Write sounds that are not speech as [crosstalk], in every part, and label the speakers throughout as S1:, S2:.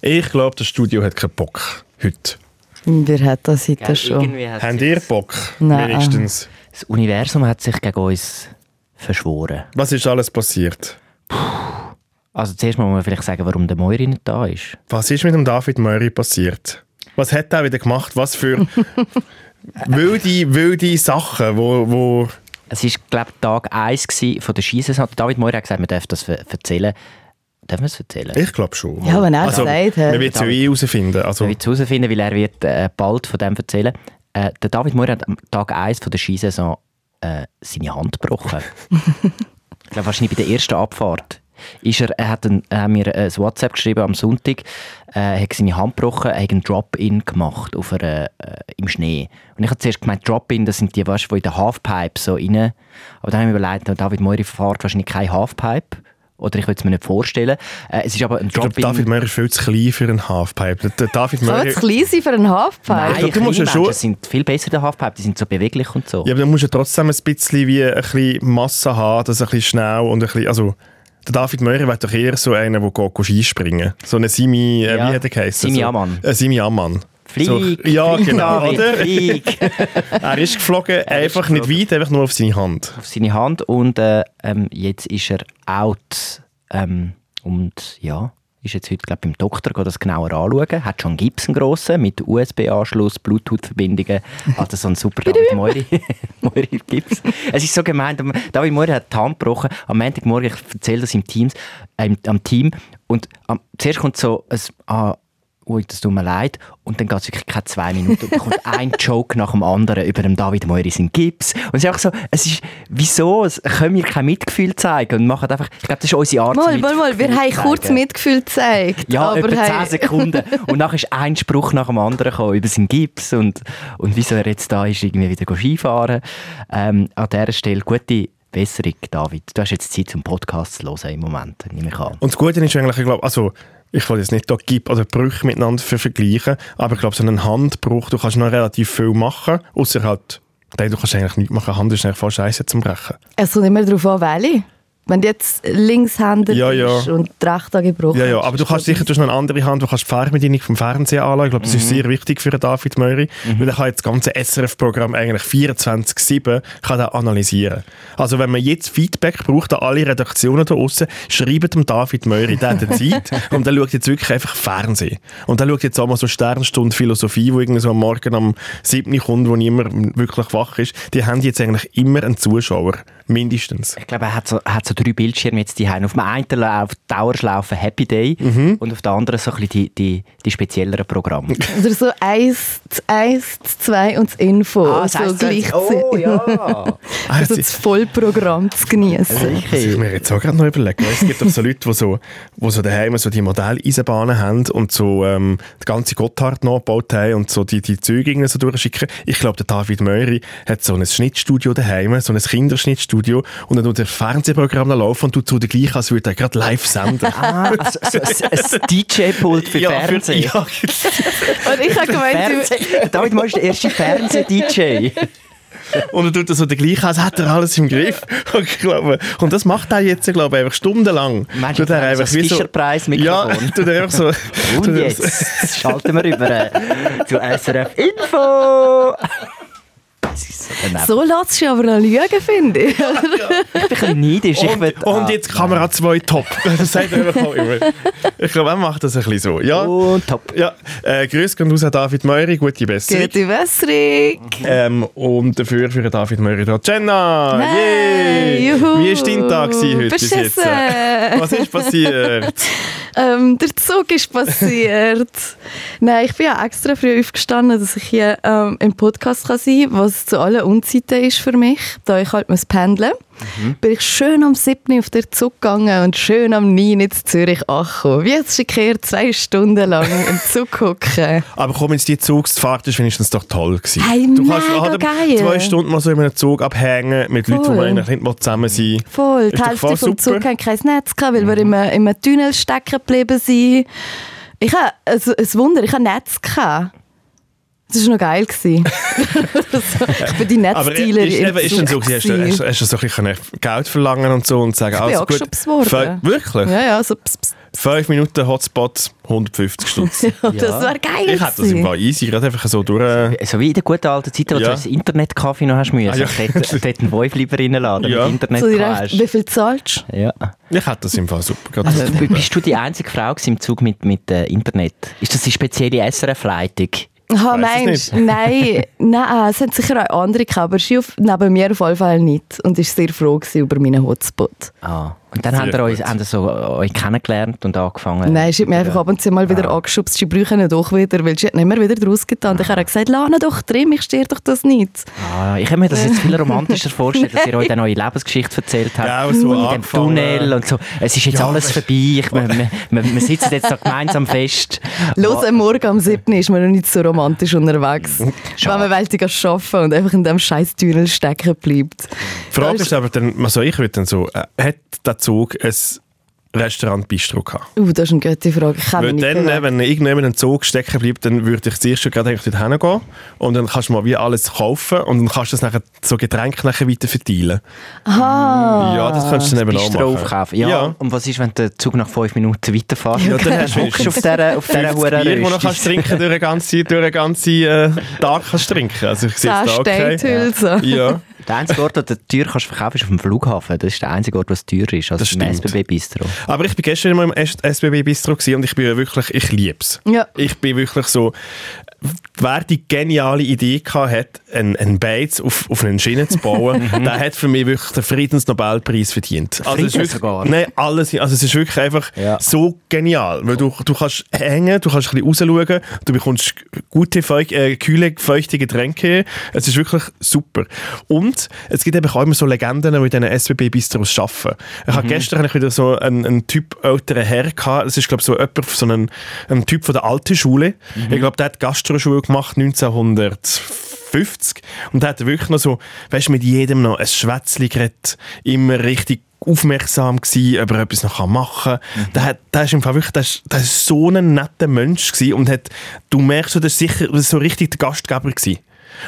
S1: Ich glaube, das Studio hat keinen Bock heute.
S2: Wer hat das heute
S3: Gell,
S2: schon?
S3: irgendwie hat
S1: Habt
S3: sich-
S1: ihr Bock?
S2: Nein.
S1: Wenigstens.
S3: Das Universum hat sich gegen uns verschworen.
S1: Was ist alles passiert?
S3: Also zuerst mal muss man vielleicht sagen, warum der Moiri nicht da ist.
S1: Was ist mit dem David Murray passiert? Was hat er wieder gemacht? Was
S2: [laughs]
S1: für wilde, wilde Sachen, wo, wo
S3: Es war, glaube ich, Tag 1 gewesen von der Skisaison. David Moiri hat gesagt, man darf das ver- erzählen. Darf man es erzählen?
S1: ich glaube schon.
S2: Ja, wenn er
S1: also,
S2: gesagt
S1: Man
S2: hat.
S1: wird es ja eh herausfinden. Also,
S3: Ich will es herausfinden, weil er wird äh, bald von dem erzählen. Äh, der David Moore hat am Tag 1 von der Skisaison äh, seine
S1: [laughs]
S3: Hand gebrochen. ich glaube, wahrscheinlich bei der ersten Abfahrt. Ist er, er hat ein, er hat mir äh, ein WhatsApp geschrieben am Sonntag, äh, hat seine Hand gebrochen, hat einen Drop-In gemacht auf einer, äh, im Schnee. Und ich habe zuerst gemeint, Drop-In, das sind die, weißt, du, die in der Halfpipe so rein. Aber dann habe ich mir überlegt, David Moiri fährt wahrscheinlich keine Halfpipe. Oder ich würde es mir nicht vorstellen. Äh, es ist aber ein
S1: ich glaube,
S3: Drop-In.
S1: David Murray ist viel zu klein für einen Halfpipe. Der David
S2: Kann man
S1: Murray,
S2: zu klein sein für einen
S3: Nein,
S2: Halfpipe?
S1: glaub, du musst ja
S3: kleine
S1: schon-
S3: Menschen sind viel besser in der Halfpipe, die sind so beweglich und so.
S1: ja, aber dann musst du ja trotzdem ein bisschen, wie, ein bisschen Masse haben, dass er ein bisschen schnell und ein bisschen, also, der David Murray wäre doch eher so einer, der geht Skispringen. So eine Simi, äh,
S3: Ja.
S1: wie hat er geheißen?
S3: Simi
S1: so,
S3: Ammann.
S1: Äh, Simi Ammann.
S3: Flieg,
S1: So, ja,
S3: flieg,
S1: genau,
S3: David,
S1: oder? [laughs]
S3: Flieg.
S1: Er ist geflogen, einfach nicht weit, einfach nur auf seine Hand.
S3: Auf seine Hand und äh, ähm, jetzt ist er out. Ähm, und ja, ist jetzt heute, glaube ich, beim Doktor, geht das genauer anschauen. Hat schon einen Gips, einen grossen, mit USB-Anschluss, Bluetooth-Verbindungen. Also so ein super David Moiri. [laughs] Moiri Gips. Es ist so gemeint, am- David Moiri hat die Hand gebrochen. Am Montagmorgen, ich erzähle das im, Teams, äh, im- am Team und am, zuerst kommt so ein... Ah, Ui, das tut mir leid. Und dann geht es wirklich keine zwei Minuten. Und kommt
S2: [laughs]
S3: ein Joke nach dem anderen über den David Moiri seinen Gips. Und es ist einfach so, es ist, wieso es können wir kein Mitgefühl zeigen? Und machen einfach, ich glaube, das ist unsere Art.
S2: Mal,
S3: Mitgefühl
S2: mal, mal, wir haben
S3: zu
S2: kurz
S3: zeigen.
S2: Mitgefühl gezeigt.
S3: Ja,
S2: aber
S3: etwa
S2: haben-
S3: 10 Sekunden. Und nachher ist ein Spruch nach dem anderen gekommen über seinen Gips und, und wieso er jetzt da ist, irgendwie wieder Skifahren. Ähm, an dieser Stelle gute Besserung, David. Du hast jetzt Zeit zum Podcast zu hören im Moment, nehme ich an.
S1: Und das Gute ist eigentlich, ich glaube, also ich will jetzt nicht da Gip oder Brüche miteinander ver- vergleichen, aber ich glaube, so einen Handbruch, du kannst noch relativ viel machen, außer halt, nein, du kannst eigentlich nichts machen, Hand ist eigentlich voll scheiße zum Brechen.
S2: Es kommt immer darauf an, welche. Wenn du jetzt Linkshänder
S1: Ja, ja.
S2: bist und die rechte gebrochen
S1: Ja, ja, aber du kannst sicher, du hast noch eine andere Hand, du kannst die Fernbedienung vom Fernsehen anlassen. Ich glaube, das ist sehr wichtig für den David Möri, weil er kann jetzt das ganze SRF-Programm eigentlich 24-7 kann er analysieren. Also wenn man jetzt Feedback braucht an alle Redaktionen da draussen, schreibt dem David Möri, der hat die Zeit und der schaut jetzt wirklich einfach Fernsehen. Und der schaut jetzt auch mal so Sternstunde Philosophie, wo irgendwie so am Morgen am 7. kommt, wo niemand wirklich wach ist. Die haben jetzt eigentlich immer einen Zuschauer, mindestens.
S3: Ich glaube, er hat so, er hat so drei Bildschirme jetzt die Auf dem einen läuft Dauerschlaufe Happy Day
S1: Mhm.
S3: und auf der anderen so ein bisschen die, die, die
S1: [laughs]
S3: spezielleren Programme.
S2: Oder so eins, das eins, das zwei und das Info.
S1: Oh, Ah,
S2: so gleichzeitig.
S3: ja!
S2: Also das Vollprogramm zu genießen.
S1: Das muss Also, ich mir jetzt auch gerade noch überlegen. Weil Es gibt doch so Leute, die so, wo so daheim so die Modelleisenbahnen haben und so ähm, die ganze Gotthard nachgebaut haben und so die, die Züge irgendwie so durchschicken. Ich glaube, der David Möri hat so ein Schnittstudio daheim, so ein Kinderschnittstudio und dann tut er Fernsehprogramm laufen und tut so gleich, als würde er gerade live senden.
S3: [laughs] [laughs] Ah, also, so ein- ein DJ-Pult für Fernsehen. [laughs]
S1: ja,
S2: Und ich habe gemeint, du-
S3: Fernseh. Damit machst du der
S1: [laughs]
S3: erste Fernseh-DJ.
S1: und dann tut er so gleich, als hätte er alles im Griff. Und, ich glaube, und das macht er jetzt, glaube ich, einfach stundenlang.
S3: Meinst du,
S1: Tut er
S3: das
S1: einfach
S3: ist so ein
S1: wie so- Ja,
S3: Fischerpreis-Mikrofon?
S1: tut er einfach so... tut
S3: Und
S1: er so-
S3: jetzt Oh, schalten wir über äh, zu SRF
S1: [laughs]
S3: Info. Das ist so daneben.
S2: so lässt du aber noch lügen, finde ich.
S3: Ich bin ein bisschen neidisch. ich will,
S1: Und, und
S3: ah,
S1: jetzt Kamera 2 top. [laughs] Das sagt er einfach auch immer. Ich glaube, er macht das ein bisschen so. Ja,
S2: Oh.
S3: Und top.
S1: ja. Äh, Grüß gehen raus an David Meury, gute Besserung.
S2: Gute Besserung.
S1: Ähm, und dafür für David Meury da Jenna.
S2: Hey,
S1: Ah, Yay!
S2: juhu.
S1: Wie war dein Tag gewesen heute bis jetzt?
S2: Beschissen.
S1: Was ist passiert?
S2: Ähm, der Zug ist passiert. Nein, ich bin ja extra früh aufgestanden, dass ich hier ähm, im Podcast kann sein kann, was zu allen Unzeiten ist für mich, da ich halt muss pendeln Bin ich schön am 7. auf den Zug gegangen und schön am 9. in Zürich angekommen. Wie jetzt schikert, zwei Stunden lang im Zug hocken.
S1: Aber komm, jetzt die Zugsfahrt ist wenigstens doch toll gewesen.
S2: Hey,
S1: du kannst
S2: mega
S1: oder
S2: geil.
S1: zwei Stunden mal so in einem Zug abhängen mit Leuten, die
S2: Voll.
S1: man eigentlich nicht mal zusammen sind.
S2: Voll,
S1: Ist
S2: die
S1: doch
S2: Hälfte
S1: voll
S2: vom
S1: super. Mhm.
S2: Zug hat kein Netz, gehabt, weil wir in einem, in einem Tunnel stecken geblieben sind. Ich habe, also, ein Wunder, ich habe Netz. Gehabt. Das war noch
S1: [laughs]
S2: geil. gewesen. [laughs] ich bin die
S1: Aber ist,
S2: Netzdealerin.
S1: ist, eben, ist denn so, gewesen, hast du, hast, hast du so ein bisschen Geld verlangen und so und sagen,
S2: bin
S1: alles gut.
S2: angeschubst worden.
S1: Fün- Wirklich?
S2: Ja, ja, so ps, ps,
S1: 5 Minuten Hotspot, 150 Stutz.
S2: [laughs] ja, das war geil.
S1: Ich hätte das im
S2: gewesen.
S1: Fall easy, gerade einfach so durch. äh,
S3: So wie in der guten alten Zeit, wo
S1: Ja.
S3: du ins Internetcafé noch hast müssen.
S1: Ah, ja.
S3: dort, dort einen Wolf lieber reinladen,
S1: Ja.
S3: wenn du Internet
S2: so
S3: gehabt
S2: direkt, wie
S3: hast.
S2: viel zahlst
S3: Ja.
S1: Ich hätte das im Fall super. gerade
S3: Also,
S1: so-
S3: du- bist du die einzige Frau gewesen im Zug mit, mit äh, Internet? Ist das die spezielle SRF-Leitung?
S2: du? Ha,
S1: Ich weiss es
S2: meinst,
S1: [laughs]
S2: nein, nein, ah, es hat sicher auch andere gehabt, aber sie auf, neben mir auf jeden Fall nicht und ich war sehr froh gewesen über meinen Hotspot.
S3: Ah. Und dann
S1: Sehr
S3: haben wir euch,
S1: gut.
S3: haben ihr so, äh, euch kennengelernt und angefangen.
S2: Nein, sie hat mich
S3: Ja.
S2: einfach ab und zu mal wieder angeschubst. Sie bräuchten ihn doch wieder, weil sie hat nicht mehr wieder draus getan. Ich habe gesagt, lass ihn doch drin, ich stehe doch das nicht.
S3: Ah, ich habe mir das jetzt
S2: [laughs]
S3: viel romantischer vorgestellt, dass ihr euch eine neue Lebensgeschichte erzählt habt.
S1: Ja, so
S3: und mit dem
S1: angefangen.
S3: Tunnel und so. Es ist jetzt
S1: Ja,
S3: alles
S1: weißt-
S3: vorbei. Ich, wir, wir, wir, wir sitzen jetzt da gemeinsam fest.
S2: Los, am Morgen am 7. ist man noch nicht so romantisch unterwegs.
S1: Mhm.
S3: Schade.
S2: Wenn man wollte arbeiten und einfach in diesem scheiß Tunnel stecken bleibt.
S1: Die Frage ist aber dann, also ich würde dann so, äh, hat der Zug ein Restaurant Bistro gehabt?
S2: Uh, das ist eine gute Frage. Ich kann
S1: Weil
S2: mich nicht
S1: dann, äh,
S2: erinnern.
S1: wenn irgendjemand im Zug stecken bleibt, dann würde ich zuerst schon gerade eigentlich dort hingehen und dann kannst du mal wie alles kaufen und dann kannst du das nachher so Getränke nachher weiter verteilen. Aha. Ja, das könntest du dann eben auch
S3: Bistro
S1: machen.
S3: aufkaufen. Ja.
S1: ja.
S3: Und was ist, wenn der Zug nach fünf Minuten weiterfährt?
S1: Ja, dann hast du
S3: hockst du
S1: wenigstens
S3: auf dieser auf dieser
S1: 50
S3: Huren
S1: Bier, wo du kannst trinken durch den ganzen, durch den ganzen äh, Tag kannst trinken. Also ich sehe
S2: Da
S1: es da, okay.
S2: steht Hülse.
S1: Ja.
S3: Der einzige Ort, wo du teuer kannst verkaufen, ist auf dem Flughafen. Das ist der einzige Ort, wo es teuer ist,
S1: Das
S3: also im
S1: stimmt.
S3: SBB-Bistro.
S1: Aber ich bin gestern immer im S- SBB Bistro gewesen und ich bin ja wirklich, ich liebe es.
S2: Ja.
S1: Ich bin wirklich so, wer die geniale Idee gehabt hat, einen, einen Beiz auf, auf einen Schienen zu bauen, der hat für mich wirklich den Friedensnobelpreis verdient. Also es ist
S3: Frieden
S1: wirklich,
S3: sogar?
S1: Nein, alles. Also es ist wirklich einfach
S3: Ja.
S1: so genial, weil du, du kannst hängen, du kannst ein bisschen rausschauen, du bekommst gute, feucht, äh, kühle, feuchte Getränke. Es ist wirklich super. Und es gibt eben auch immer so Legenden, die in diesen SBB-Bistros arbeiten. Ich habe gestern habe ich wieder so einen, einen Typ älteren Herr gehabt, das ist glaube ich so jemand, so ein, ein Typ von der alten Schule. Ich glaube, der hat Gastroschule gemacht 1900 50 und hat er wirklich noch so, weißt du, mit jedem noch ein Schwätzchen geredet, immer richtig aufmerksam gsi, ob er etwas noch machen kann. Der, hat, der ist im Fall wirklich der ist, der ist so ein netter Mensch gsi und hat, du merkst, du ist sicher das ist so richtig der Gastgeber gsi.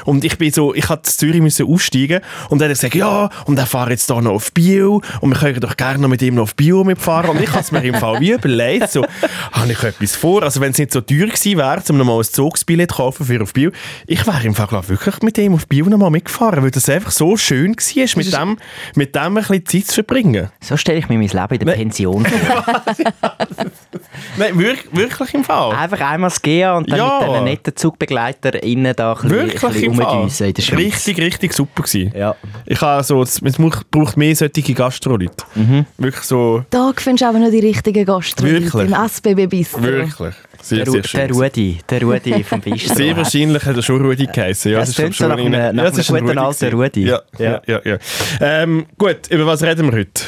S1: Und ich bin so, ich hatte in Zürich müssen aussteigen und dann hat er gesagt, ja, und er fährt jetzt hier noch auf Bio und wir können doch gerne noch mit ihm noch auf Bio mitfahren. Und ich habe es mir im Fall wie überlegt, so, habe ich etwas vor? Also wenn es nicht so teuer gewesen wäre, um nochmal ein Zugsbillett zu kaufen für auf Bio, ich wäre im Fall glaub, wirklich mit ihm auf Bio nochmal mitgefahren, weil das einfach so schön war, mit dem, mit dem ein bisschen Zeit zu verbringen.
S3: So stelle ich mir mein Leben in der
S1: [laughs]
S3: Pension vor.
S1: Nein, wirk wirklich im Fall.
S3: Einfach einmal das GEA und dann
S1: Ja.
S3: mit diesen netten ZugbegleiterInnen da ein bisschen, ein
S1: Wirklich
S3: bisschen
S1: im Fall.
S3: rumdüsen in der Schweiz.
S1: Richtig, richtig super gewesen.
S3: Ja.
S1: Ich habe so, es es braucht mehr solche Gastro-Leute.
S3: Mhm.
S1: Wirklich so...
S2: Da findest du aber noch die richtigen Gastronomie
S1: Wirklich?
S2: im SBB-Bistro.
S1: Wirklich. Sehr,
S3: Der, Ru-
S1: sehr schön.
S3: der Rudi, der Rudi
S1: [laughs]
S3: vom Bistro.
S1: sehr wahrscheinlich hat er schon Rudi geheißen. Ja,
S3: Das
S1: ist glaub
S3: tönt so nach
S1: schon
S3: einem- nach
S1: es ist
S3: einem
S1: ein
S3: guten alten
S1: gewesen.
S3: Rudi.
S1: Ja, ja, ja. ja. Ähm, gut, über was reden wir heute?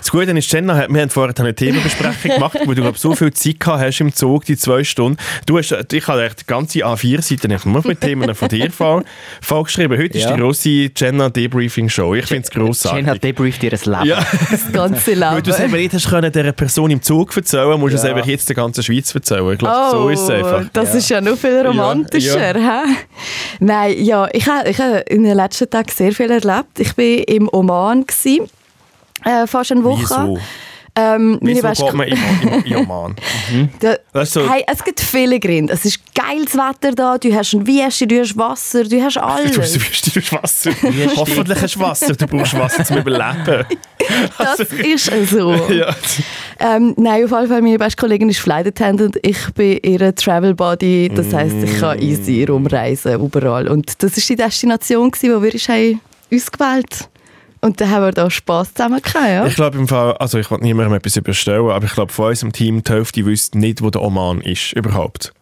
S1: Das Gute ist, Jenna, hat- wir haben vorher eine
S3: [laughs]
S1: Themenbesprechung gemacht, wo du glaub, so viel Zeit gehabt hast im Zug, die zwei Stunden. Du hast, äh, ich habe echt die ganze A4-Seite nicht nur mit Themen von dir
S3: [laughs]
S1: vor- vorgeschrieben. Heute
S3: Ja.
S1: ist die grosse Jenna Debriefing-Show. Ich finde es grossartig.
S3: Jen hat debrieft ihr Leben.
S1: Ja.
S2: Das ganze
S1: Weil du es eben
S2: Leben.
S1: nicht hast können, dieser Person im Zug erzählen, musst du es
S3: Ja. Oh,
S1: einfach jetzt der ganzen Schweiz erzählen. Ich glaube, so ist es einfach.
S2: Oh, Das ist ja noch viel romantischer. hä? Nein, ja, ich habe ich ha in den letzten Tagen sehr viel erlebt. Ich war im Oman, gsi, äh, fast eine Woche.
S1: Wieso?
S2: Ähm, meine
S1: Wieso
S2: beste
S1: geht man im, im, im [laughs] Oman?
S2: Da,
S1: Weißt du, so-
S2: hey, es gibt viele Gründe. Es ist geiles Wetter da, du hast eine Wiese, du hast Wasser, du hast
S1: Du hast
S2: alles.
S1: Wüste, du hast Wasser. Hoffentlich hast du Wasser. Du brauchst Wasser zum Überleben.
S2: Das ist so.
S1: [laughs] Ja.
S2: Ähm, nein, auf jeden Fall, meine beste Kollegin ist Flight Attendant. Ich bin ihre Travel Buddy. Das heisst, ich
S1: Mm.
S2: kann easy rumreisen, überall. Und das war die Destination, gewesen, die wir uns haben ausgewählt Und dann haben wir da Spass zusammen gehabt, ja?
S1: Ich glaube im Fall, also ich will niemandem etwas überstellen, aber ich glaube von unserem Team, die Hälfte wüsste nicht, wo der Oman ist, überhaupt.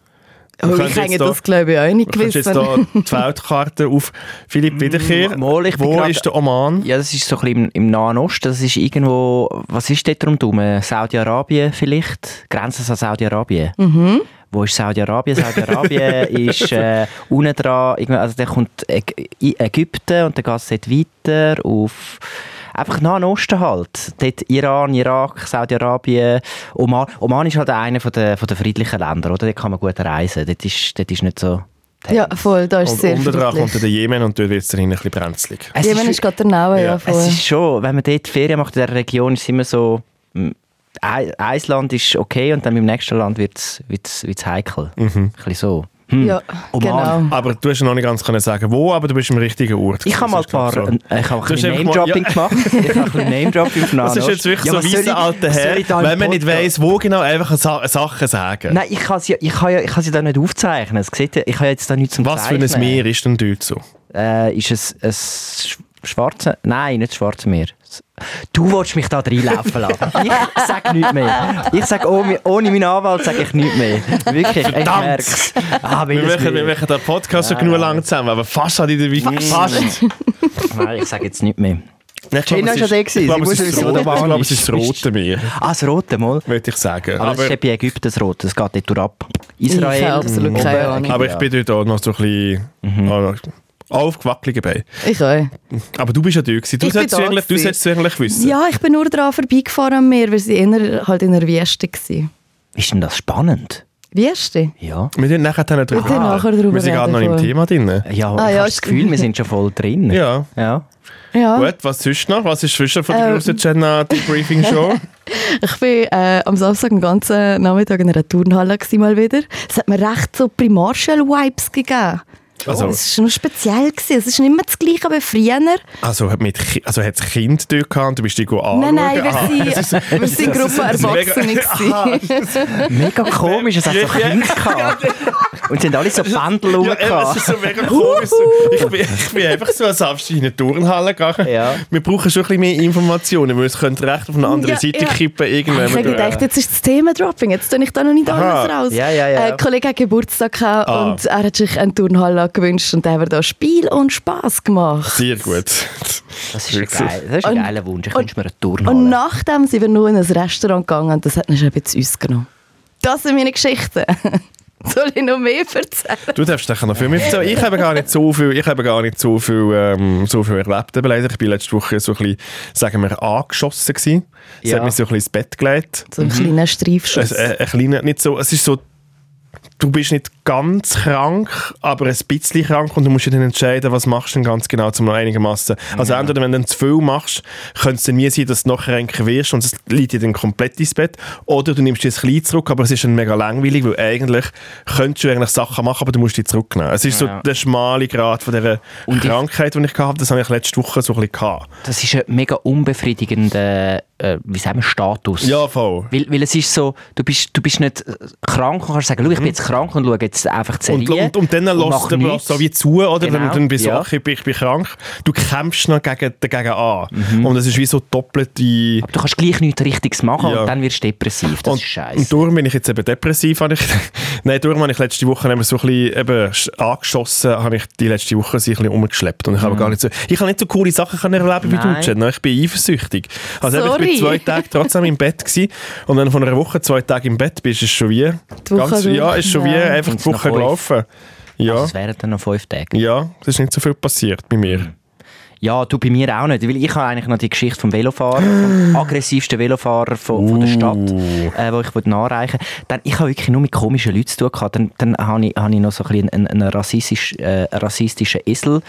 S2: Oh,
S1: wir können
S2: ich hätte
S1: jetzt da-
S2: das, glaube ich, auch nicht
S1: Du kannst jetzt
S2: gewusst.
S1: hier die Weltkarte auf Philipp Wiederkehr.
S3: Mm, Mal, ich bin
S1: Wo
S3: grad-
S1: ist der Oman?
S3: Ja, das ist so ein bisschen im, im Nahen Osten. Das ist irgendwo, was ist dort rundherum? Äh, Saudi-Arabien vielleicht? Grenzt es an Saudi-Arabien?
S2: Mhm.
S3: Wo ist Saudi-Arabien?
S2: [laughs]
S3: Saudi-Arabien ist äh, unten dran, irgendwie- also dann kommt Äg- Ägypten und dann geht es dort weiter auf... einfach Nahen Osten halt. Dort Iran, Irak, Saudi-Arabien, Oman. Oman ist halt einer von der, von der friedlichen Länder, oder? Dort kann man gut reisen. Dort ist, dort ist nicht so...
S2: Ja, voll, da ist
S1: Und
S2: sehr
S1: unten dran kommt dann
S2: friedlich.
S1: der Jemen und dort wird es dann ein bisschen brenzlig.
S3: Es
S2: Jemen ist gerade der Name,
S1: Ja,
S2: ja,
S1: es
S2: voll.
S3: Es ist schon, wenn man dort Ferien macht in dieser Region, ist es immer so, mm, ein ein Land ist okay und dann beim nächsten Land wird es wird's, wird's heikel.
S1: Mhm.
S3: Ein bisschen so. Hm.
S2: Ja,
S1: Oh
S3: Oman.
S2: genau.
S1: Aber du hast noch nicht ganz können sagen, wo, aber du bist im richtigen Ort.
S3: Ich habe mal ein
S1: gewesen, das
S3: paar,
S1: ist, glaub ich,
S3: äh, ich habe ein
S1: Du hast
S3: bisschen
S1: einfach mal-
S3: Name-Dropping gemacht. Ich habe
S1: [laughs]
S3: ein bisschen Name-Dropping auf
S1: so. Das ist jetzt wirklich so weiss alter Herr, wenn man nicht weiss, wo genau, einfach Sa Sachen sagen.
S3: Nein, ich kann sie, ich kann ja, ich kann sie da nicht aufzeichnen. Es sieht ja- Ich habe jetzt da nichts zum
S1: Was für ein
S3: Zeichnen.
S1: Meer ist denn dort so?
S3: Äh, ist es ein sch- schwarze? Nein, nicht schwarze Meer. S- Du willst mich da reinlaufen lassen.
S1: [laughs]
S3: Ich sage nichts mehr. Ich sage ohne, ohne meinen Anwalt sage ich nichts mehr. Wirklich, ich merk's. Ah, bin
S1: Wir
S3: das
S1: machen, wir
S3: müde.
S1: machen den Podcast schon
S3: Nein,
S1: genug
S3: nein.
S1: lang zusammen, aber fast hat in der Weite. Fast.
S3: Nein, ich sage jetzt nichts mehr.
S1: Ich glaube,
S3: Gina
S1: es
S3: ist ja da
S1: ist-
S3: gewesen.
S1: ich glaube,
S3: Sie
S1: es
S3: muss
S1: ist
S3: wissen, wo
S1: Rot-
S3: der
S1: ich
S3: Bahn
S1: glaube, es
S3: ist.
S1: ist das rote Meer,
S3: Ah, das rote Mal.
S1: würde ich sagen.
S3: Aber, das
S1: Aber,
S3: ist eben Ägypten das Rot, das geht nicht durch ab.
S2: Ich habe
S3: Israel.
S2: absolut
S3: oben,
S2: keine Ahnung.
S1: aber ich bin dort auch noch so ein bisschen mhm. aufgewackelig dabei.
S2: Ich auch.
S1: Aber du bist ja dort gewesen. Du
S2: Ich bin
S1: solltest
S2: da
S1: eigentlich, du
S2: gewesen.
S1: solltest eigentlich wissen.
S2: Ja, ich bin nur daran vorbeigefahren am Meer, weil sie eher, halt in der Wüste war.
S3: Ist denn das spannend?
S2: Wüste?
S3: Ja.
S1: Wir sind nachher dann drüber
S2: Wir können nachher drüber
S1: Wir sind gerade noch
S2: reden,
S1: im Thema
S2: voll.
S1: drin.
S3: Ja,
S2: Ah,
S3: ich
S2: ja,
S3: habe das
S2: stimmt.
S3: Gefühl, wir sind schon voll drin.
S1: Ja.
S3: ja.
S2: Ja.
S1: Gut, was sonst noch? Was ist zwischen von der
S2: Ähm.
S1: grossen Jenna Debriefing Show?
S2: Ich war äh, am Samstag den ganzen Nachmittag in einer Turnhalle gewesen, mal wieder. Es hat mir recht so Primarschule-Vibes gegeben.
S1: Also,
S2: Es war noch speziell. Gewesen. Es ist nicht mehr das Gleiche wie früher.
S1: also hat mit Ki- also hat's Kind dort gehabt und du bist dich anschauen? Ah.
S2: nein, nein, wir
S1: Aha.
S2: sind- wir sind Gruppe
S1: das ist mega-
S2: Erwachsene. gewesen.
S3: Mega komisch, es hat so
S1: Ja.
S3: Kinder gehabt. Und sie haben alle so Pendel
S1: [laughs] Ja, eben, es
S3: rumgehabt.
S1: ist so mega komisch. Ich bin, ich bin einfach so am Samstag in eine Turnhalle gegangen.
S3: Ja.
S1: Wir brauchen schon ein bisschen mehr Informationen, weil es könnte recht auf eine andere
S2: Ja,
S1: Seite
S2: ja.
S1: kippen. Irgendwann
S2: Ich habe gedacht, jetzt ist das Thema-Dropping, jetzt tue ich da noch nicht
S1: Aha.
S2: alles raus.
S3: Ja, ja, ja.
S2: Äh, ein Kollege hat Geburtstag gehabt
S1: Ah.
S2: und er hat sich eine Turnhalle gewünscht und da haben wir da Spiel und Spaß gemacht.
S1: Sehr gut.
S3: Das ist ein, geil, das ist ein
S2: Und-
S3: geiler Wunsch. Ich
S2: und-
S3: wünsche mir einen Turn
S2: Und nachdem sind wir nur in ein Restaurant gegangen und das hat uns ein bisschen uns genommen. Das sind meine Geschichten. [laughs] Soll ich noch mehr erzählen?
S1: Du darfst nachher noch viel mehr erzählen. Ich habe gar nicht so viel, ich habe gar nicht so viel, ähm, so viel erlebt. eben leider. Ich war letzte Woche so ein bisschen, sagen wir, angeschossen. Gewesen. Es
S3: Ja.
S1: hat mich so ein bisschen ins Bett gelegt.
S2: So einen kleinen Streifschuss.
S1: Mhm. Es, äh, ein kleiner, nicht so, es ist so, du bist nicht ganz krank, aber ein bisschen krank und du musst dich dann entscheiden, was machst du denn ganz genau, um noch einigermaßen. Also entweder wenn du dann zu viel machst, könnte es dann nie sein, dass du nachher kränker wirst und es liegt dir dann komplett ins Bett. Oder du nimmst dir ein bisschen zurück, aber es ist dann mega langweilig, weil eigentlich könntest du eigentlich Sachen machen, aber du musst dich zurücknehmen. Es ist so
S3: Ja.
S1: der schmale Grad von dieser
S3: Und ich-
S1: Krankheit, die ich hatte, das habe ich letzte Woche so ein bisschen gehabt.
S3: Das ist ein mega unbefriedigender äh, wie sagen wir, Status.
S1: Ja, voll.
S3: Weil, weil es ist so, du bist, du bist nicht äh, krank und kannst sagen, schau, ich bin jetzt krank und schau jetzt einfach die
S1: Mhm. Und,
S3: Serie.
S1: und, und dann lässt
S3: mach
S1: du
S3: nichts.
S1: so wie zu, oder? Wenn
S3: Genau,
S1: du dann bist,
S3: ja.
S1: ach, ich, bin, ich bin krank, du kämpfst noch gegen, dagegen an.
S3: Mhm.
S1: Und es ist wie so doppelte...
S3: Aber du kannst gleich nichts Richtiges machen
S1: Ja.
S3: und dann wirst du depressiv. Das
S1: und,
S3: ist scheiße.
S1: und darum bin ich jetzt eben depressiv. Habe ich, [laughs] nein, darum habe ich letzte Woche eben so ein bisschen eben sch- angeschossen, habe ich die letzte Woche so ein bisschen umgeschleppt. Und ich habe gar nicht so, ich habe nicht so coole Sachen können erleben wie du,
S3: Mhm. Nein.
S1: Jen. Ich bin eifersüchtig. Also eben, ich bin zwei
S2: Sorry.
S1: Tage trotzdem im Bett gewesen. Und wenn du von einer Woche zwei Tage im Bett bist, ist schon wie...
S2: Die Woche
S1: ganz, ja, ist schon wie
S2: durch. Ja.
S1: einfach die
S3: Sind's noch
S1: Woche
S3: fünf?
S1: gelaufen. Ja.
S3: Also es wären dann noch fünf Tage.
S1: Ja, es ist nicht so viel passiert bei
S3: Mhm.
S1: mir.
S3: Ja, du bei mir auch nicht, weil ich habe eigentlich noch die Geschichte vom Velofahrer, vom aggressivsten Velofahrer von, von der Stadt, äh, wo ich wollte nachreichen. Dann, ich habe wirklich nur mit komischen Leuten zu tun gehabt. Dann, dann habe ich, habe ich noch so ein bisschen einen, einen rassistisch, äh, rassistischen Esel,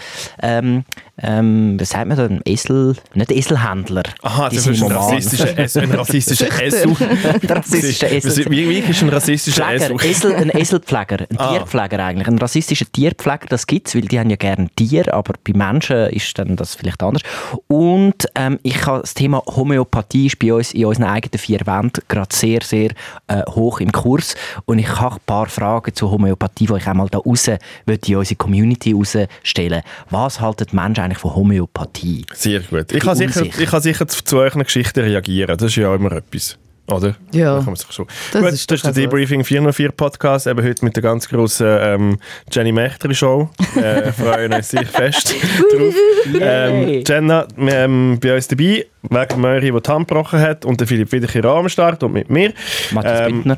S3: ähm, ähm, was sagt man da, Ein Esel, nicht Eselhändler.
S1: Aha,
S3: Die
S1: das
S3: sind
S1: ist ein
S3: Mormonen.
S1: rassistischer Es- ein [laughs] rassistischer Esel.
S3: [laughs] Der rassistische Esel.
S1: Wie, wie ist ein rassistischer
S3: Pfleger,
S1: Esel?
S3: Esel, ein Eselpfleger, ein
S1: [laughs] Ah.
S3: Tierpfleger eigentlich. Ein rassistischer Tierpfleger, das gibt es, weil die haben ja gerne Tier, aber bei Menschen ist dann das vielleicht anders. Und ähm, ich habe das Thema Homöopathie ist bei uns in unseren eigenen vier Wänden gerade sehr, sehr äh, hoch im Kurs. Und ich habe ein paar Fragen zur Homöopathie, die ich einmal da raus will, in unsere Community rausstellen. Was halten die Menschen eigentlich von Homöopathie?
S1: Sehr gut. Ich kann, sicher,
S3: unsicher.
S1: ich kann sicher zu, zu euren Geschichten reagieren. Das ist ja immer etwas. Oder?
S2: Ja.
S1: Da kann man sich schon.
S2: Das
S1: gut,
S2: ist
S1: das ist
S2: doch also-
S1: der
S2: auch gut.
S1: Debriefing 404 Podcast, eben heute mit der ganz grossen ähm, Jenny Mechtri Show.
S2: [laughs]
S1: Äh, freuen uns sehr fest drauf. Ähm, Jenna ähm, bei uns dabei, wegen Möri, der die Hand gebrochen hat, und der Philipp Wiedecher auch am Start und mit mir.
S3: Matthias
S1: Ähm,
S3: Bittner.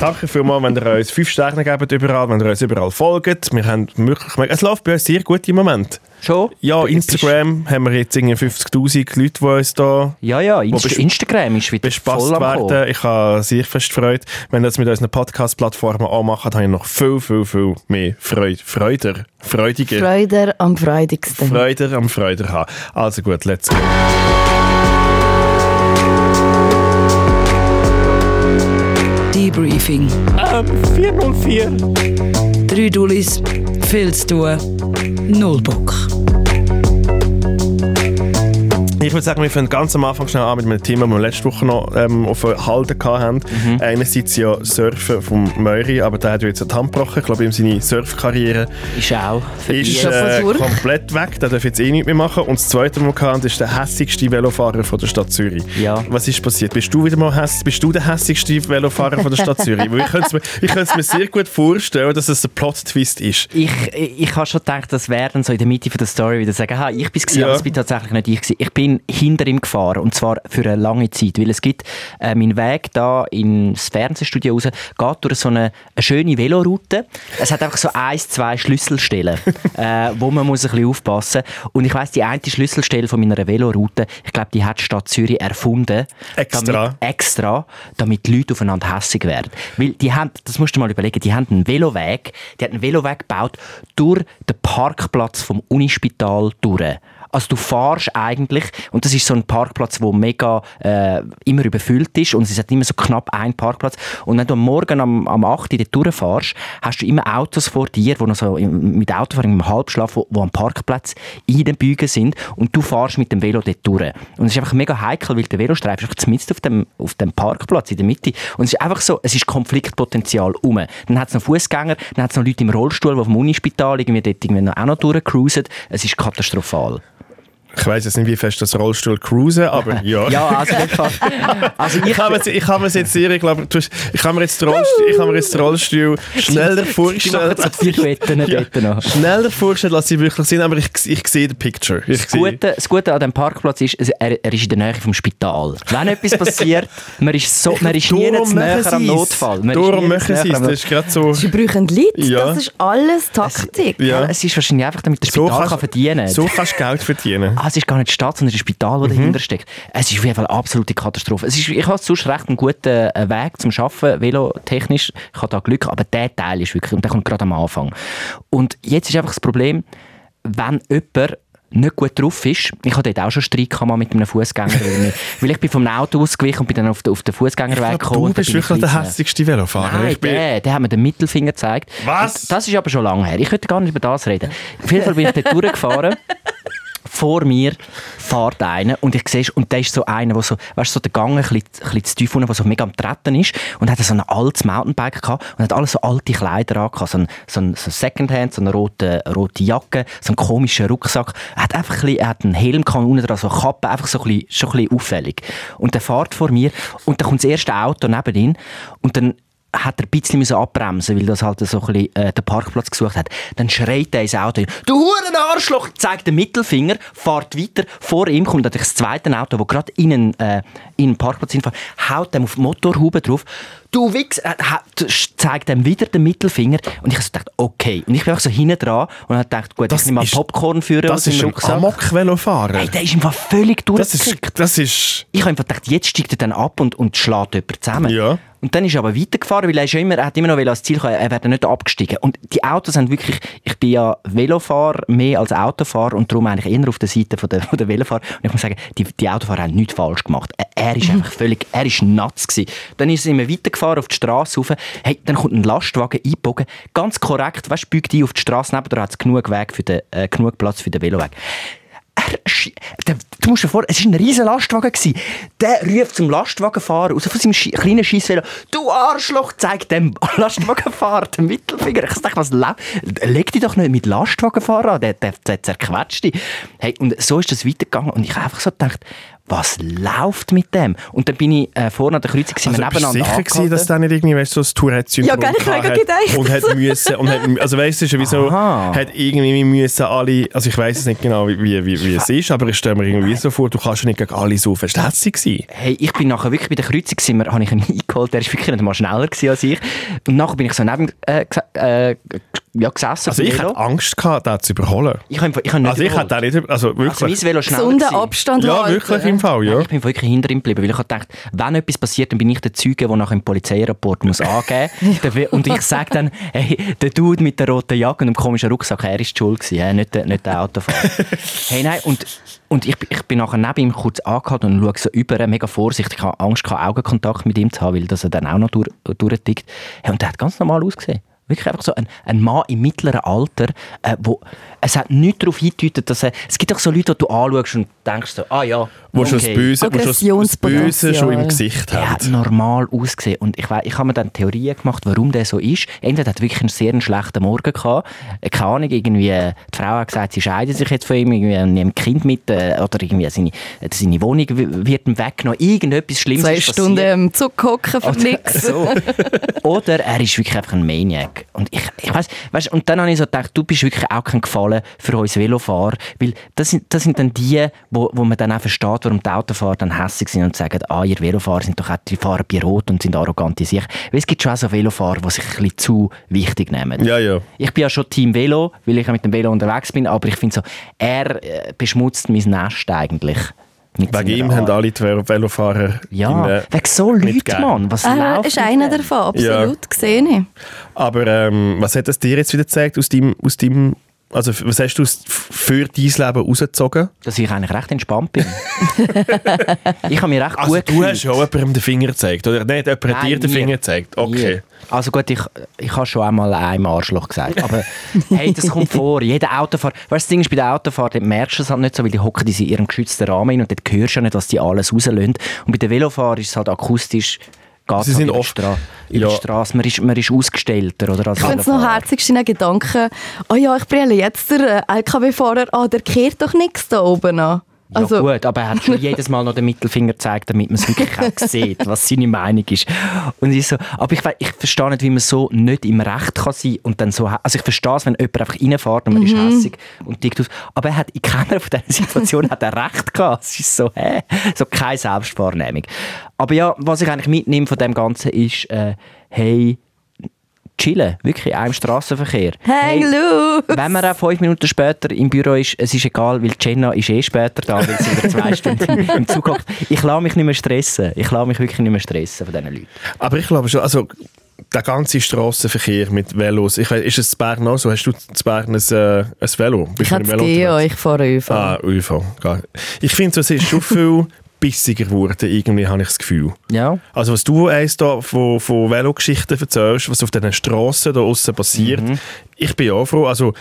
S1: Danke vielmals, wenn ihr uns 5 Sterne gebt überall, wenn ihr uns überall folgt. Wir haben wirklich, es läuft bei uns sehr gut im Moment.
S3: Schon?
S1: Ja,
S3: Bist-
S1: Instagram haben wir jetzt irgendwie 50'000 Leute, die uns da
S3: Ja, ja, Inst
S1: bes-
S3: Instagram ist wieder
S1: bespaßt
S3: voll am Kommen.
S1: werden. Ich habe sehr fest Freude. Wenn ihr das mit unseren Podcast-Plattformen auch macht, habe ich noch viel, viel, viel mehr Freude. Freuder. Freudiger.
S2: Freude am freudigsten.
S1: Freuder am Freuder haben. Also gut, let's go.
S4: Debriefing.
S5: Ähm, 404.
S4: Drei Dullis, viel zu tun, null Bock.
S1: Ich würde sagen, wir fangen ganz am Anfang schnell an mit einem Thema, das wir letzte Woche noch ähm, auf der Halde hatten.
S3: Mhm.
S1: Einerseits ja Surfen vom Möri, aber der hat ja jetzt eine Hand gebrochen. Ich glaube, ihm seine Surfkarriere
S3: Ist auch für
S1: ist
S3: dich.
S2: schon
S1: äh,
S2: voll durch.
S1: komplett weg. Der darf jetzt eh nichts mehr machen. Und das zweite, was wir hatten, ist der hässigste Velofahrer von der Stadt Zürich.
S3: Ja.
S1: Was ist passiert? Bist du wieder mal häss Bist du der hässigste Velofahrer von der Stadt Zürich? Weil ich könnte es mir, ich könnte es mir sehr gut vorstellen, dass es ein Plot-Twist ist.
S3: Ich, ich, ich habe schon gedacht, das wäre dann so in der Mitte von der Story wieder sagen, ha, ich bin es,
S1: Ja.
S3: aber es bin tatsächlich nicht ich gewesen. Ich bin hinter ihm gefahren und zwar für eine lange Zeit, weil es gibt äh, meinen Weg da ins Fernsehstudio raus, geht durch so eine, eine schöne Veloroute. Es hat einfach so ein, zwei Schlüsselstellen, äh, wo man muss ein bisschen aufpassen. Und ich weiss, die eine Schlüsselstelle von meiner Veloroute, ich glaube, die hat die Stadt Zürich erfunden.
S1: Extra.
S3: Damit, extra, damit die Leute aufeinander hässig werden. Weil die haben, das musst du mal überlegen, die haben einen Veloweg, die haben einen Veloweg gebaut durch den Parkplatz vom Unispital durch. Also du fahrst eigentlich, und das ist so ein Parkplatz, der mega äh, immer überfüllt ist und es hat immer so knapp einen Parkplatz. Und wenn du am Morgen am, am 8 Uhr dort durchfährst, hast du immer Autos vor dir, die noch so im, mit Autofahren im Halbschlaf, wo, wo am Parkplatz in den Bügen sind und du fährst mit dem Velo dort durch. Und es ist einfach mega heikel, weil der Velostreifen ist mitten auf dem, auf dem Parkplatz in der Mitte. Und es ist einfach so, es ist Konfliktpotenzial um. Dann hat es noch Fußgänger, dann hat es noch Leute im Rollstuhl, die auf dem Unispital irgendwie dort irgendwie noch, auch noch durchcruisen. Es ist katastrophal.
S1: Ich weiß jetzt nicht, wie fest das Rollstuhl cruisen,
S3: [laughs]
S1: aber ja.
S3: Ja, also, in dem Fall- also ich,
S1: [laughs] Ich habe mir, ich habe mir jetzt hier, ich glaube, du hast- ich habe mir jetzt den Rollstuhl, ich habe mir jetzt den Rollstuhl schneller
S3: ich mache
S1: vorgestellt.
S3: jetzt die Pirouetten dort noch.
S1: Schneller vorstellen, als sie wirklich sind, aber ich, ich sehe den Picture. Ich
S3: Das Gute, das Gute an dem Parkplatz ist, es- er, er ist in der Nähe vom Spital.
S1: [laughs]
S3: Wenn etwas passiert, man ist, so, man ist nie näher am Notfall. Man ist
S1: Darum
S3: nirgends
S1: machen sie
S3: näher
S1: es.
S3: am
S1: Das ist gerade so.
S2: Sie brauchen Leute,
S1: Ja.
S2: das ist alles Taktik.
S1: Ja.
S3: Ja. Es ist wahrscheinlich einfach, damit der
S1: So
S3: Spital
S1: kannst-
S3: kann verdienen
S1: So kannst du Geld verdienen.
S3: Ah, es ist gar nicht die Stadt, sondern das Spital,
S1: Mhm.
S3: das dahinter steckt. Es ist auf jeden Fall eine absolute Katastrophe. Es ist, ich habe sonst recht einen guten äh, Weg zum Arbeiten, velotechnisch. Ich habe da Glück, aber der Teil ist wirklich, und der kommt gerade am Anfang. Und jetzt ist einfach das Problem, wenn jemand nicht gut drauf ist. Ich hatte dort auch schon Streit gehabt mal mit einem Fußgänger, weil, ich- [laughs] weil ich bin vom Auto ausgewichen und bin dann auf den, auf den Fußgängerweg gekommen.
S1: Du
S3: und dann
S1: bist
S3: bin ich
S1: wirklich der
S3: rein.
S1: hässlichste Velofahrer.
S3: Nein,
S1: ich bin,
S3: der, der hat mir den Mittelfinger gezeigt.
S1: Was?
S3: Und Das ist aber schon lange her. Ich könnte gar nicht über das reden. Auf jeden Fall bin ich
S1: [laughs]
S3: dort durchgefahren. Vor mir fährt einer und ich sehe, und der ist so einer, der so, weißt du, so den Gang ein bisschen, ein bisschen zu tief unten, der so mega am Treten ist und hat so ein altes Mountainbike gehabt und hat alles so alte Kleider angehabt, so ein, so ein, so ein Secondhand, so eine rote, rote Jacke, so einen komischen Rucksack. Er hat einfach ein bisschen, er hat einen Helm gehabt, und unten dran so eine Kappe, einfach so ein bisschen, schon ein bisschen auffällig. Und der fährt vor mir und dann kommt das erste Auto neben ihn und dann hat er ein bisschen müssen abbremsen weil das halt so ein bisschen, äh, den Parkplatz gesucht hat. Dann schreit er ins Auto hin, «Du huren Arschloch!» zeigt den Mittelfinger, fährt weiter. Vor ihm kommt natürlich das zweite Auto, das gerade in einen, äh, in einen Parkplatz hinfährt, haut dem auf die Motorhaube drauf. «Du Wichs!» äh, ha- t- sch- zeigt ihm wieder den Mittelfinger. Und ich habe so gedacht, okay. Und ich bin auch so hinten dran und habe gedacht, gut,
S1: Das
S3: ich nehme mal
S1: ist-
S3: Popcorn für
S1: das ist ein Amok-Velofahrer.
S3: Hey, der ist einfach völlig
S1: Das ist,
S3: durchgekickt.
S1: das ist,
S3: Ich habe einfach gedacht, jetzt steigt er dann ab und, und schlägt jemanden zusammen.
S1: Ja.
S3: Und dann ist er aber weitergefahren, weil er, ist ja immer, er hat immer noch ans Ziel kommen, er wäre dann nicht abgestiegen. Und die Autos sind wirklich, ich bin ja Velofahrer mehr als Autofahrer und darum eigentlich eher auf der Seite von der, von der Velofahrer. Und ich muss sagen, die, die Autofahrer haben nichts falsch gemacht. Ä- Er ist einfach völlig, er ist nuts gewesen. Dann ist er immer weitergefahren auf die Straße rauf. Hey, dann kommt ein Lastwagen eingebogen, ganz korrekt, weißt, biegt die auf die Straße neben, da hat es genug, Weg für den, äh, genug Platz für den Veloweg. Er, schi- der, du musst dir vor, es war ein riesen Lastwagen. Gewesen. Der ruft zum Lastwagenfahrer aus von seinem Schi kleinen Scheissvelo «Du Arschloch!» zeigt dem [laughs] Lastwagenfahrer den Mittelfinger. Ich dachte, was lau- Leg dich doch nicht mit Lastwagenfahrer an, der, der, der zerquetscht dich. Hey, und so ist das weitergegangen und ich habe einfach so gedacht, was läuft mit dem? Und dann bin ich äh, vorne an der Kreuzung
S1: Also,
S3: sind wir
S1: bist du
S3: nebeneinander
S1: sicher gewesen, dass
S3: angehalten.
S1: der nicht irgendwie, weißt du, so ein
S2: Ja,
S1: Tourette-Syndrom
S2: gell, ich habe
S1: gehabt
S2: gerade
S1: hat
S2: gedacht.
S1: und hat müssen, und hat, mü- also weißt du, es ist wie so,
S3: Aha.
S1: hat irgendwie müssen alle, also ich weiß es nicht genau, wie, wie, wie, wie es ist, aber ich stelle mir irgendwie so vor, du kannst ja nicht gegen alle so verstätzt gewesen.
S3: Hey, ich bin nachher wirklich bei der Kreuzung, gewesen, mir- habe ich ihn [laughs] eingeholt, der ist wirklich nicht mal schneller gewesen als ich. Und nachher bin ich so neben äh, gesa- äh, ja, gesessen. auf
S1: Also
S3: dem
S1: ich
S3: Velo.
S1: hatte Angst gehabt, den zu überholen.
S3: ich habe ich hab nicht
S1: Also ich hatte den nicht, über- also
S3: also mein
S1: wirklich.
S3: Velo schneller
S2: Gesunden
S3: gewesen.
S2: Abstand
S1: ja,
S2: halten.
S3: äh,
S1: wirklich im Fall, ja.
S3: Ich bin wirklich hinter ihm geblieben, weil ich habe gedacht, wenn etwas passiert, dann bin ich der Zeuge, der nachher im Polizeirapport muss angeben muss. Und ich sage dann, hey, der Dude mit der roten Jacke und dem komischen Rucksack, er ist die schuld gewesen, äh, nicht, der- nicht der Autofahrer. hey, nein, und, und ich, bin- ich bin nachher neben ihm kurz angehalten und schaue so über, mega vorsichtig, ich habe Angst, gehabt, Augenkontakt mit ihm zu haben, weil das er dann auch noch durch, durchtickt. Hey, und der hat ganz normal ausgesehen. Wirklich einfach so ein, ein Mann im mittleren Alter, äh, wo, es hat nichts darauf hingedeutet, dass er, es gibt doch so Leute, die du anschaust und denkst so, ah ja,
S1: Wo schon das Böse, wo schon das Böse
S2: Aggressionspotenzial.
S1: schon im Gesicht
S3: er
S1: hat.
S3: hat normal ausgesehen. Und ich, wei- ich habe mir dann Theorien gemacht, warum der so ist. Entweder hat er wirklich einen sehr schlechten Morgen gehabt. Äh, Keine Ahnung, irgendwie, äh, die Frau hat gesagt, sie scheiden sich jetzt von ihm, irgendwie er nimmt ein Kind mit, äh, oder irgendwie seine, äh, seine Wohnung wi- wird ihm weggenommen. Irgendetwas Schlimmes
S2: Zwei
S3: ist
S2: Stunden
S3: passiert.
S2: im Zug hocken für [laughs] nichts.
S3: So. Oder er ist wirklich einfach ein Maniac. Und ich, ich weiss, weißt, und dann habe ich so gedacht, du bist wirklich auch kein Gefallen für uns Velofahrer, weil das sind, das sind dann die, wo, wo man dann auch versteht, warum die Autofahrer dann hässlich sind und sagen, ah, ihr Velofahrer sind doch auch, die fahren bei Rot und sind arrogant in sich. Weil es gibt schon auch so Velofahrer, die sich ein bisschen zu wichtig nehmen.
S1: Ja, ja.
S3: Ich bin ja schon Team Velo, weil ich ja mit dem Velo unterwegs bin, aber ich finde so, er äh, beschmutzt mein Nest eigentlich. Mit
S1: Wegen
S3: seiner
S1: ihm
S3: Art.
S1: haben alle die Vel- Velofahrer in,
S3: Ja,
S1: äh,
S3: wegen so
S1: nicht
S3: Leuten,
S1: gern.
S3: Mann. Was
S2: Er
S3: läuft
S2: Ah, ist
S3: mit
S2: einer
S3: dem?
S2: davon, absolut, sehe ich.
S1: Aber ähm, was hat das dir jetzt wieder gezeigt aus deinem, aus deinem also f- was hast du aus- f- für dein Leben rausgezogen?
S3: dass ich eigentlich recht
S2: [laughs]
S3: entspannt bin. ich habe mich recht
S1: Also
S3: gut
S1: du
S3: gefühlt.
S1: hast ja auch jemandem den Finger gezeigt, oder? Nein, jemand hat dir
S3: Nein,
S1: den
S3: nie.
S1: Finger gezeigt. Okay.
S3: Nie. Also gut, ich, ich habe schon einmal einem Arschloch gesagt. Aber hey,
S1: [laughs]
S3: das kommt vor. Jeder Autofahrer. Weißt du, das Ding ist, bei der Autofahrt dort merkst du es halt nicht so, weil die hocken in ihrem geschützten Rahmen hin und dort hörst du ja nicht, was die alles rauslösen. Und bei den Velofahrern ist es halt akustisch. Geht
S1: Sie
S3: halt
S1: sind
S3: über die
S1: oft-
S3: Stra über die
S1: ja.
S3: Straße. Man ist, man ist ausgestellter. Oder, Also
S1: Ah,
S2: Ich
S3: als
S2: finde es noch
S3: Velofahrer.
S2: herzig, deine Gedanken. Oh ja, ich brille jetzt der äh, LKW-Fahrer an, der kehrt doch nichts da oben an.
S3: ja
S2: Also,
S3: gut, aber er hat schon jedes Mal noch den Mittelfinger gezeigt, damit man es wirklich auch sieht, was seine Meinung ist. Und ich so, aber ich, we- ich verstehe nicht, wie man so nicht im Recht kann sein und dann so, hä- also ich verstehe es, wenn jemand einfach reinfährt und man ist hässig und tickt aus, aber er hat in keiner von diesen Situationen hat er Recht gehabt. Es ist so, hä? So keine Selbstwahrnehmung. Aber ja, was ich eigentlich mitnehme von dem Ganzen ist, äh, hey, chillen, wirklich, auch im Straßenverkehr.
S2: hang loose!
S3: Wenn man auch fünf Minuten später im Büro ist, es ist egal, weil Jenna ist eh später da, weil sie wieder zwei [laughs] Stunden im- im Zug hockt. Ich lasse mich nicht mehr stressen. Ich lasse mich wirklich nicht mehr stressen von diesen Leuten.
S1: Aber ich glaube schon, also der ganze Strassenverkehr mit Velos, ich weiß, ist es in Bern auch so? Hast du in Bern ein, äh, ein Velo? Bist
S2: Ich
S1: du
S2: habe
S1: mit dem
S2: das
S1: Velo
S2: Geo,
S1: unterwegs?
S2: ich fahre ÖV.
S1: Ah, ÖV. geil. Ich finde, so, es ist schon viel [laughs] bissiger geworden, irgendwie habe ich das Gefühl.
S3: Ja.
S1: Also was du eins da von, von Velogeschichten erzählst, was auf diesen Strassen da aussen passiert, ich bin auch froh, also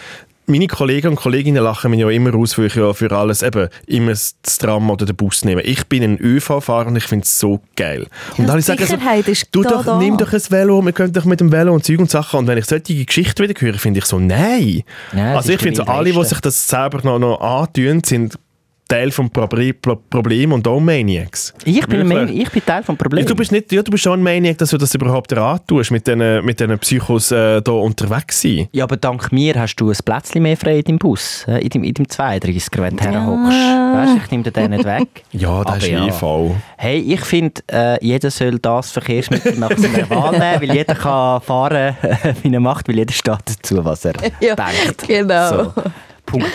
S1: meine Kollegen und Kolleginnen lachen mich ja immer aus, weil ich ja für alles eben immer das Tram oder den Bus nehme. Ich bin ein ÖV-Fahrer und ich finde es so geil. Und alle sagen so,
S2: Sicherheit ist
S1: du
S2: da,
S1: doch,
S2: da.
S1: nimm doch ein Velo, wir können doch mit dem Velo und Zeug und Sachen. Und wenn ich solche Geschichten wieder höre, finde ich so, nein.
S3: Ja, es
S1: also
S3: ist
S1: ich finde so,
S3: der
S1: alle, die
S3: Wildwesten.
S1: sich das selber noch, noch antun, sind Teil vom Proble Pro Problem und auch Maniacs.
S3: Ich bin, ein
S1: Wirklich.
S3: Mensch, ich bin Teil des
S1: Ja,
S3: Problems.
S1: du bist nicht, ja, du bist schon Maniac, dass du das überhaupt rat tust, mit diesen mit diesen Psychos äh, da unterwegs sein.
S3: ja, aber dank mir hast du ein Plätzchen mehr frei in deinem Bus, äh, in deinem, in deinem 32er, wenn du herhockst. Weißt du, ich nehme dir den nicht weg.
S1: Ja, das
S3: Aber
S1: ist
S3: ja.
S1: eh Fall.
S3: Hey, ich finde, äh, jeder soll das Verkehrsmittel nach
S2: [laughs]
S3: seiner Wahl nehmen, weil jeder kann fahren, äh, wie er macht, weil jeder steht dazu, was er
S2: [laughs] Ja,
S3: denkt.
S2: genau.
S3: So. Punkt.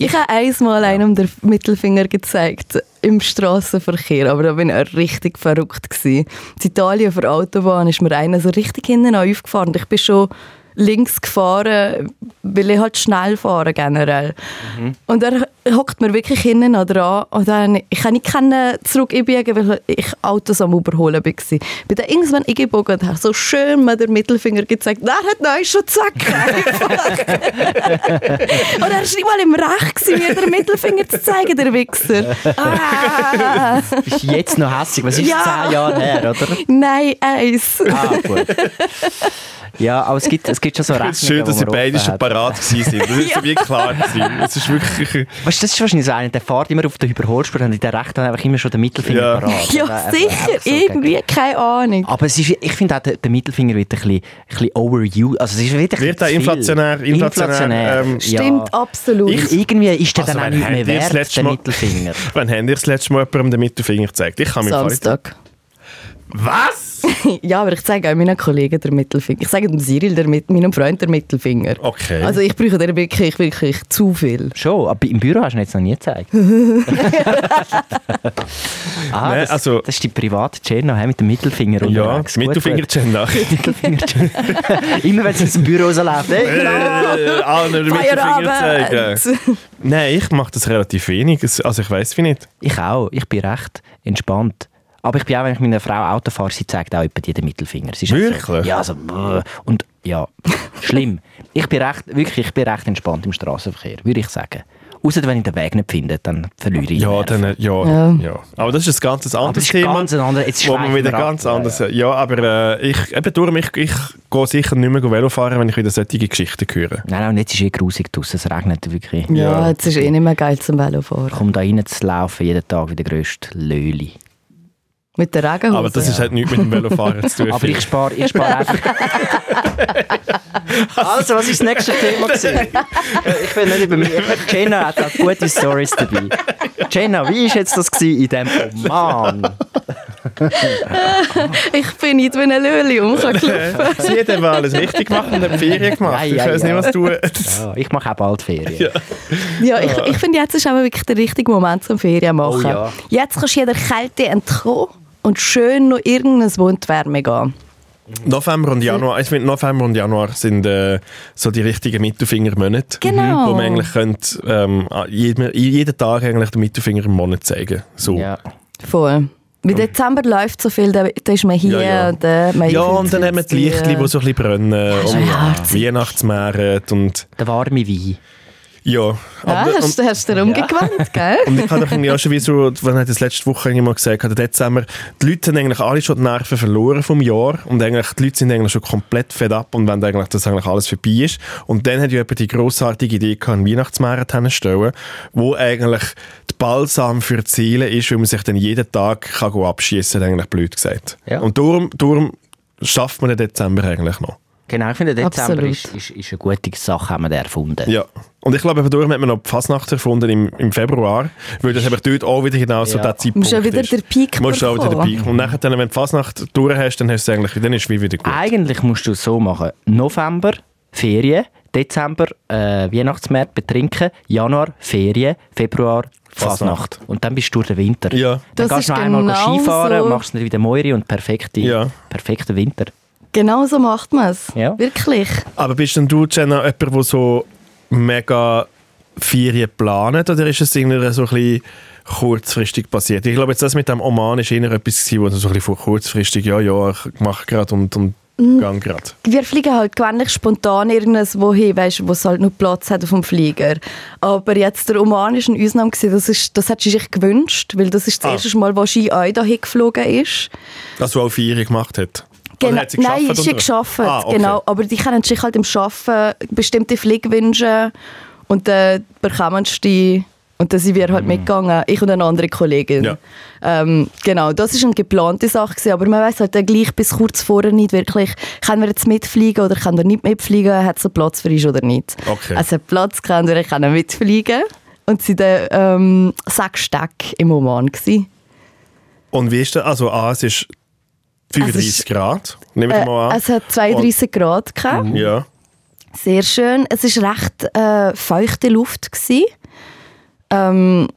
S2: Ich habe einmal einem den Mittelfinger gezeigt im Straßenverkehr, aber da bin ich richtig verrückt gewesen. In Italien auf der Autobahn ist mir einer so richtig hinten an aufgefahren. Ich bin schon links gefahren, weil ich halt schnell fahren generell. Und er hockt mir wirklich hinten an dran und dann, ich kann nicht können zurückbiegen, weil ich Autos am überholen war. Ich bin dann irgendwann eingebogen und habe so schön mit den Mittelfinger gezeigt. Der hat neu schon zack. Und er war nicht mal im Recht, gewesen, mir den Mittelfinger zu zeigen, der Wichser. Ah.
S3: Bist du jetzt noch hässig? Was ist
S2: Ja.
S3: zehn Jahre her, oder?
S2: Nein, eins.
S3: Ah, gut. Ja, aber es gibt, es gibt gibt schon so Rechnungen,
S1: Schön, dass
S3: die
S1: sie
S3: man
S1: beide
S3: offen
S1: schon
S3: hat.
S1: parat gewesen sind. Das ist ja. wie klar gewesen. Es ist wirklich...
S3: Weißt du, das ist wahrscheinlich so einer, der fährt immer auf den Überholspur und in der rechten Hand einfach immer schon den Mittelfinger
S1: Ja.
S3: parat.
S2: Ja,
S3: Oder einfach-
S2: sicher,
S3: einfach so gegen-
S2: irgendwie, keine Ahnung.
S3: Aber es ist, ich finde auch, der, der Mittelfinger wird ein bisschen, ein bisschen overused. Also es ist wieder ein
S1: Wird
S3: bisschen
S1: auch
S3: zu viel.
S1: inflationär- inflationär, ähm,
S3: ja.
S2: Stimmt, absolut.
S3: Weil irgendwie ist der
S1: Also
S3: dann auch
S1: wenn
S3: nicht mehr
S1: habt ihr das
S3: wert,
S1: letzte
S3: der
S1: Mal-
S3: Mittelfinger.
S1: Wann habt ihr das letzte Mal jemandem den Mittelfinger gezeigt? Ich kann mich
S2: Samstag.
S1: Was?
S2: Ja, aber ich zeige auch meinen Kollegen den Mittelfinger. Ich zeige dem Cyril, der mit, meinem Freund, den Mittelfinger.
S1: Okay.
S2: Also ich brauche den wirklich, wirklich zu viel.
S3: Schon, aber im Büro hast du ihn jetzt noch
S1: [laughs]
S3: nie gezeigt. ah,
S1: Nein,
S3: das,
S1: also-
S3: das ist die private Jenna hä, mit dem Mittelfinger
S1: ja, das
S3: unterwegs. Gut,
S1: Mittelfinger
S3: gut.
S1: Jen nach.
S3: [laughs] Immer wenn sie ins
S1: [laughs]
S3: Büro rausläuft. Hey,
S1: Äh, allen den Mittelfinger zeigen. Nein, ich mache das relativ wenig. Es- Also ich weiß wie nicht.
S3: Ich auch, ich bin recht entspannt. Aber ich bin auch, wenn ich mit einer Frau Auto fahre, sie zeigt auch über den Mittelfinger. Sie ist einfach
S1: Wirklich?
S3: So, ja, so, brr. und ja, schlimm. Ich bin recht, wirklich, ich bin recht entspannt im Straßenverkehr, würde ich sagen. Außer wenn ich den Weg nicht finde, dann verliere ich
S1: Ja,
S3: die Nerven.
S1: dann, äh, ja,
S2: Ja.
S1: ja. ja. Aber das ist ein ganz anderes
S3: das ist
S1: Thema.
S3: ganz ein anderes- jetzt
S1: wo man
S3: schweifen
S1: wieder
S3: wir ab.
S1: ganz
S3: Ja,
S1: anders. Ja, aber äh, ich, eben darum, ich, ich gehe sicher nicht mehr Velo fahren, wenn ich wieder solche Geschichten höre.
S3: Nein, nein, und jetzt ist eh grusig draußen, es regnet wirklich. Ich
S2: Ja, jetzt ist eh nicht mehr geil zum Velofahren.
S3: komme da rein zu laufen, jeden Tag wie der grösste Löli.
S2: Mit der Regenhose.
S1: Aber das ist halt nichts mit dem
S3: [laughs]
S1: Velofahren zu tun.
S3: Aber ich
S1: finde
S3: spare ich [laughs] spar einfach. also, was war das nächste Thema? gewesen? Äh, ich will nicht über mich. Jenna hat auch gute Stories dabei. Jenna, wie war jetzt das gewesen in diesem Roman?
S2: Ich bin nicht wie ein um
S1: [laughs]
S2: Löli umgelaufen.
S1: ich. Sie hat eben alles richtig gemacht und hat Ferien gemacht.
S3: Ei,
S1: ich
S3: ei,
S1: weiß
S3: ei.
S1: nicht, was du...
S3: Ja, ich mache auch bald Ferien.
S2: ja,
S1: Ah.
S2: ich, ich finde, jetzt ist aber wirklich der richtige Moment zum Ferien machen.
S3: Oh ja.
S2: Jetzt kannst du jeder Kälte entkommen und schön noch irgendein Wundwärme gehen.
S1: November und Januar, ich finde November und Januar sind äh, so die richtigen Mittelfingermonate,
S2: Genau.
S1: wo man eigentlich könnte, ähm, an jedem, jeden Tag eigentlich den Mittelfinger im Monat zeigen. So.
S3: Ja.
S2: Voll. Weil Dezember läuft so viel, da, da ist man hier
S1: Oh. Ja, ja.
S2: und äh, man
S1: Ja, und dann haben wir die Lichtli,
S2: äh,
S1: die so ein bisschen brennen und
S2: ja.
S1: Weihnachtsmärkte und
S3: Der warme Wein.
S1: ja.
S2: Ja,
S1: Aber-
S2: Ah, hast, hast du dir
S1: [laughs]
S2: umgewandt, gell?
S1: Und ich habe doch irgendwie auch schon wie so, wenn ich das letzte Woche irgendwie mal gesagt habe, Dezember, die Leute haben eigentlich alle schon die Nerven verloren vom Jahr und eigentlich, die Leute sind eigentlich schon komplett fed up und wollen eigentlich, dass eigentlich alles vorbei ist. Und dann hat ja jemand die grossartige Idee gehabt, einen Weihnachtsmarkt hinzustellen, wo eigentlich die Balsam für die Seele ist, weil man sich dann jeden Tag kann go abschiessen kann, eigentlich blöd gesagt.
S3: Ja.
S1: Und darum, darum schafft man den Dezember eigentlich noch.
S3: Genau, ich finde, Dezember
S2: Absolut.
S3: ist, ist, ist eine gute Sache, haben wir den erfunden.
S1: Ja. Und ich glaube, eben darum hat man noch die Fasnacht erfunden im, im Februar, weil das eben dort auch wieder genau so
S3: Ja.
S1: der Zeitpunkt
S2: Musst ja wieder
S1: ist.
S2: der Peak
S1: musst auch wieder den
S2: bekommen.
S1: Peak. Und nachher, dann, wenn du die Fasnacht durch hast, dann, hast du es eigentlich, dann ist es wie wieder gut.
S3: Eigentlich musst du es so machen: November, Ferien, Dezember, äh, Weihnachtsmärkte betrinken, Januar, Ferien, Februar,
S1: Fasnacht.
S3: Fasnacht. Und dann bist du durch den Winter.
S1: Ja.
S2: Das
S3: Dann gehst du
S2: ist
S3: noch einmal
S2: genau
S3: Skifahren,
S2: so.
S3: machst es wieder Moiri und perfekte,
S1: Ja.
S3: perfekter Winter.
S2: Genau so macht man es.
S3: Ja.
S2: Wirklich.
S1: Aber bist denn du, Jenna, jemand, der so mega Ferien plant oder ist es irgendwie so ein bisschen kurzfristig passiert? Ich glaube, jetzt das mit dem Oman ist eher etwas gewesen, wo du so ein bisschen vor kurzfristig, ja, ja, ich mache gerade und, und
S2: Mhm.
S1: gang gerade.
S2: Wir fliegen halt gewöhnlich spontan irgendwas wohin, weißt, wo es halt noch Platz hat auf dem Flieger. Aber jetzt der Oman ist eine Ausnahme gewesen, das, ist, das hat sie sich gewünscht, weil das ist das
S1: Ah.
S2: erste Mal, wo Ski Aida hingeflogen ist.
S1: Dass du auch Ferien gemacht hast. Oder
S2: Genau,
S1: hat sie
S2: nein, ist sie
S1: oder?
S2: geschafft,
S1: Ah, okay.
S2: genau. Aber die können sich halt im Schaffen bestimmte Fliegwünsche und dann bekommen sie die und dann sind wir halt mitgegangen, ich und eine andere Kollegin.
S1: Mhm. Ja.
S2: Ähm, genau, das ist eine geplante Sache gewesen, aber man weiß halt dann gleich bis kurz vorher nicht wirklich, können wir jetzt mitfliegen oder können wir nicht mitfliegen, hat es einen Platz für uns oder nicht.
S1: Okay.
S2: Also Platz können wir können mitfliegen und sie dann ähm, sechs Tage im Oman gewesen.
S1: Und wie ist das? Also, A, es ist 35
S2: Also es-
S1: Grad, nehmen wir
S2: Äh,
S1: mal an.
S2: es hat 32 Grad gehabt.
S1: ja.
S2: Sehr schön. Es war recht äh, feuchte Luft. Gewesen. Ähm,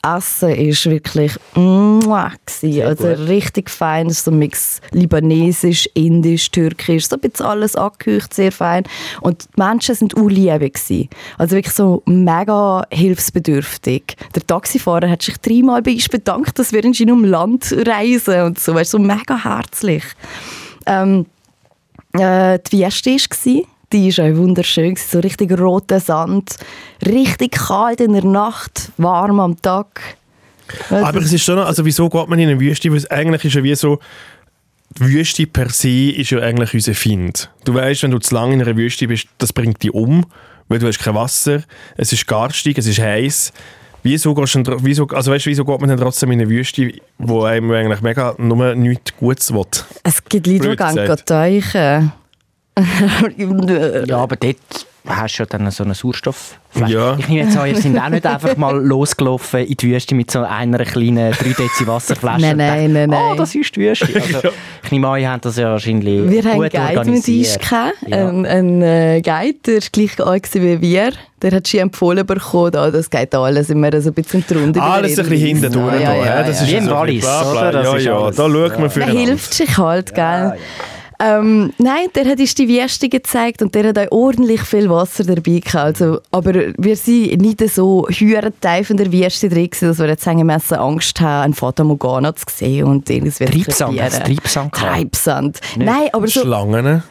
S2: das Essen war wirklich mua gewesen. Also richtig fein. So ein Mix libanesisch, indisch, türkisch. So ein bisschen alles angeheucht, sehr fein. Und die Menschen waren auch lieb. gewesen. Also wirklich so mega hilfsbedürftig. Der Taxifahrer hat sich dreimal bei uns bedankt, dass wir in seinem Land reisen. Und so, weißt, so mega herzlich. Ähm, äh, die Fiesta war. Die war auch wunderschön, gewesen, so richtig roter Sand, richtig kalt in der Nacht, warm am Tag. Also
S1: also Aber es ist schon noch, also wieso geht man in eine Wüste? Weil es eigentlich ist ja wie so, die Wüste per se ist ja eigentlich unser Feind. Du weißt, wenn du zu lange in einer Wüste bist, das bringt dich um, weil du hast kein Wasser, es ist garstig, es ist heiß. Wieso, gehst du denn, tro- wieso, also weißt, wieso geht man denn trotzdem in eine Wüste, wo einem eigentlich mega nur nichts Gutes will?
S2: Es gibt Leute, die
S1: Blöd
S2: gerne
S1: gesagt. [laughs]
S2: teichen.
S1: Äh.
S3: Ja, aber dort hast du ja dann so einen Sauerstoff.
S1: Ja.
S3: Ich nehme jetzt an, ihr seid auch nicht einfach mal
S1: [laughs]
S3: losgelaufen in die Wüste mit so einer kleinen 3 Dezi Wasserflasche.
S2: Nein,
S3: und
S2: nein,
S3: denkt,
S2: nein,
S3: Ah,
S2: nein.
S3: das ist
S1: [laughs]
S3: die Wüste. Also, Ich nehme an, ihr habt das ja wahrscheinlich
S2: Wir
S3: gut
S2: haben einen Guide mit uns
S3: organisiert.
S2: gehabt.
S3: Ja.
S2: Ein, ein äh, Guide, der ist gleich alt wie wir. Der hat schon empfohlen bekommen, oh, das geht alles immer so ein bisschen drunter.
S1: Alles ein bisschen hinten durch.
S2: Ja, ja, ja,
S1: das
S3: ja.
S1: ist
S3: Wie
S1: ja
S3: im
S1: so ein
S3: Wallis,
S1: bisschen bla, bla.
S3: oder? Das
S1: Ja,
S3: ist
S1: ja,
S3: alles-
S1: da schaut man für
S2: Man hilft sich halt, gell? Ähm, nein, der hat uns die Wüste gezeigt und der hat auch ordentlich viel Wasser dabei gehabt. Also, aber wir sind nicht so höher tief in der Wüste drin, gewesen, dass wir jetzt sagen müssen, Angst haben, einen Fata Morgana zu sehen und irgendwas wieder zu
S3: Treibsand, hat's
S2: probieren.
S3: Treibsand gehabt?
S2: Treibsand. Nein, aber so,
S1: Schlangen.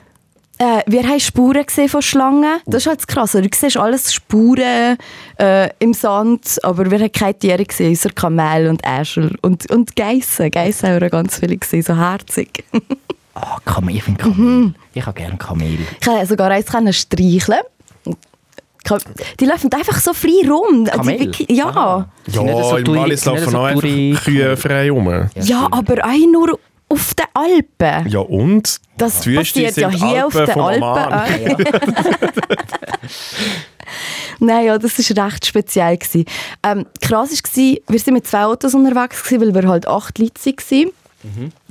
S2: äh, wir haben Spuren gesehen von Schlangen. Das ist halt das Krasse. Du siehst alles Spuren äh, im Sand, aber wir haben keine Tiere gesehen, außer Kamel und Äschel und, und Geissen. Geissen haben wir auch ganz viele gesehen, so herzig.
S3: Ah, Kamel, ich finde Kamel.
S2: Mhm.
S3: Ich habe gerne Kamel.
S2: Ich kann sogar eins können streicheln. Ka- Die laufen einfach so frei rum. Die
S3: Kamel?
S2: wirklich- Ja.
S3: Ah.
S1: Ja,
S3: Sind nicht so
S1: im
S3: teure-
S1: Wallis
S3: sind nicht
S1: laufen
S3: so
S1: auch
S3: teure-
S1: einfach Kühe frei rum.
S2: ja, aber auch nur auf den Alpen.
S1: Ja und?
S2: Das
S1: Die Wüste
S2: passiert ja
S1: sind
S2: hier auf
S1: Alpen
S2: den
S1: vom
S2: Alpen. Ah,
S1: Oman.
S2: auch. [laughs] Nein, ja, das war recht speziell. Gewesen. Ähm, krass war, wir sind mit zwei Autos unterwegs, gewesen, weil wir halt acht Leute waren.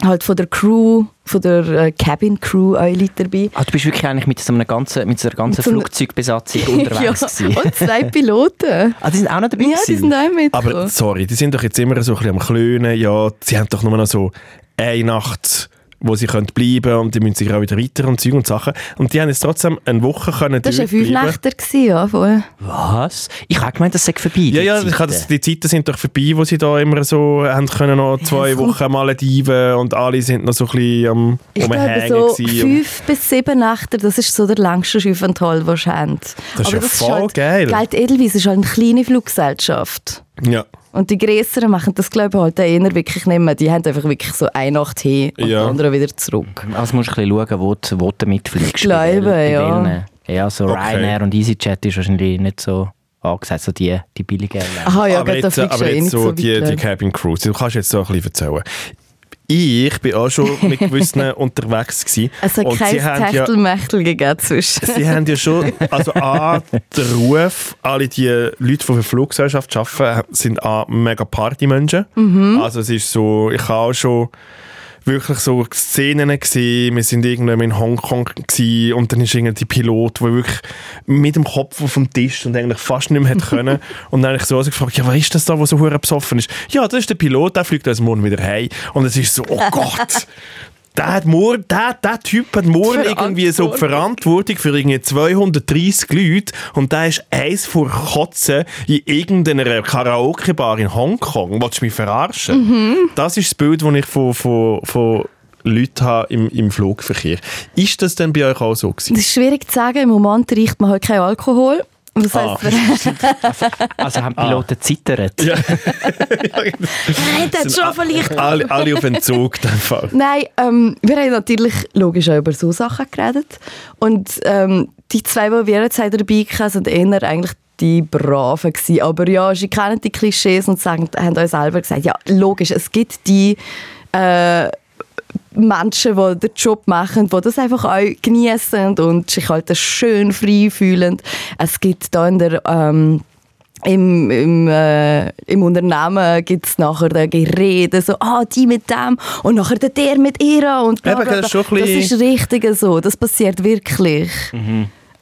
S2: Halt von der Crew, von der äh, Cabin Crew, auch Leute dabei.
S3: Ah, du bist wirklich eigentlich mit so einer ganzen, mit so einer ganzen
S2: so einer- [laughs]
S3: Flugzeugbesatzung unterwegs
S2: ja,
S3: gewesen.
S2: und zwei Piloten.
S3: Ah, die sind auch noch dabei
S2: Ja, die
S3: gewesen?
S2: sind auch mitgekommen.
S1: Aber sorry, die sind doch jetzt immer so ein bisschen am Klönen. Ja, sie haben doch nur noch so eine Nacht, wo sie können bleiben können und die müssen sich auch wieder weiter und Zeug und Sachen. Und die haben jetzt trotzdem eine Woche können
S2: Das war
S1: dort
S2: ein
S1: bleiben.
S2: Fünfnächter, gewesen, ja, voll.
S3: Was? Ich habe gemeint, das sei vorbei.
S1: Ja, ja,
S3: die
S1: ich habe das,
S3: Zeiten.
S1: die Zeiten sind doch vorbei, wo sie da immer so haben können noch zwei
S2: das kommt-
S1: Wochen Malediven und alle sind noch so ein bisschen am
S2: Ich glaube,
S1: Umhängen
S2: so
S1: gewesen.
S2: fünf bis sieben Nächte, das ist so der längste Schiffenthal, den sie haben.
S1: Das ist ja voll
S2: halt,
S1: geil.
S2: Geld Edelweiss ist halt eine kleine Fluggesellschaft.
S1: Ja,
S2: Und die Grösseren machen das, glaube ich, halt eher wirklich nicht mehr. Die haben einfach wirklich so eine Nacht hin und
S1: Ja.
S2: die andere wieder zurück.
S3: Also musst du ein bisschen schauen, wo du, wo du mitfliegst.
S2: Ich glaube,
S3: Bei wel- bei
S2: ja.
S3: welchen. Ja, so
S1: Okay.
S3: Ryanair und EasyJet ist wahrscheinlich nicht so angesagt, so die, die billigen Airlines.
S2: Aha, ja,
S1: aber
S2: gut, da
S1: jetzt,
S2: fliegst du
S1: aber
S2: ja eh
S1: jetzt
S2: nicht
S1: so
S2: so
S1: die, die
S2: weit, glaub
S1: Cabin Crew, du kannst jetzt so ein bisschen erzählen. Ich bin auch schon mit
S2: [laughs]
S1: gewissen unterwegs gewesen.
S2: ich. Es hat
S1: und
S2: Also kein
S1: sie haben ja
S2: Techtelmechtel gegeben zwischen.
S1: sie haben ja schon, also A, der Ruf, alle die Leute, die für die Fluggesellschaft arbeiten, sind A, mega Partymenschen. Also es ist so, ich habe auch schon wirklich so Szenen gesehen, wir sind irgendwann in Hongkong gewesen, und dann ist irgendwie der Pilot, der wirklich mit dem Kopf auf dem Tisch und eigentlich fast nicht mehr hätte können und dann habe ich so also gefragt, ja was ist das da, was so hure besoffen ist? Ja, das ist der Pilot, der fliegt uns morgen wieder heim und es ist so, oh Gott! Der, hat morgen, der, der Typ hat morgen irgendwie so die Verantwortung für irgendwie 230 Leute und der ist eins vor Kotzen in irgendeiner Karaoke-Bar in Hongkong. Willst du mich verarschen?
S2: Mhm.
S1: Das ist das Bild, das ich von, von, von Leuten habe im, im Flugverkehr. Ist das denn bei euch auch so gewesen?
S2: Das ist schwierig zu sagen, im Moment riecht man halt keinen Alkohol. Das
S1: Ah.
S2: [laughs] heisst, wir
S3: Also haben die Piloten zittert.
S2: hätten schon vielleicht
S1: alle, alle auf Entzug, in dem
S2: [laughs]
S1: Fall.
S2: Nein, ähm, wir haben natürlich logisch auch über so Sachen geredet. Und ähm, die zwei, die wir jetzt haben dabei hatten, sind eher eigentlich die Braven gewesen. Aber ja, sie kennen die Klischees und sagen, haben uns selber gesagt, ja, logisch, es gibt die äh, Menschen, die den Job machen, die das einfach auch genießen und sich halt schön frei fühlen. Es gibt da in der... Ähm, im, im, äh, im Unternehmen gibt es nachher dann Gerede, so, ah, die mit dem und nachher der, der mit ihr und bla,
S1: Eben,
S2: bla, bla.
S1: das ist schon ein
S2: Das
S1: bisschen- Mhm.
S2: ist richtig so, das passiert wirklich.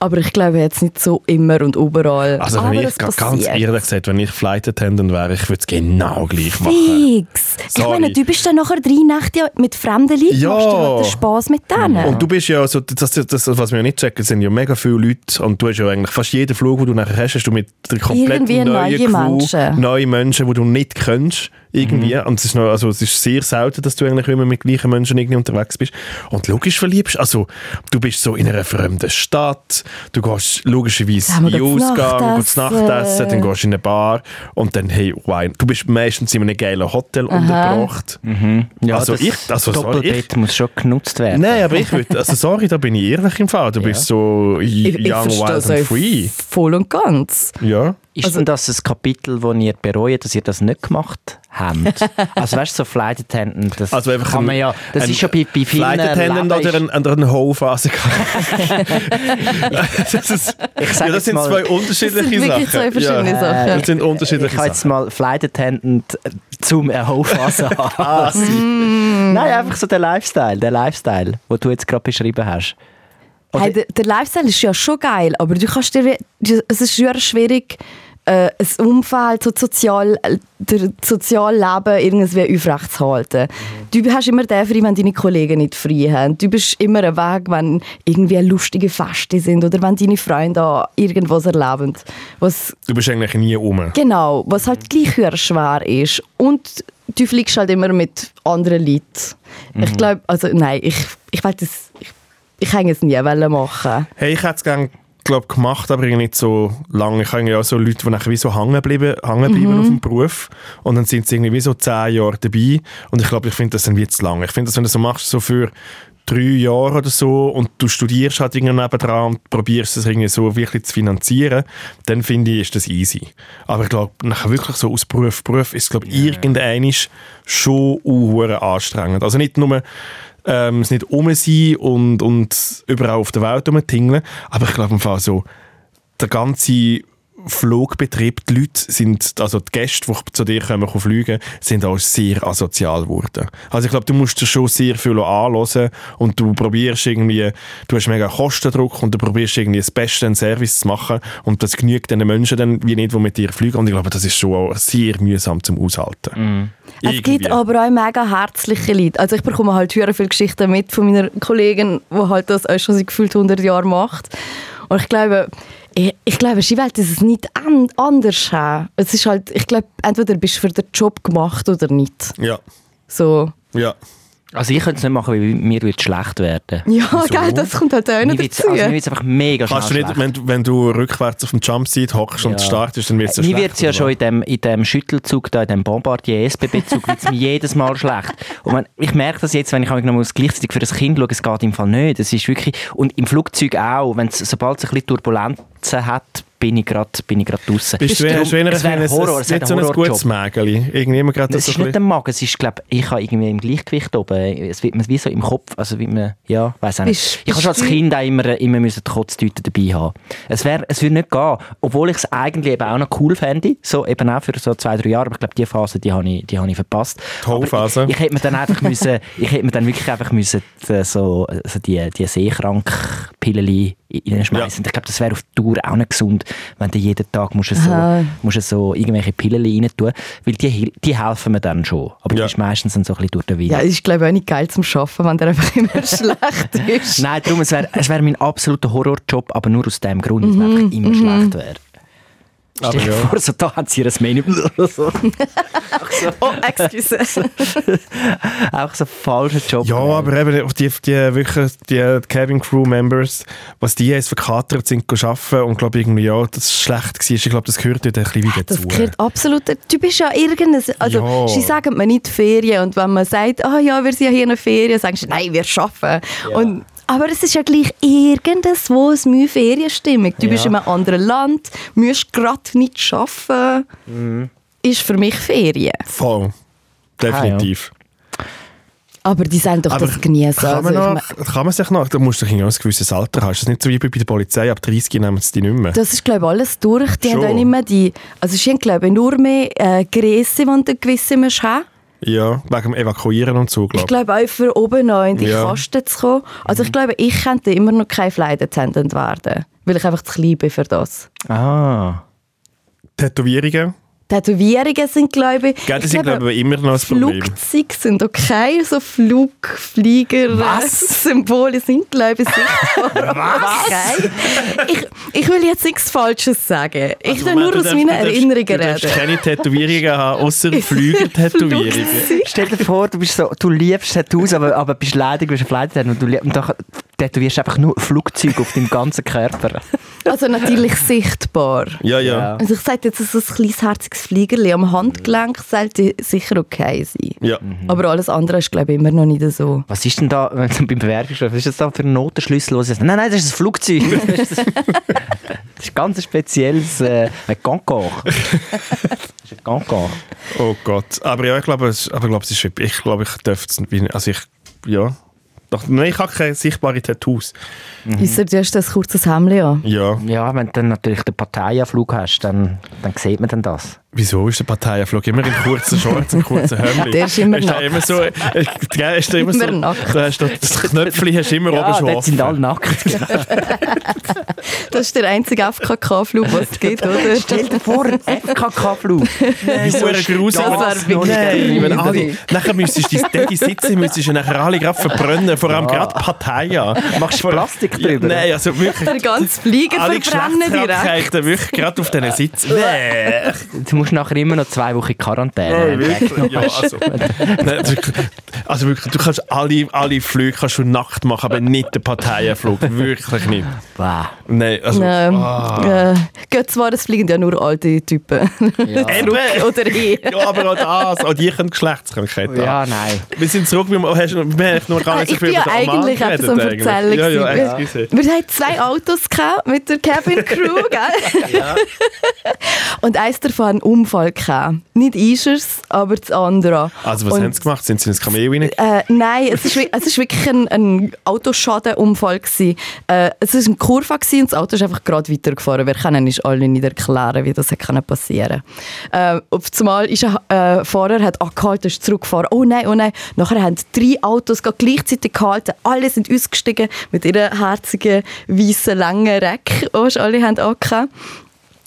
S2: Aber ich glaube jetzt nicht so immer und überall.
S1: Also
S2: Aber
S1: wenn
S2: es
S1: ich, ga- ganz
S2: passiert.
S1: ehrlich gesagt, wenn ich Flight Attendant wäre, ich würde es genau gleich machen.
S2: Fix. Ich
S1: Sorry.
S2: meine, du bist dann nachher drei Nächte mit fremden Leuten,
S1: Ja.
S2: machst du halt den Spass mit denen.
S1: Und du bist ja, also, das, das, das, was wir nicht checken, sind ja mega viele Leute und du hast ja eigentlich fast jeden Flug, den du nachher hast, hast du mit der komplett
S2: Irgendwie
S1: neuen
S2: neue
S1: Crew,
S2: Menschen. Mhm.
S1: neue Menschen, die du nicht kennst, irgendwie. Und es ist, noch, also, es ist sehr selten, dass du eigentlich immer mit gleichen Menschen irgendwie unterwegs bist. Und logisch verliebst also du bist so in einer fremden Stadt, du gehst logischerweise
S2: Dann
S1: in
S2: gehen
S1: den
S2: wir gehen zu
S1: Ausgang, gehst
S2: Nachtessen.
S1: Nachtessen, dann gehst du in eine Bar und dann, hey, wine. Du bist meistens in einem geilen Hotel untergebracht.
S3: Ja,
S1: Also
S3: das
S1: ich- also sorry,
S3: Doppelbett
S1: ich-
S3: muss schon genutzt werden.
S1: Nein, aber ich würde, also eh, sorry, da bin ich ehrlich im Fall. Du bist so
S2: Ich, ich
S1: young,
S2: verstehe
S1: wild
S2: es
S1: and
S2: euch
S1: free.
S2: voll und ganz.
S1: Ja.
S3: Ist
S2: Also
S3: denn das ein Kapitel, wo ihr bereut, dass ihr das nicht gemacht
S2: [laughs]
S3: habt? also weißt du, so Flight-Attendant, das
S1: Also einfach
S3: kann
S1: ein-
S3: man ja... Das
S1: ein
S3: ist ja bei, bei vielen...
S1: Flight Attendant
S3: Leben
S1: oder
S3: ist-
S1: ein, oder ein [laughs]
S3: [laughs]
S1: Ho-Physiker. das, ist,
S3: sag
S1: ja, das
S3: jetzt
S1: sind
S3: mal-
S1: zwei
S2: Das sind
S1: unterschiedliche
S2: wirklich
S1: Sachen.
S2: zwei verschiedene
S1: ja.
S2: Sachen.
S1: Das sind unterschiedliche
S3: Ich habe jetzt
S1: Sachen.
S3: mal Flight Attendant äh,
S1: [laughs]
S3: zum Erhofassen
S1: Ah,
S3: [laughs] Nein, einfach so der Lifestyle, der Lifestyle, den du jetzt gerade beschrieben hast. Oder-
S2: Hey, der, der Lifestyle ist ja schon geil, aber du kannst dir, es ist sehr schwierig, äh, ein Umfeld, so das sozial, äh, der Sozialleben irgendwie aufrechtzuhalten. Du hast immer den frei, wenn deine Kollegen nicht frei haben. Du bist immer weg, wenn irgendwie lustige Feste sind oder wenn deine Freunde an irgendwas erleben. Was,
S1: Du bist eigentlich nie rum.
S2: genau, was halt gleich sehr schwer ist. Und du fliegst halt immer mit anderen Leuten. Ich glaube, also nein, ich, ich will das... Ich, ich kann es nie wollen machen.
S1: Hey, ich hätte es gerne glaub, gemacht, aber irgendwie nicht so lange. Ich habe irgendwie auch so Leute, die nachher wie so hängen bleiben, hängen bleiben auf dem Beruf und dann sind sie irgendwie wie so zehn Jahre dabei und ich glaube, ich finde das dann wie zu lang. Ich finde, dass wenn du so machst, so für drei Jahre oder so und du studierst halt irgendwie nebendran und probierst das irgendwie so wirklich zu finanzieren, dann finde ich, ist das easy. Aber ich glaube, nachher wirklich so aus Beruf Beruf ist, glaube ich, irgendeinisch schon unhure anstrengend. Also nicht nur ähm, es nicht um sein und, und überall auf der Welt rumtingeln. Aber ich glaube im Fall so, der ganze Flugbetrieb, die Leute sind, also die Gäste, die zu dir kommen, kommen fliegen, sind auch sehr asozial geworden. Also ich glaube, du musst dir schon sehr viel anhören und du probierst irgendwie, du hast mega Kostendruck und du probierst irgendwie das Beste an Service zu machen und das genügt den Menschen dann wie nicht, die mit dir fliegen und ich glaube, das ist schon auch sehr mühsam zum Aushalten.
S2: Es gibt aber auch mega herzliche Leute. Also ich bekomme halt sehr viele Geschichten mit von meiner Kollegin, die halt das auch schon seit gefühlt 100 Jahren macht. Und ich glaube, ich, ich glaube, sie will das nicht an, anders haben. Es ist halt, ich glaube, entweder bist du für den Job gemacht oder nicht.
S1: Ja,
S2: So.
S1: ja.
S3: Also ich könnte es nicht machen, weil mir wird schlecht werden.
S2: Ja, gell, das kommt halt auch
S3: Mir
S2: noch
S3: wird's-
S2: dazu.
S3: also mir wird es einfach mega
S1: Kannst du
S3: schnell
S1: nicht,
S3: schlecht.
S1: wenn, du- wenn du rückwärts auf dem Jumpseat hockst
S3: Ja.
S1: und startest, dann wird es ja
S3: mir
S1: schlecht.
S3: wird es ja
S1: oder
S3: schon in dem, in dem Schüttelzug, da, in dem Bombardier-SBB-Zug, wird mir [laughs] jedes Mal schlecht. Und wenn, ich merke das jetzt, wenn ich noch muss, gleichzeitig für das Kind schaue, es geht im Fall nicht. Es ist wirklich, und im Flugzeug auch, wenn's, sobald es ein bisschen Turbulenzen hat, bin ich gerade draußen.
S1: Bist du, hast du eher
S3: es
S1: ein
S3: wäre
S1: kleines-
S3: Horror, es
S1: nicht
S3: wäre
S1: so ein
S3: Horrorjob.
S1: gutes Mägeli? Irgendwie immer gerade
S3: Es
S1: so
S3: ist
S1: ein
S3: nicht der Magen, es ist, glaube ich, habe irgendwie im Gleichgewicht oben. Es wird mir wie so im Kopf, also wie man, ja, weiß auch nicht.
S2: Bist-
S3: ich habe schon als
S2: bist du-
S3: Kind auch immer, immer müssen die Kotztüte dabei haben. Es wäre, es würde nicht gehen, obwohl ich es eigentlich eben auch noch cool fände, so eben auch für so zwei, drei Jahre, aber ich glaube, die Phase, die habe ich, die habe ich verpasst.
S1: Die Hohlphase.
S3: Aber Ich, ich hätte mir dann
S1: [laughs]
S3: einfach müssen, ich hätte mir dann wirklich einfach müssen äh, so, so die, die Seekrank-Pilleli reinschmeißen. Ich glaube, das wäre auf die Dauer auch nicht gesund, wenn du jeden Tag musst du so
S2: Aha.
S3: musst du so irgendwelche Pillen rein tun, weil die, hel- die helfen mir dann schon. Aber
S1: Ja.
S3: du bist meistens dann so ein bisschen durch den Wind.
S2: ja, es ist glaube ich auch nicht geil zum Schaffen, wenn der einfach immer
S3: [laughs]
S2: schlecht ist.
S3: Nein, darum, es wäre es wär mein absoluter Horrorjob, aber nur aus dem Grund,
S2: Mhm,
S3: dass mir einfach immer schlecht wäre.
S1: Aber
S3: Stell dir
S1: ja.
S3: vor, so da hat sie ihr Menü [laughs] so,
S2: Oh,
S3: [laughs]
S2: excuse.
S3: auch so falscher Job.
S1: Ja, aber eben die, die, wirklich, die Cabin Crew Members, was die jetzt verkatert sind, gehen arbeiten und glaube irgendwie, ja, das ist schlecht war. Ich glaube, das gehört dort ein bisschen wieder
S2: Das
S1: zu.
S2: gehört absolut. Du bist ja irgendein. Also,
S1: Ja.
S2: sie sagen mir nicht Ferien. Und wenn man sagt, ah ja, wir sind ja hier in der Ferien, sagst du, nein, wir arbeiten. Und, aber es ist ja gleich irgendwo es mühe Ferienstimmung. Du bist
S3: Ja.
S2: in einem anderen Land, musst gerade nicht arbeiten.
S1: Mhm.
S2: Ist für mich Ferien.
S1: Voll. Definitiv.
S2: Aber die sollen doch Ah, das genießen.
S1: kann, man
S2: Also, ich
S1: noch, kann man sich noch, du musst doch irgendwie auch ein gewisses Alter haben. Ist das nicht so wie bei der Polizei, ab 30 nehmen sie dich nicht mehr?
S2: Das ist, glaube ich, alles durch. Die
S1: Schon.
S2: haben auch nicht mehr die. Also, sie haben, glaube ich, nur mehr äh, Gräse, die du gewisse musst haben.
S1: Ja, wegen dem Evakuieren und so, glaube
S2: Ich glaube auch für oben noch in die
S1: Ja. Mhm.
S2: Kasten zu kommen. Also ich glaube, ich könnte immer noch kein Flight Attendant werden, weil ich einfach zu klein bin für das.
S3: Ah,
S1: Tätowierungen?
S2: Tätowierungen sind, glaube ich.
S1: Gell, das
S2: ich
S1: sind, glaube ich, immer noch ein Problem.
S2: Flugzeug sind okay, so Flugflieger-Symbole sind, glaube
S1: [laughs]
S2: ich, sichtbar. Was? Okay. Ich, ich will jetzt nichts Falsches sagen.
S1: Also
S2: Ich will nur aus meinen Erinnerungen
S1: Du darfst
S2: reden.
S1: keine Tätowierungen haben,
S2: [laughs]
S1: außer Flügeltätowierungen.
S2: Flugzeug.
S3: Stell dir vor, du, bist so, du liebst Tattoos, aber, aber bist leidig, bist verleidet und du lieb, und dann tätowierst du einfach nur Flugzeuge auf deinem ganzen Körper.
S2: Also natürlich sichtbar.
S1: Ja, ja.
S2: Also ich sage jetzt, so ein kleines herziges Fliegerli am Handgelenk sollte sicher okay sein.
S1: ja. Mhm.
S2: Aber alles andere ist, glaube ich, immer noch nicht so.
S3: Was ist denn da [laughs] wenn du beim Bewerbungsgespräch? Was ist das da für ein Notenschlüssel? Was ist das? Nein, nein, das ist ein [laughs] Flugzeug. Das ist, das ist ganz ein spezielles äh, ein [laughs] Gankor. Das ist ein Gankor.
S1: Oh Gott. Aber ja, ich glaube, es, aber ich, glaube, es ist, ich, glaube, ich dürfte es nicht. Also ich, ja. Doch, nein, ich habe keine sichtbaren Tattoos. Mhm.
S2: Ausser du hast ein kurzes Hemd
S1: [laughs]
S2: an.
S1: Ja.
S3: Ja, wenn du dann natürlich den Parteienflug hast, dann, dann sieht man dann das.
S1: Wieso ist der Parteienflug immer in kurzen Shorts und
S2: [laughs]
S1: kurzen Hemden?
S2: Der ist immer
S1: ist da
S2: nackt.
S1: immer so, äh, gell, ist da immer so,
S2: Immer nackt.
S1: da hast du das Knöpfchen hast du immer oben
S3: Ja,
S1: schon
S3: dort sind alle
S1: offen.
S3: nackt.
S2: Das ist der einzige FKK-Flug, den es gibt,
S1: [laughs]
S2: oder?
S3: [laughs] Stell dir vor, ein FKK-Flug.
S1: Wieso
S3: Das
S1: ist
S2: wäre wirklich
S1: Nein, wenn
S3: übel.
S1: alle, nachher müsstest du dein Daddy sitzen, müsstest du nachher alle gerade verbrennen, vor allem gerade Parteien.
S3: Machst du Plastik
S1: Ja,
S3: drüber?
S1: nein, also wirklich.
S2: Der ganze Flieger
S1: Alle
S2: verbrennen direkt.
S1: Geschlechtskrankheiten wirklich gerade auf diesen Sitz. Nee.
S3: Du musst nachher immer noch zwei Wochen in Quarantäne.
S1: Nein, wirklich. Ja, also, nein, also wirklich- also wirklich, du kannst alle, alle Flüge kannst du nackt machen, aber nicht den Parteienflug. Wirklich nicht.
S3: Wow.
S1: Nein, also...
S2: Ähm,
S1: ah.
S2: äh, geht zwar, es fliegen ja nur alte Typen. [laughs]
S1: Eben.
S2: Oder ich.
S1: [laughs] Ja, aber auch das, auch die können Geschlechtskrankheiten haben.
S3: Ja, nein.
S1: Wir sind zurück, wir haben wir haben eigentlich nur gar
S2: Ah,
S1: nicht so
S2: ich
S1: viel
S2: bin ja
S1: über den Oman
S2: eigentlich
S1: geredet,
S2: etwas am
S1: eigentlich.
S2: Erzählen.
S1: Ja, ja,
S2: gewesen.
S1: excuse.
S2: Wir hatten zwei Autos gehabt mit der
S1: [laughs]
S2: Cabin Crew, gell? Und eins davon einen Unfall gehabt. Nicht Ischers, aber das andere.
S1: Also, was
S2: Und,
S1: haben sie gemacht? Sind sie ins Kamel rein?
S2: Äh, nein, es ist, wi- es ist wirklich ein, ein Autoschadenunfall gewesen. Äh, es ist ein Kurve gewesen und das Auto ist einfach gerade weitergefahren. Wir können uns alle nicht erklären, wie das hätte können passieren. Äh, auf zumal ist ein äh, Fahrer hat angehalten, ist zurückgefahren. Oh nein, oh nein. Nachher haben drei Autos gerade gleichzeitig gehalten. Alle sind ausgestiegen mit ihren herzigen weißen langen Reck, die alle haben angehabt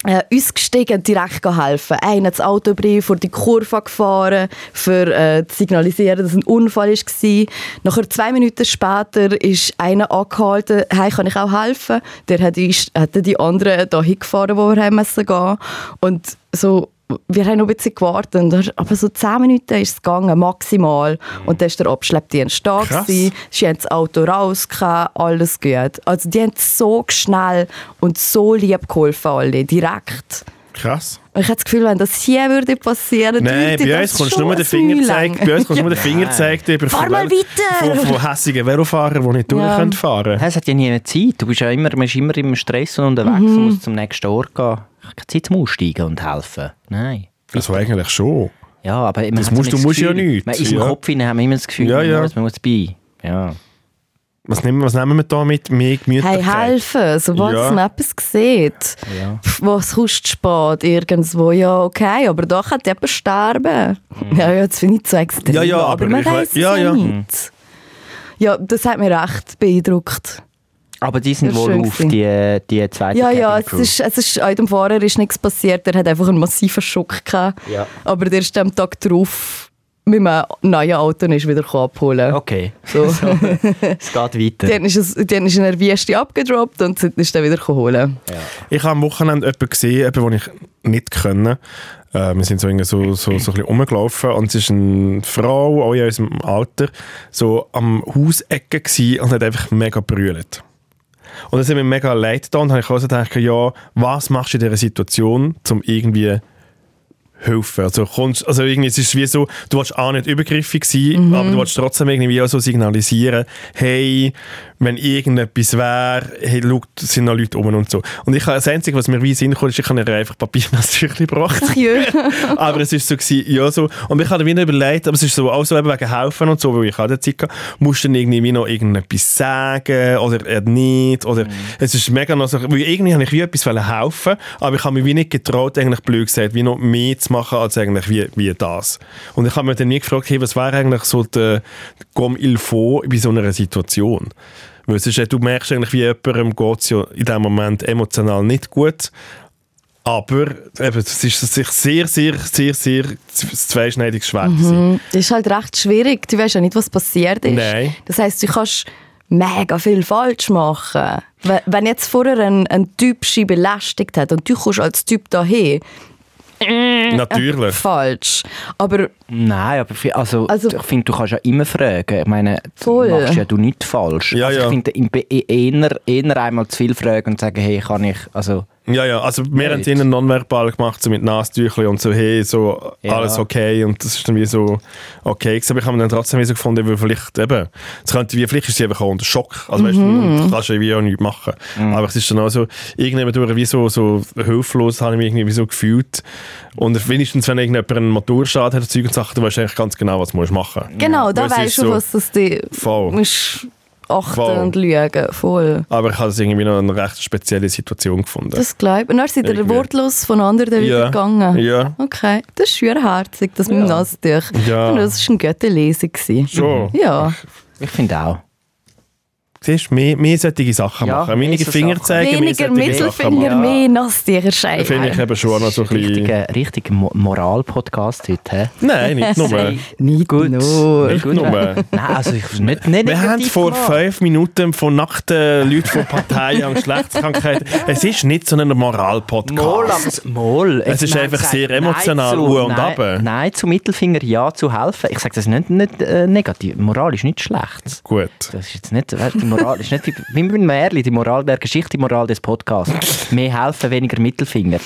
S2: äh, uns gestiegen und direkt helfen. Einer hat das Auto über vor die Kurve gefahren, für äh, zu signalisieren, dass ein Unfall war. Nachher, zwei Minuten später, ist einer angehalten, «Hey, kann ich auch helfen?» Der hat, uns, hat dann die anderen da hingefahren, wo wir haben müssen gehen. Und so, wir haben noch ein bisschen gewartet, und- aber so zehn Minuten ist es gegangen, maximal. Und dann ist der Abschleppdienst da.
S1: Krass.
S2: gewesen. Sie haben das Auto rausgegeben, alles gut. Also die haben so schnell und so lieb geholfen, alle, direkt.
S1: Krass.
S2: Und ich habe das Gefühl, wenn das hier würde passieren,
S1: Nein,
S2: würde
S1: bei
S2: das
S1: uns kommst du
S2: schon
S1: nur den
S2: so
S1: Finger
S2: lang.
S1: zeigen. Bei uns kommst du nur den Finger zeigen über
S2: Fahr
S1: von
S2: mal
S1: Velo-
S2: weiter!
S1: Von, von hässigen Velofahrern, die nicht durch
S2: Ja.
S1: können fahren.
S3: Es hat ja nie mehr Zeit. Du bist ja immer, man ist immer im Stress und unterwegs
S2: Mhm.
S3: und musst zum nächsten Ort gehen. Ich habe keine Zeit zum Aussteigen und helfen. Nein.
S1: Also eigentlich schon.
S3: Ja, aber man
S1: Das
S3: hat so
S1: musst-
S3: nicht
S1: du musst ja
S3: Gefühl.
S1: nichts,
S3: Man, in seinem
S1: ja.
S3: Kopf hinein haben wir immer das Gefühl,
S1: Ja,
S3: man,
S1: ja.
S3: Muss, man muss bei. Ja.
S1: Was nehmen, was nehmen wir da mit? Mehr
S2: Hey,
S1: Gemütlichkeit?
S2: helfen, sobald
S1: Ja.
S2: man etwas sieht.
S3: Ja.
S2: Pff, Was kostet spät irgendwo? Ja, okay, aber da kann jemand sterben. Ja, ja, das finde ich zu extrem.
S1: Mhm. Ja, ja, aber
S2: man
S1: ich wei-
S2: weiß es
S1: ja, ja.
S2: nicht. Ja, das hat mich recht beeindruckt.
S3: Aber die sind
S2: Das ist
S3: wohl
S2: schön
S3: auf,
S2: gewesen.
S3: die, die zweite
S2: Ja, ja, es
S3: Cabin Crew.
S2: ist, es ist, auch dem Fahrer ist nichts passiert. Er hat einfach einen massiven Schock gehabt.
S3: Ja.
S2: Aber der ist am Tag drauf mit einem neuen Auto und ist wieder abholen.
S3: Okay,
S2: So.
S3: es geht weiter.
S2: [laughs] Dann ist, es, dann ist eine Wüste abgedroppt und sind- ist dann wieder holen.
S1: Ich habe am Wochenende jemanden gesehen, jemanden, den ich nicht kenne. Äh, wir sind so, irgendwie so, so, so ein bisschen rumgelaufen und es ist eine Frau, auch in unserem Alter, so am Hausecken gewesen und hat einfach mega brüllt. Und das hat mir mega leid getan und habe ich auch so gedacht, ja, was machst du in dieser Situation, um irgendwie helfen. Also, kommst, also irgendwie, es ist wie so, du willst auch nicht übergriffig sein, aber du willst trotzdem irgendwie auch so signalisieren, hey, wenn irgendetwas wäre, hey, schau, es sind noch Leute um und so. Und ich habe, das Einzige, was mir wie in den Sinn kommt, ist, ich habe ihr einfach [laughs] Papiernasentücher gebracht.
S2: Ja.
S1: [laughs] aber es ist so, gewesen, ja, so. Und ich habe dann wieder überlegt, aber es ist so, auch so eben wegen Helfen und so, weil ich auch der Zeit hatte, musst du dann irgendwie wie noch irgendetwas sagen oder eher nicht. Oder es ist mega noch so, weil irgendwie habe ich wie etwas wollen helfen, aber ich habe mich wie nicht getraut, eigentlich blöd gesagt, wie noch mehr zu machen, als eigentlich wie, wie das. Und ich habe mich dann nie gefragt, hey, was wäre eigentlich so der Comme il faut bei so einer Situation? Weil es ist, ja- du merkst eigentlich, wie jemandem geht es ja in dem Moment emotional nicht gut Aber eben, es ist sich sehr, sehr, sehr, sehr z- ein zweischneidiges Schwert. gewesen.
S2: Das [laughs] ist halt recht schwierig. Du weißt ja nicht, was passiert ist.
S1: Nein.
S2: Das heisst, du kannst mega viel falsch machen. Wenn- Wenn jetzt vorher ein, ein Typ sie belästigt hat und du kommst als Typ dahin,
S1: Natürlich.
S2: falsch. Aber
S3: Nein, aber fi- also,
S2: Also-
S3: ich finde, du kannst ja immer fragen. Ich meine, du
S2: Voll.
S3: machst ja du nichts falsch.
S1: Ja,
S3: also, ich
S1: ja.
S3: finde, im Be- eher, eher einmal zu viel fragen und sagen, hey, kann ich, also,
S1: Ja, ja, also wir haben es
S3: Right.
S1: ihnen nonverbal gemacht, so mit Nasentüchli und so, hey, so
S3: Ja.
S1: alles okay und das ist dann wie so okay gewesen. aber ich habe dann trotzdem wie so gefunden, weil vielleicht eben, es könnte wie, vielleicht ist sie einfach auch unter Schock, also weißt du, du kannst ja wie auch nichts machen, aber es ist dann auch so, irgendjemand durch wie so, so hilflos, habe ich mich irgendwie wie so gefühlt und wenigstens, wenn irgendjemand einen Motorschaden hat, oder Zeug und Sachen, du weißt eigentlich ganz genau, was du musst machen musst.
S2: genau,
S1: Weil
S2: da
S1: es ist
S2: weißt du,
S1: so-
S2: was das dir
S1: Voll.
S2: musst achten
S1: Voll.
S2: und schauen. Voll.
S1: Aber ich habe es irgendwie noch eine recht spezielle Situation gefunden.
S2: Das glaube ich. Und dann seid ihr
S1: Irgendwie.
S2: wortlos voneinander wieder
S1: ja.
S2: gegangen.
S1: Ja,
S2: Okay, das ist schwerherzig, das mit dem Nasstuch.
S1: Ja.
S2: Und [laughs] Das war eine gute Lesung. gewesen.
S1: schon.
S2: Ja.
S3: ich finde auch.
S1: Siehst du, mehr, mehr solche Sachen
S3: Ja,
S1: machen.
S3: mehr
S1: Weniger
S3: so
S1: Finger
S3: Sachen.
S1: zeigen,
S2: Weniger
S1: mehr solche Sachen
S2: Mittelfinger,
S1: machen.
S2: mehr Nasstücher
S1: Finde ich
S2: scheiben.
S1: eben schon auch noch so ein bisschen...
S3: Richtiger richtig Mo Moral-Podcast heute. hä?
S1: Nein, nicht nur.
S2: Nicht
S3: Gut.
S2: nur.
S1: Nicht nur.
S3: Nein, also ich muss nicht, nicht
S1: Wir haben
S3: negativ
S1: vor
S3: machen.
S1: fünf Minuten von nackten Leuten von Parteien an
S3: [laughs]
S1: Geschlechtskrankheiten... Es ist nicht so ein
S3: Mol, am-
S1: Moral-Podcast.
S3: Mol.
S1: Es ist
S3: Wir haben
S1: einfach sehr
S3: nein
S1: emotional,
S3: zu-
S1: Uhr und
S3: nein-
S1: Abend.
S3: Nein, zu Mittelfinger, ja, zu helfen. Ich sage das nicht, nicht äh, negativ. Moral ist nichts Schlechtes.
S1: Gut.
S3: Das ist jetzt nicht, weißt, die [laughs] Moral ist nicht wie, wie mit dem Märli, die Moral der Geschichte, die Moral des Podcasts. Mehr helfen, weniger Mittelfinger.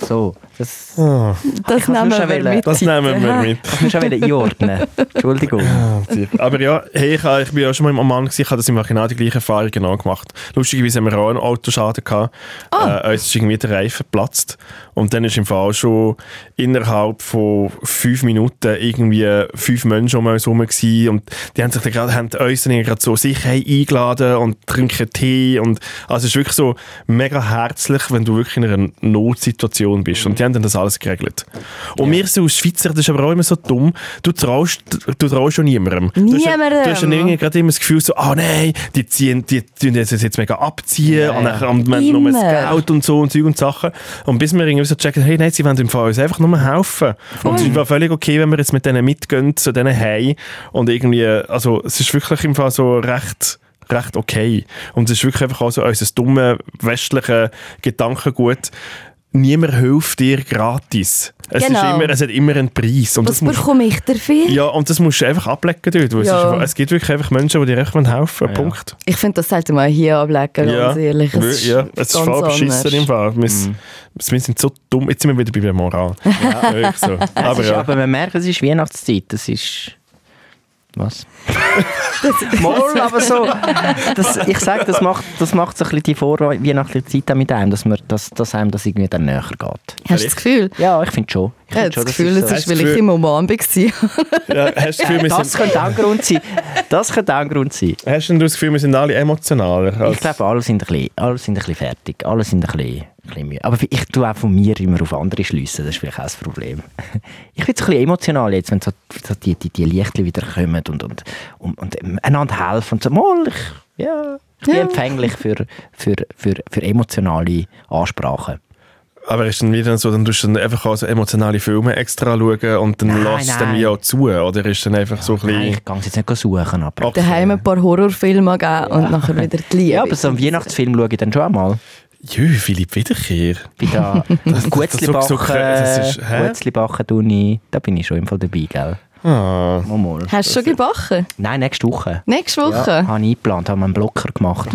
S3: So, das
S2: Das
S3: Ich hab's nur
S2: nehmen
S3: schon
S2: wir
S3: wollen.
S2: mit.
S1: Das nehmen wir mit.
S3: kannst du schon wieder einordnen.
S1: Ah,
S3: Entschuldigung.
S1: Aber ja, hey, ich, hab- ich bin ja schon mal im Oman, gewesen, ich habe das im genau die gleiche Erfahrung genau gemacht. Lustigerweise haben wir auch einen Autoschaden gehabt. Äh, uns ist irgendwie der Reifen geplatzt. Und dann ist im Fall schon innerhalb von fünf Minuten irgendwie fünf Menschen um uns herum gewesen. Und die haben sich dann gerade, haben uns dann irgendwie gerade so sicher eingeladen und trinken Tee. Und, also es ist wirklich so mega herzlich, wenn du wirklich in einer Notsituation bist. Und die haben dann das alles geregelt. Und wir so als Schweizer, das ist aber auch immer so dumm, du traust, du traust schon niemandem. Du hast ja-
S2: Niemandem.
S1: Du hast ja irgendwie gerade immer das Gefühl so, ah nein, die ziehen, die tun das jetzt mega abziehen
S3: Ja,
S1: und
S3: ja.
S1: nachher und man nur das
S2: Immer.
S1: Geld und so und Zeug und Sachen. Und bis wir irgendwie so checken, hey nein, sie wollen im Fall uns einfach nur helfen. Und es ist mir völlig okay, wenn wir jetzt mit denen mitgehen, zu denen heim und irgendwie, also es ist wirklich im Fall so recht recht okay. Und es ist wirklich einfach auch so unser dumme westliche Gedankengut, niemand hilft dir gratis. Es, ist
S2: Genau.
S1: immer, es hat immer einen Preis. Und
S2: Was
S1: das musst
S2: bekomme ich dafür?
S1: ja, und das musst du einfach ablecken dort. weil
S2: Ja.
S1: Es, ist, es gibt wirklich einfach Menschen, die dir echt helfen wollen. Punkt.
S2: Ich finde, das sollte man hier ablecken, ganz ehrlich.
S1: Ja, ja. es ist
S2: ganz
S1: voll beschissen
S2: anders.
S1: im Fall. Wir,
S3: Mhm.
S1: wir sind so dumm. Jetzt sind wir wieder bei der Moral. Ja. [laughs] wirklich so.
S3: Aber,
S1: Aber
S3: ist,
S1: ja.
S3: aber man merkt, es ist Weihnachtszeit. Das ist. [laughs] Was? Moll, aber so. Das, ich sage, das macht, das macht so ein bisschen die vorweihnachtliche Zeit auch mit einem, dass, man, dass, dass einem das irgendwie dann näher geht.
S2: Hast du das Gefühl?
S3: Ja, ich finde schon. Ich
S2: Ich habe
S3: find
S2: das
S3: schon,
S2: Gefühl, es
S3: das ist
S2: ist,
S1: so.
S2: weil
S1: Hast
S2: ich
S1: du-
S2: im Oman war.
S1: ja. Hast, du das Gefühl, wir
S3: so. Das
S1: sind,
S3: könnte auch ein Grund [laughs] sein. Das könnte auch ein Grund sein.
S1: hast denn du das Gefühl, wir sind alle emotionaler?
S3: Ich glaube, alle sind, ein bisschen, alle sind ein bisschen fertig, alle sind ein bisschen, ein bisschen müde. Aber ich tue auch von mir immer auf andere schliessen, das ist vielleicht auch das Problem. [laughs] Ich bin so ein bisschen emotional jetzt, wenn so, so die, die, die Lichter wieder kommen und, und, und, und einander helfen und so, mal, ich, ja, ich bin
S2: Ja.
S3: empfänglich für, für, für, für emotionale Ansprachen.
S1: aber ist dann wieder so, dann tust du dann einfach auch so emotionale Filme extra schauen und dann
S3: Nein,
S1: lässt du dann
S3: nein.
S1: wie auch zu? Oder ist dann einfach so ein
S3: Nein,
S1: bisschen...
S3: ich gehe es jetzt nicht suchen, aber...
S1: Okay.
S2: Daheim ein paar Horrorfilme geben und nachher wieder die Liebe.
S3: Ja, aber so einen Weihnachtsfilm schaue ich dann schon einmal.
S1: Jö, Philipp Wiederkehr.
S3: Bei da
S1: [laughs] das- das- das ist- hä?
S3: Gutzlibachen tue ich, da bin ich schon im Fall dabei, gell?
S1: Ah.
S3: Mal, mal.
S2: Hast du schon gebacken?
S3: Nein, nächste Woche.
S2: Nächste
S3: Ja,
S2: Woche?
S3: habe ich eingeplant, habe mir einen Blocker gemacht.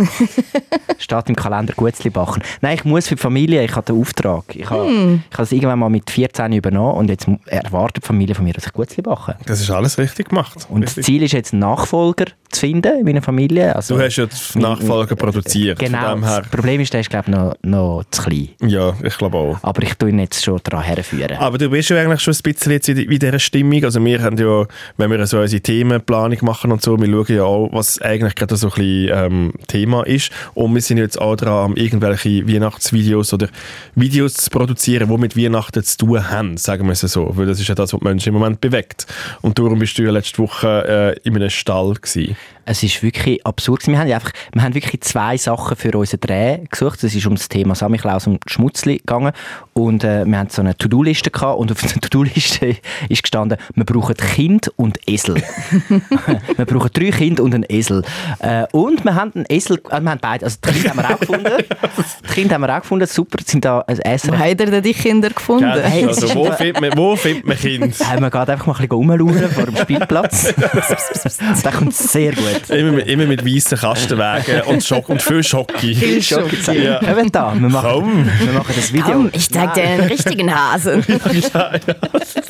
S3: Steht im Kalender Gutzlibachen. Nein, ich muss für die Familie, ich habe den Auftrag. Ich habe, ich habe es irgendwann mal mit 14 übernommen und jetzt erwartet die Familie von mir, dass ich Gutzlibachen.
S1: Das ist alles richtig gemacht.
S3: Und das
S1: richtig.
S3: Ziel ist jetzt, einen Nachfolger zu finden in meiner Familie. Also,
S1: Du hast ja die Nachfolger produziert.
S3: genau,
S1: Von dem her.
S3: das Problem ist, der ist glaube ich noch, noch zu klein.
S1: Ja, ich glaube auch.
S3: Aber ich tue ihn jetzt schon daran herführen.
S1: Aber du bist ja eigentlich schon ein bisschen jetzt in, in dieser Stimmung. Also wir haben ja, wenn wir so unsere Themenplanung machen und so, wir schauen ja auch, was eigentlich gerade so ein bisschen ähm, Thema ist. Und wir sind jetzt auch dran, am irgendwelche Weihnachtsvideos oder Videos zu produzieren, die mit Weihnachten zu tun haben, sagen wir es so. Weil das ist ja das, was die Menschen im Moment bewegt. Und darum bist du ja letzte Woche äh, in einem Stall gewesen.
S3: Es ist wirklich absurd. gewesen. Wir haben, ja einfach, wir haben wirklich zwei Sachen für unseren Dreh gesucht. Es ist um das Thema Samichlaus und Schmutzli gegangen. Und äh, wir haben so eine To-Do-Liste gehabt. Und auf der To-Do-Liste [laughs] ist gestanden, wir brauchen Kind und Esel. wir brauchen drei Kinder und einen Esel. Äh, und wir haben einen Esel, äh, wir haben beide, also die Kinder haben wir auch gefunden. Die Kinder haben wir auch gefunden, super, die sind da äh, ein Esser.
S2: Wo habt ihr denn die Kinder gefunden?
S1: Gell?
S3: äh, Hey, das
S1: also,
S3: ist
S1: wo
S3: aber-
S1: findet man, wo findet man Kinder?
S3: [laughs] Haben wir gerade einfach mal ein bisschen rumschauen vor dem Spielplatz. das kommt sehr gut.
S1: Immer, mit- immer mit weißen
S3: [laughs]
S1: Kastenwagen und, Schock und viel Schocke.
S2: Viel
S3: Schon
S2: Schock.
S3: gezeigt.
S1: Ja.
S3: Kommen da, wir machen,
S1: Komm.
S3: [laughs] wir machen das Video.
S2: Komm, ich zeig dir einen richtigen
S3: [laughs]
S2: Hasen.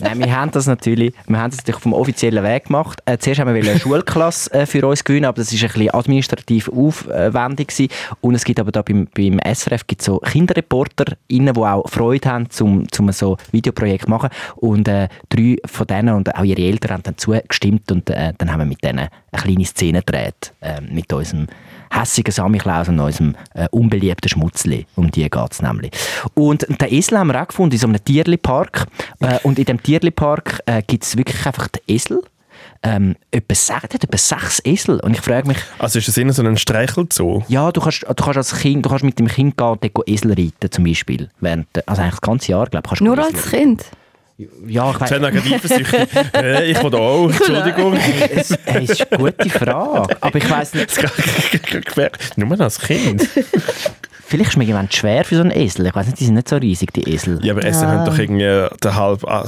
S3: Nein, wir haben das natürlich, wir haben das natürlich vom offiziellen Weg gemacht. Äh, zuerst haben wir [laughs] wollen eine Schulklasse äh, für uns gewinnen, aber das ist ein bisschen administrativ aufwendig gewesen. Und es gibt aber da beim, beim SRF gibt so KinderreporterInnen, die auch Freude haben, zum, zum so Videoprojekt zu machen. Und äh, drei von denen und auch ihre Eltern haben dann zugestimmt und äh, dann haben wir mit denen eine kleine Szene gedreht. Äh, mit unserem hässigen Samichlaus und unserem äh, unbeliebten Schmutzli. Um die geht es nämlich. Und den Esel haben wir auch gefunden in so einem Tierli-Park. Äh, und in diesem Tierli-Park äh, gibt es wirklich einfach den Esel. Ähm, etwa sechs, der hat etwa sechs Esel. Und ich frage mich,
S1: Also ist das immer so ein Streichelzoo?
S3: ja, du kannst, du kannst als Kind, du kannst mit dem Kind gehen und dort go Esel reiten zum Beispiel. Während, also eigentlich das ganze Jahr, glaube ich, kannst du
S2: Nur
S3: go Esel
S2: als Kind.
S3: reiten. Ja, ich
S1: Jetzt haben
S3: weiss,
S1: wir gerade eifersüchtig. Äh, Ich will auch, Entschuldigung.
S3: es, hey, es ist eine gute Frage. Aber ich weiss nicht,
S1: [laughs] Nur als Kind.
S3: vielleicht ist mir jemand schwer für so einen Esel. Ich weiss nicht, die sind nicht so riesig, die Esel.
S1: Ja, aber Essen haben doch irgendwie den halb... ah,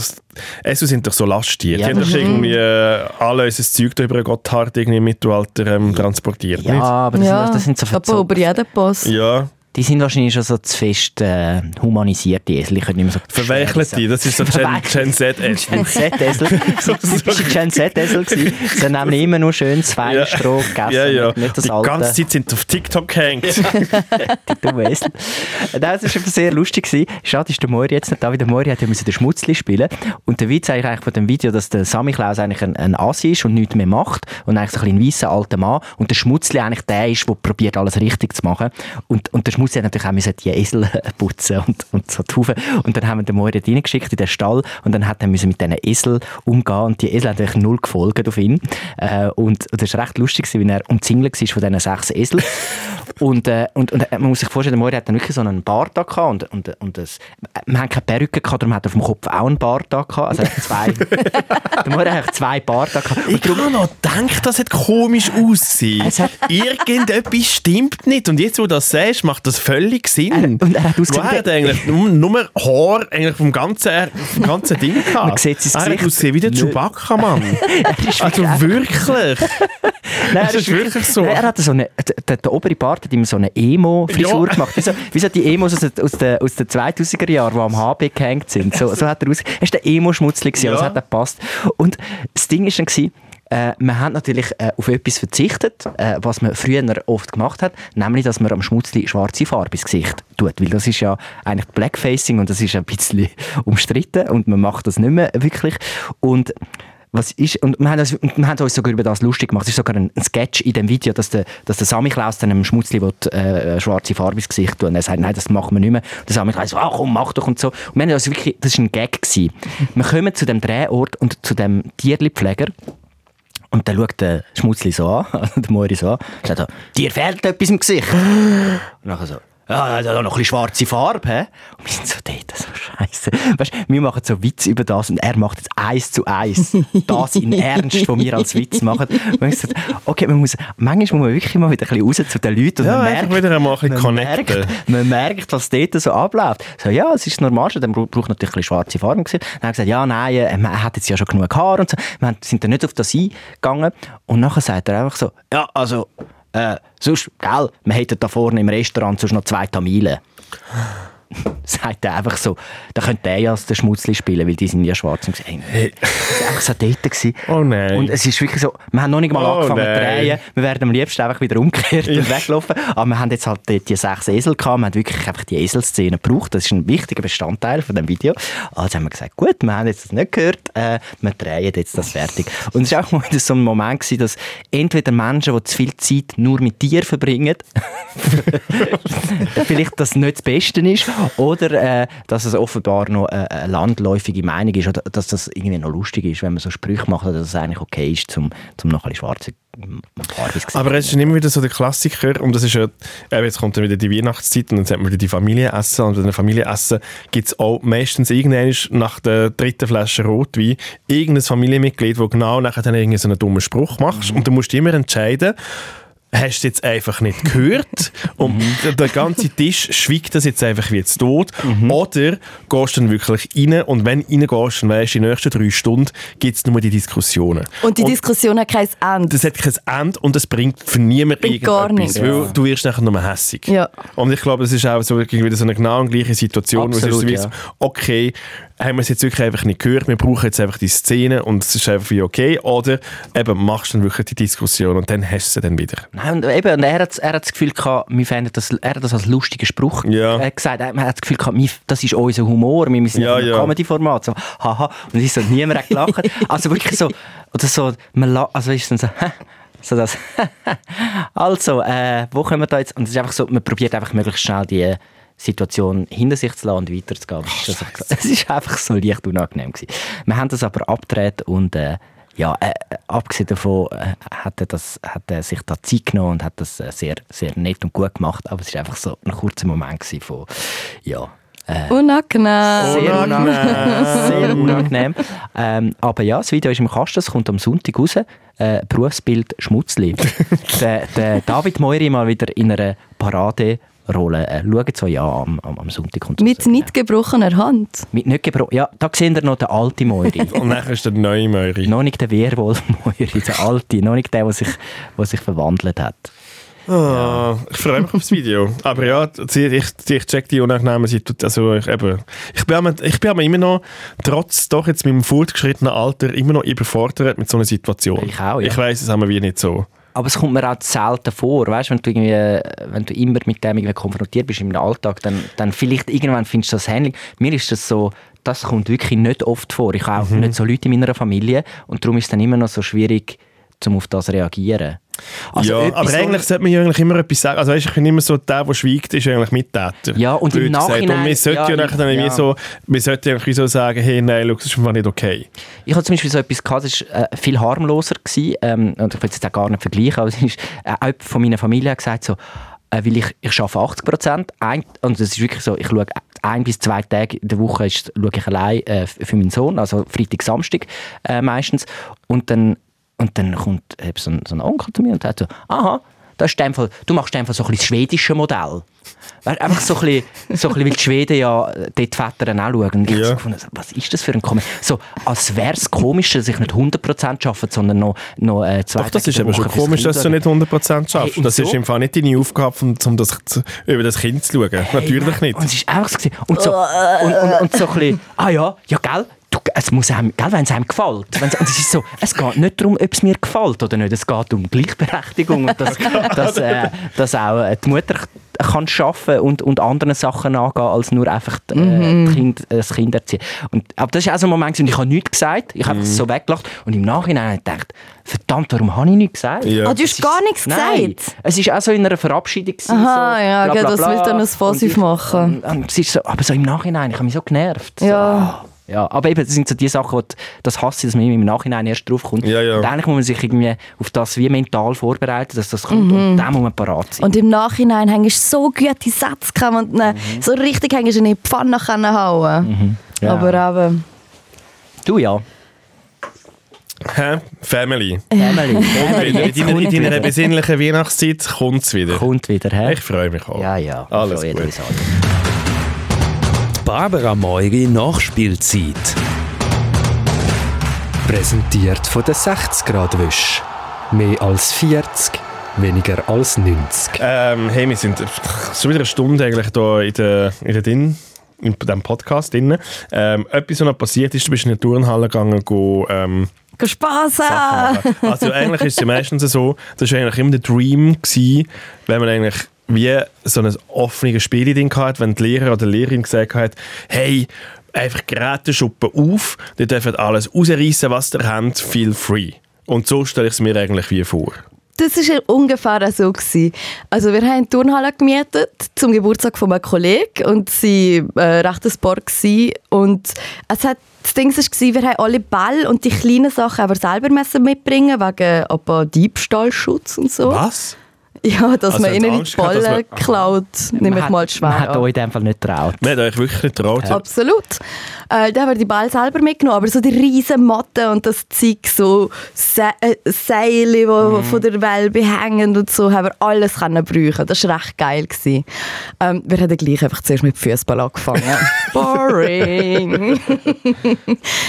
S1: Essen sind doch so Lasttiere.
S3: Ja,
S1: die haben
S3: das
S1: doch irgendwie äh, alle unser Zeug da über den Gotthard irgendwie im Mittelalter ähm, transportiert,
S3: Ja, aber das, sind, das sind so,
S2: aber
S3: so
S2: über jeden Post.
S1: nicht? Ja,
S3: Die sind wahrscheinlich schon so zu fest äh, humanisierte Esel. Ich könnte nicht mehr so
S1: verweichelte, das ist so Gen,
S3: Verweichelt.
S1: Gen
S3: [laughs]
S1: Z
S3: Gen
S1: Essen.
S3: Z-Esel.
S1: [laughs]
S3: so typische Gen Z-Esel gewesen. Sie haben nämlich immer nur schön zwei
S1: Ja.
S3: Stroh gegessen.
S1: Ja, ja.
S3: Nicht das
S1: Die
S3: alte.
S1: ganze Zeit sind sie auf TikTok gehängt.
S3: [laughs] dumme Esel. Nein, es war eben sehr lustig. Gewesen. Schade ist der Mori jetzt nicht da, weil der Mori hat ja müssen den Schmutzli spielen Und der Witz eigentlich eigentlich von dem Video, dass der Sammy Klaus eigentlich ein, ein Assi ist und nichts mehr macht und eigentlich so ein, bisschen ein weisser alter Mann und der Schmutzli eigentlich der ist, der probiert alles richtig zu machen. Und, und der Schmutzli hat natürlich auch müssen die Esel [laughs] putzen und, und so die Haufen. Und dann haben wir den Mori dort reingeschickt in den Stall und dann hat er müssen mit diesen Esel umgehen und die Esel haben natürlich null gefolgt auf ihn. Äh, und, und das war recht lustig, gewesen, weil er umzingelt war von diesen sechs Eseln. Und, äh, und, und äh, man muss sich vorstellen, der Mori hat dann wirklich so einen Bart da gehabt und, und, und das, äh, wir haben keine Perücke gehabt, darum hat er auf dem Kopf auch einen Bart da gehabt. Also er
S1: [laughs]
S3: hat zwei. [laughs] der Mori hat eigentlich zwei Bart da gehabt.
S1: Ich habe noch gedacht, das hat komisch ausgesehen. Irgendetwas stimmt nicht. Und jetzt, wo du das sagst, macht das völlig Sinn.
S3: Er- und er hat
S1: Du
S3: ausgesehen-
S1: hast eigentlich nur, nur Haar eigentlich vom ganzen, vom ganzen Ding gehabt.
S3: Man sieht sein
S1: er hat
S3: Gesicht.
S1: ausgesehen wie der
S3: Nö.
S1: Chewbacca,
S3: [laughs]
S1: Mann. also wirklich.
S3: Nein,
S1: Das
S3: er
S1: ist wirklich so.
S3: Nein, Er hat so eine, der, der, der obere Bart hat ihm so eine Emo-Frisur
S1: Ja.
S3: gemacht. Wie so, wie so die Emos aus, den- aus, den, aus den 2000er Jahren, die am HB gehängt sind. So, so hat er ausgesehen. Er war der Emo-Schmutzli, ja.
S1: Ja.
S3: das hat er gepasst. Und das Ding war dann, gewesen, äh, man hat natürlich äh, auf etwas verzichtet, äh, was man früher oft gemacht hat, nämlich, dass man am Schmutzli schwarze Farbe ins Gesicht tut, weil das ist ja eigentlich Blackfacing und das ist ein bisschen [laughs] umstritten und man macht das nicht mehr wirklich und was ist, und wir haben, uns, und wir haben uns sogar über das lustig gemacht. Es ist sogar ein, ein Sketch in dem Video, dass der, dass der Sami Klaus dann einem Schmutzli will, äh, äh, schwarze Farbe ins Gesicht tut. Und er sagt, nein, das machen wir nicht mehr. Und der Sami Klaus so, ah, komm, mach doch und so. Und wir haben uns wirklich, das war ein Gag. Gewesen. Wir kommen zu dem Drehort und zu dem Tierlipfleger. Und dann schaut der Schmutzli so an, [laughs] also der Moiri so an, und sagt so, dir fehlt etwas im Gesicht. Und nachher so, ja, er hat auch noch ein bisschen schwarze Farbe, hä? Und wir sind so dort, so scheiße. Weißt, wir machen so Witz über das und er macht jetzt eins zu eins das in Ernst, was wir als Witz machen. Und ich so, okay, man muss, manchmal muss man wirklich mal wieder ein bisschen raus zu den Leuten und
S1: Ja,
S3: man
S1: einfach
S3: merkt,
S1: wieder einmal ein bisschen
S3: man
S1: connecten.
S3: merkt, man merkt, was dort so abläuft. So, ja, es ist das Normalste, dann bra- braucht natürlich ein bisschen schwarze Farbe. Gewesen. Dann haben wir gesagt, ja, nein, äh, man hat jetzt ja schon genug Haar und so. Wir haben- sind dann nicht auf das eingegangen. Und nachher sagt er einfach so, ja, also, äh, sonst, gell, wir hätten da vorne im Restaurant sonst noch zwei Tamile. [laughs] sagt er einfach so, da könnte er ja als der Schmutzli spielen, weil die sind ja schwarz. Und ich sage, hey, das war einfach so dort. Gewesen.
S1: Oh nein.
S3: Und es ist wirklich so, wir haben noch nicht mal
S1: Oh
S3: angefangen zu
S1: nein.
S3: drehen. Wir werden am liebsten einfach wieder umgekehrt und weglaufen. Aber wir haben jetzt halt dort die sechs Esel gehabt. Wir haben wirklich einfach die Eselszene gebraucht. Das ist ein wichtiger Bestandteil von dem Video. Also haben wir gesagt, gut, wir haben jetzt das nicht gehört. Äh, wir drehen jetzt das fertig. Und es war auch mal wieder so ein Moment, gewesen, dass entweder Menschen, die zu viel Zeit nur mit Tieren verbringen, [laughs] vielleicht das nicht das Beste ist oder äh, dass es offenbar noch äh, eine landläufige Meinung ist oder dass das irgendwie noch lustig ist, wenn man so Sprüche macht oder dass es eigentlich okay ist, zum, zum noch ein bisschen schwarze Farbe zu sehen.
S1: Aber es ist immer wieder so der Klassiker und das ist ja, eben jetzt kommt dann wieder die Weihnachtszeit und dann sagt man wieder die Familienessen und bei einem Familienessen gibt es auch meistens irgendwann nach der dritten Flasche Rotwein irgendein Familienmitglied, wo genau nachher dann irgendwie so einen dummen Spruch machst
S2: Mhm.
S1: und dann musst du immer entscheiden, hast du jetzt einfach
S2: [laughs]
S1: nicht gehört und
S2: Mhm.
S1: der- der ganze Tisch schweigt das jetzt einfach wie jetzt tot
S2: Mhm.
S1: oder gehst du dann wirklich rein und wenn du reingehst, dann weisst du, in den nächsten drei Stunden gibt es nur die Diskussionen.
S2: Und die Diskussion hat kein Ende.
S1: Das hat kein Ende und es bringt für niemanden
S2: Bringt gar
S1: irgendetwas,
S2: nichts.
S1: weil du wirst nachher nur hässig.
S2: Ja.
S1: Und ich glaube, es ist auch so wirklich wieder so eine genau gleiche Situation,
S3: Absolut,
S1: wo es ist so,
S3: ja.
S1: wie so, okay, haben wir es jetzt wirklich einfach nicht gehört, wir brauchen jetzt einfach die Szene und es ist einfach wie okay, oder eben machst du dann wirklich die Diskussion und dann hast du sie dann wieder.
S3: Nein, und eben, und er, hat, er hat das Gefühl gehabt, wir fänden das, er hat das als lustigen Spruch
S1: Ja.
S3: äh, gesagt. Er hat das Gefühl gehabt, wir- das ist unser Humor, wir sind
S1: Ja,
S3: ja, ja.
S1: ja.
S3: Comedy-Format. So, haha. Und es ist so, niemand hat [laughs] gelacht. also wirklich so, oder so, man la- also ist dann so, [laughs] so das, [laughs] also, äh, wo kommen wir da jetzt? Und es ist einfach so, man probiert einfach möglichst schnell die Situation hinter sich zu lassen und weiterzugehen. Das ist einfach- [laughs] Es ist einfach so leicht unangenehm gewesen. Wir haben das aber abgedreht und äh, ja, äh, äh, abgesehen davon äh, hat, er das, hat er sich da Zeit genommen und hat das äh, sehr, sehr nett und gut gemacht, aber es war einfach so ein kurzer Moment gewesen von, ja,
S2: Unangenehm.
S3: sehr
S1: Unangenehm. [laughs]
S3: unangenehm. sehr unangenehm. Ähm, aber ja, das Video ist im Kasten, es kommt am Sonntag raus. Äh, Berufsbild Schmutzli. der, der David Moiri mal wieder in einer Paraderolle. Äh, schaut es euch an, am, am, am Sonntag kommt es raus,
S2: Mit
S3: genau.
S2: nicht gebrochener Hand.
S3: Mit nicht gebrochen. Ja, da seht ihr noch den alten Moiri.
S1: Und nachher ist der neue Möri.
S3: noch nicht der Werwolf-Moiri, der alte. Noch nicht der, der sich, der sich verwandelt hat.
S1: Ah, ich freue mich aufs Video. Aber ja, die- ich, ich check die unangenehmen Situation. Also ich, eben, ich, bin am- ich bin aber immer noch, trotz doch jetzt meinem fortgeschrittenen Alter, immer noch überfordert mit so einer Situation.
S3: Ich auch, ja.
S1: Ich weiss es haben wir wie nicht so.
S3: Aber es kommt mir auch selten vor, weißt, wenn du irgendwie, äh, wenn du immer mit dem irgendwie konfrontiert bist im Alltag, dann, dann vielleicht irgendwann findest du das Handling. Mir ist das so, das kommt wirklich nicht oft vor. Ich habe auch
S1: Mhm.
S3: nicht so Leute in meiner Familie und darum ist es dann immer noch so schwierig, zum auf das reagieren. Also,
S1: ja,
S3: etwas
S1: aber
S3: so-
S1: eigentlich sollte man ja eigentlich immer etwas sagen. Also weißt, ich bin immer so, der, der schweigt, ist eigentlich Mittäter.
S3: Ja, und im
S1: Blöd gesagt. Und
S3: Nachhinein-
S1: wir sollten
S3: ja,
S1: ja,
S3: im-
S1: nachher dann irgendwie
S3: ja.
S1: so, wir sollten ja irgendwie so sagen, hey, nein, schau, das ist einfach nicht okay.
S3: Ich habe zum Beispiel so etwas gehabt, das war äh, viel harmloser. Gewesen, ähm, und ich will es jetzt auch gar nicht vergleichen, aber es ist, äh, auch jemand von meiner Familie hat gesagt, so, äh, weil ich, ich arbeite 80 Prozent. Und das ist wirklich so, ich schaue ein bis zwei Tage in der Woche ist, schaue ich allein äh, f- für meinen Sohn, also Freitag, Samstag äh, meistens. Und dann, und dann kommt eben so, ein, so ein Onkel zu mir und sagt so, aha, das ist in dem Fall, du machst in dem Fall so ein bisschen das schwedische Modell. Weißt, einfach so ein bisschen, so ein bisschen, weil die Schweden ja äh, dort die Väter auch schauen. Und ich
S1: Ja.
S3: so gefunden, so, was ist das für ein Komisch? So, als wäre es komisch, dass ich nicht 100% arbeite, sondern noch, noch äh, zwei
S1: Doch, das
S3: Tage
S1: ist
S3: pro
S1: eben
S3: Woche
S1: schon
S3: fürs
S1: komisch,
S3: Kind
S1: dass du
S3: oder-
S1: nicht 100% schaffst.
S3: Hey, und
S1: das ist
S3: so?
S1: im Fall nicht deine Aufgabe, um, um das, zu- über das Kind zu schauen. Natürlich nicht.
S3: Und es ist einfach so. gewesen. Und so, und, und, und so ein bisschen, ah ja, ja, gell? Du, es muss einem, gell, wenn es einem gefällt. Wenn's, und es ist so, es geht nicht darum, ob es mir gefällt oder nicht. Es geht um Gleichberechtigung und dass, dass, äh, dass auch äh, die Mutter kann schaffen und, und anderen Sachen angehen, als nur einfach äh,
S2: Mhm.
S3: die kind, äh, das Kind erziehen. Und, aber das ist auch so ein Moment, gewesen, und ich habe nichts gesagt, ich habe einfach so weggelacht und im Nachhinein habe ich gedacht, verdammt, warum habe ich nichts gesagt?
S1: Ja.
S2: Ah, du hast
S3: Es
S2: gar
S3: ist-
S2: nichts
S3: Nein,
S2: gesagt.
S3: es war auch so in einer Verabschiedung. gewesen,
S2: Aha,
S3: so,
S2: ja,
S3: bla,
S2: gell,
S3: bla,
S2: das
S3: bla.
S2: will dann ein
S3: Und ich-
S2: Fass machen.
S3: und, und es ist so, aber so im Nachhinein, ich habe mich so genervt. So,
S2: Ja.
S3: ah. ja. Aber eben, das sind so die Sachen, wo die, das hasse ich, dass man immer im Nachhinein erst drauf kommt.
S1: Ja, ja.
S3: Und eigentlich muss man sich irgendwie auf das wie mental vorbereiten, dass das kommt und dann muss man parat sein.
S2: Mhm. Und im Nachhinein hängst du so gute Sätze gehabt und dann so richtig hängst du in die Pfanne können hauen.
S3: Mhm. Ja.
S2: Aber eben,
S3: du ja,
S1: Hä? Family.
S2: [laughs]
S3: Emily,
S1: Kommt wieder.
S3: Äh, jetzt
S1: In deiner,
S3: kommt
S1: in deiner
S3: wieder.
S1: besinnlichen Weihnachtszeit kommt es wieder.
S3: Kommt wieder, hä?
S1: Ich freue mich auch.
S3: Ja, ja.
S1: Alles
S3: So, jeder
S1: gut.
S3: ist alles.
S6: Barbara Meuri Nachspielzeit. Präsentiert von der 60 Grad Wisch. Mehr als 40
S7: weniger als 90.
S1: Ähm, hey, wir sind so wieder eine Stunde eigentlich hier in der, in der Dinn, in diesem Podcast drin. Ähm, etwas, was noch passiert ist, du bist in eine Turnhalle gegangen, go, ähm,
S2: Geh Spass
S1: Sachen
S2: haben!
S1: machen. [laughs] Also eigentlich ist es ja meistens so, das war eigentlich immer der Dream, gewesen, wenn man eigentlich wie so ein offenes Spieliding hatte, wenn der Lehrer oder die Lehrerin gesagt hat, hey, einfach Geräteschuppen auf, ihr dürft alles rausreißen, was ihr habt, feel free. Und so stelle ich es mir eigentlich wie vor.
S2: Das war ungefähr auch so. Gewesen. Also wir haben eine Turnhalle gemietet zum Geburtstag von einem Kollegen und sie äh, recht ein paar gewesen. und es hat das Ding war, wir haben alle Ball und die kleinen Sachen aber selber müssen mitbringen wegen ein paar Diebstahlschutz und so.
S1: Was?
S2: Ja, dass
S1: Also
S2: man
S1: hat
S2: ihnen
S1: Angst
S2: die
S1: gehabt, dass
S2: Ballen
S1: man-
S2: klaut, nehme ich
S3: hat-
S2: mal schwer
S3: Man hat
S2: an.
S3: euch in dem Fall nicht getraut.
S1: Wir haben euch wirklich nicht getraut.
S2: Absolut. Äh, da haben wir die Ball selber mitgenommen, aber so die riesen Matten und das Zeug, so Se äh, Seile, die
S3: Mhm.
S2: von der Welbe hängen und so, haben wir alles können brauchen. Das war recht geil. Gewesen. Ähm, wir haben dann gleich einfach zuerst mit Fußball angefangen.
S3: [laughs]
S2: Boring.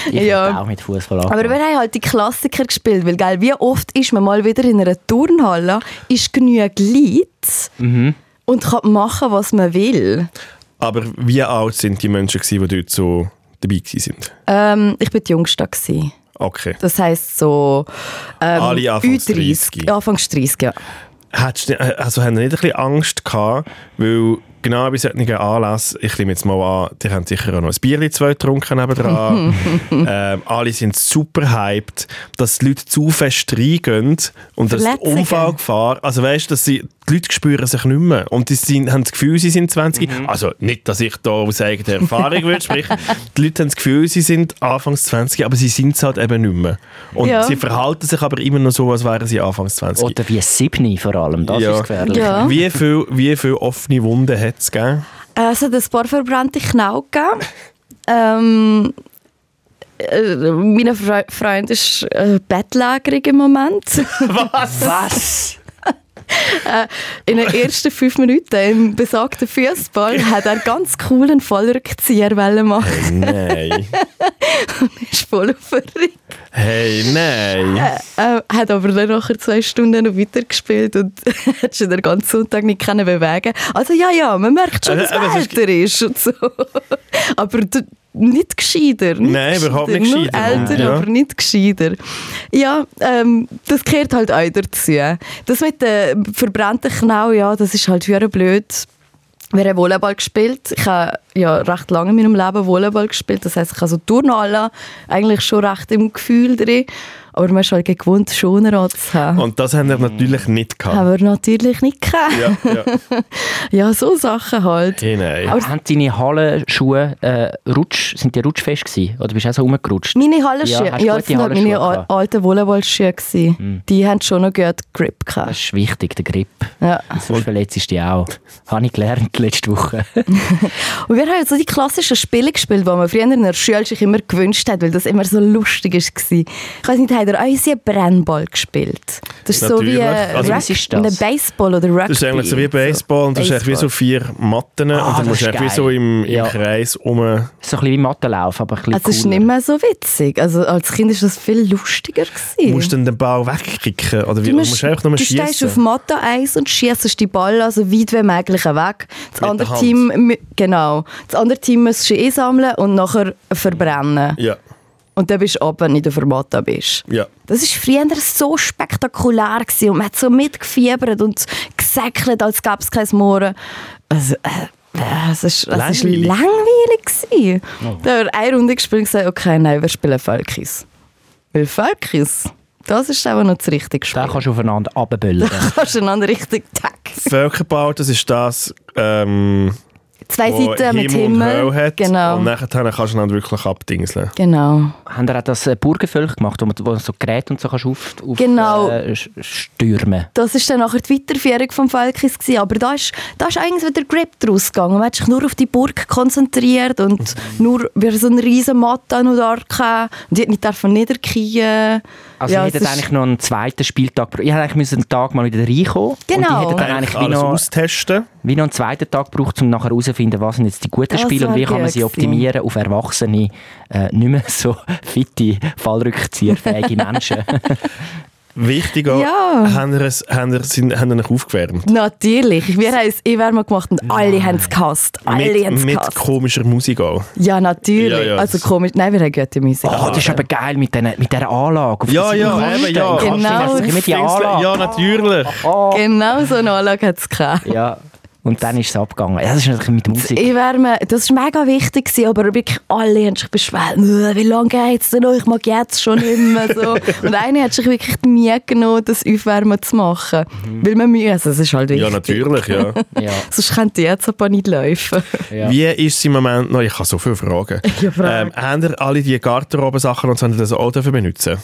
S3: Ich
S2: Ja.
S3: hätte auch mit Fußball
S2: aber wir
S3: angefangen.
S2: haben halt die Klassiker gespielt, weil geil, wie oft ist man mal wieder in einer Turnhalle, ist genügend Leute
S3: Mhm.
S2: und kann machen, was man will.
S1: Aber wie alt sind die Menschen, gewesen, die dort so dabei gewesen sind?
S2: Ähm, ich war die Jüngste. Gewesen.
S1: Okay.
S2: Das heisst so ähm,
S1: Alle anfangs 30.
S2: Anfangs 30, ja.
S1: Hättest du, also haben nicht ein bisschen Angst gehabt, weil genau bei solchen Anlässen, ich nehme jetzt mal an, die haben sicher auch noch ein Bierli zwei getrunken
S2: [laughs]
S1: nebenan. ähm, alle sind super hyped, dass die Leute zu fest reingehen und dass die
S2: Verletzungen.
S1: Unfallgefahr, also weißt du, dass sie, die Leute spüren sich nicht mehr und die sind, haben das Gefühl, sie sind 20.
S2: Mhm.
S1: Also nicht, dass ich da aus eigener Erfahrung
S2: [laughs]
S1: würde, sprich, die Leute haben das Gefühl, sie sind anfangs 20, aber sie sind es halt eben nicht mehr. Und
S2: Ja.
S1: sie verhalten sich aber immer noch so, als wären sie anfangs 20.
S3: Oder wie Sibni vor allem, das
S1: Ja.
S3: ist gefährlich.
S2: ja.
S1: Wie viele wie viel offene Wunden hat es gegeben?
S2: Äh, Es hat ein paar verbrannte Knau gegeben. ähm, äh, mein Fre Freund ist äh, bettlägerig im Moment. [laughs] Äh,
S3: Was?
S2: In den ersten fünf Minuten im besagten Fußball hat er ganz cool einen Vollrückzieher wollen machen.
S1: Nein.
S2: Ist voll verrückt.
S1: Hey, nein.
S2: Äh, hat aber dann nachher zwei Stunden noch weitergespielt und [laughs] hat schon den ganzen Sonntag nicht können bewegen. Also ja, ja, man merkt schon,
S1: Äh,
S2: dass
S1: aber
S2: man
S1: es ist
S2: älter ist und so. [laughs] aber d- nicht gescheiter. Nicht
S1: Nein, überhaupt nicht gescheiter.
S2: Nur älter,
S1: Ja.
S2: aber nicht gescheiter. Ja, ähm, das gehört halt auch dazu. Das mit den verbrannten Knau, ja, das ist halt höher blöd. Wir haben Volleyball gespielt. Ich habe ja recht lange in meinem Leben Volleyball gespielt. Das heisst, ich habe so Turnhallen eigentlich schon recht im Gefühl drin. Aber man ist halt gewohnt, Schoner anzuhaben.
S1: Und das haben wir natürlich nicht gehabt.
S2: Haben wir natürlich nicht gehabt.
S1: Ja, ja.
S2: [laughs] Ja, so Sachen halt.
S1: Hey, nein.
S3: Aber haben deine Hallenschuhe äh, rutsch, sind die rutschfest gewesen? Oder bist du auch so rumgerutscht?
S2: Meine Hallenschuhe, ja,
S3: Ja, hast du
S2: ja
S3: gute
S2: das sind halt meine
S3: Hallenschuhe
S2: al-
S3: gehabt?
S2: alten Volleyballschuhe.
S1: Hm.
S2: gewesen. Die haben schon noch gut Grip
S3: Das
S2: gehabt.
S3: ist wichtig, der Grip.
S2: Ja.
S3: Sonst verletzt du dich auch. Habe ich gelernt letzte Woche. [laughs]
S2: Und wir haben so die klassischen Spiele gespielt, die man früher in der Schule sich immer gewünscht hat, weil das immer so lustig war. Ich weiß nicht, habt ihr auch einen Brennball gespielt? Das ist so wie
S1: Natürlich.
S2: äh,
S1: Also,
S3: was
S2: Rug-
S3: ist das?
S2: ein Baseball oder Rugby.
S1: Das ist eigentlich so wie Baseball und das ist eigentlich wie so vier Matten und
S3: Ah,
S1: dann musst du
S3: das
S1: eigentlich
S3: ist
S1: wie
S3: geil.
S1: so im, im
S3: Ja.
S1: Kreis um.
S3: So ein bisschen wie Mattenlauf, aber ein bisschen
S2: Also es ist
S3: cooler.
S2: nicht mehr so witzig. Also als Kind war das viel lustiger. Gewesen.
S1: Musst du dann den Ball wegkicken oder wie?
S2: Du,
S1: Du
S2: musst-
S1: musst einfach nur
S2: du stehst auf
S1: schießen.
S2: Mathe-Eis und schießt die Ball also weit wie möglich weg. Das
S1: der
S2: andere
S1: Hand.
S2: Team, mü- genau, das andere Team musst du eh sammeln und nachher verbrennen.
S1: Ja,
S2: Und dann bist du ab, wenn du in der Vermata bist.
S1: ja.
S2: Das war früher so spektakulär gewesen und man hat so mitgefiebert und gesäckelt, als gäbe es kein Morgen. Also, äh, äh, es ist, es ist
S1: Langweilig. Oh.
S2: langweilig. gewesen. Da haben wir eine Runde gespielt und gesagt, okay, nein, wir spielen Völkis. Weil Völkis, das ist aber noch das richtige Spiel
S3: Da kannst du aufeinander
S2: [laughs]
S3: runterbüllen.
S2: kannst du einander richtig tag.
S1: Völkerbau, das ist das, ähm,
S2: Zwei
S1: wo
S2: Seiten mit
S1: Himmel und Hölle
S2: Himmel.
S1: hat. Oh,
S2: Genau.
S1: Und nachher kannst du dann wirklich abdingseln.
S2: Genau.
S3: Haben ihr auch das äh, Burgenvölk gemacht, wo man wo man so Gerät und so kannst auf, auf
S2: Genau.
S3: äh, sch- stürmen
S2: Das war dann nachher die Weiterführung des Falkis. gewesen. Aber da ist, da ist eigentlich wieder Grip draus gegangen. Man hat sich nur auf die Burg konzentriert und
S1: Mhm.
S2: nur wir so eine riesen Matte noch da gehabt. Und die hat nicht davon niederkiehen.
S3: Also
S2: ja,
S3: ihr hättet
S2: es ist-
S3: eigentlich noch einen zweiten Spieltag braucht. Ihr hättet eigentlich müssen einen Tag mal wieder reinkommen und
S2: Genau.
S3: ihr hättet dann
S1: Eigentlich
S3: eigentlich wie
S1: alles
S3: noch,
S1: austesten.
S3: wie noch einen zweiten Tag gebraucht, um nachher herauszufinden, was sind jetzt die guten
S2: Das
S3: Spiele und wie
S2: wär
S3: kann man
S2: gut
S3: sie
S2: gewesen.
S3: optimieren
S2: [laughs]
S3: auf erwachsene, äh, nicht mehr so fitte, fallrückzieherfähige Menschen.
S1: wichtig an,
S2: Ja.
S1: haben, wir es, haben, wir, sind, haben wir euch aufgewärmt.
S2: Natürlich. Wir haben es eh wärmer gemacht und alle haben es gehasst. Alle haben
S1: mit,
S2: es
S1: mit
S2: gehasst.
S1: komischer Musik auch.
S2: Ja, natürlich.
S1: Ja, ja,
S2: also
S1: das-
S2: komisch. Nein, wir haben gute Musik.
S3: Oh, das ist aber geil mit, den, mit dieser Anlage. Auf
S1: Ja,
S3: diesem
S1: ja,
S3: Kasten.
S1: eben, ja.
S3: Kasten,
S2: Genau.
S3: das ist Mit die Anlage.
S1: Ja, natürlich.
S2: Genau so eine Anlage hat es gehabt.
S3: Ja. Und dann ist es abgegangen. Ja, das ist natürlich mit Musik.
S2: Ich wär mir- das war mega wichtig, gewesen, aber wirklich alle haben sich beschwert, «Nö, wie lange geht es denn noch, ich mag jetzt schon nicht mehr.
S1: [laughs]
S2: So. Und einer hat sich wirklich die Mühe genommen, das Aufwärmen zu machen. Weil man Mühe also es ist halt wichtig.
S1: Mhm. Ja, natürlich, ja.
S3: Ja.
S2: Sonst könnte ich jetzt aber
S1: [laughs]
S2: nicht laufen.
S3: Ja.
S1: Wie ist es im Moment noch? Ich habe so viele Fragen.
S2: Ja, Frage.
S1: Ähm, haben ihr alle die Garderobe-Sachen und so habt ihr das auch dürfen benutzen?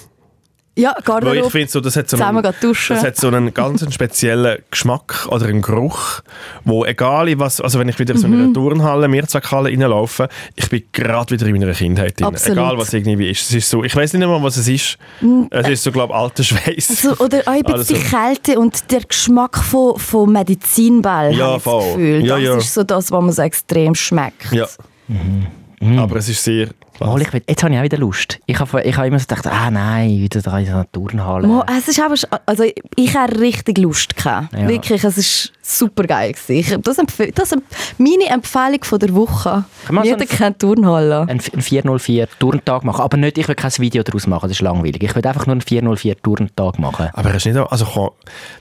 S2: Ja,
S1: Weil ich
S2: Garderobe.
S1: finde, so, das, hat so
S2: Zusammen
S1: einen,
S2: gehen duschen.
S1: das hat so einen ganz einen speziellen Geschmack oder einen Geruch, wo egal in was, also wenn ich wieder so in
S2: Mhm.
S1: einer Turnhalle, Mehrzweckhalle reinlaufe, ich bin gerade wieder in meiner Kindheit drin.
S2: Absolut.
S1: Egal was irgendwie ist. Es ist so, ich weiß nicht mal, was es ist. Es ist so, glaube ich, alter Schweiß.
S2: So, oder auch ein bisschen
S1: Also-
S2: die Kälte und der Geschmack von, von Medizinball.
S1: Ja,
S2: habe ich
S1: voll.
S2: das Gefühl.
S1: Ja,
S2: das
S1: ja.
S2: ist so das, was man so extrem schmeckt.
S1: Ja. Aber es ist sehr...
S3: Mhm. Mal, ich will, jetzt habe ich auch wieder Lust. Ich habe, ich habe immer so gedacht, ah nein, wieder da in so einer Turnhalle.
S2: Mo, es ist aber, sch- also ich- ich hatte richtig Lust. Gehabt.
S3: Ja.
S2: Wirklich, es war super geil. Ich, das empf- das emp meine Empfehlung von der Woche.
S3: Kann man so
S2: Jeder
S3: ein-
S2: kennt Turnhalle.
S3: Ein 404-Turntag machen. Aber nicht, ich will kein Video daraus machen, das ist langweilig. Ich will einfach nur einen 404-Turntag machen.
S1: Aber er ist nicht... auch- Also komm,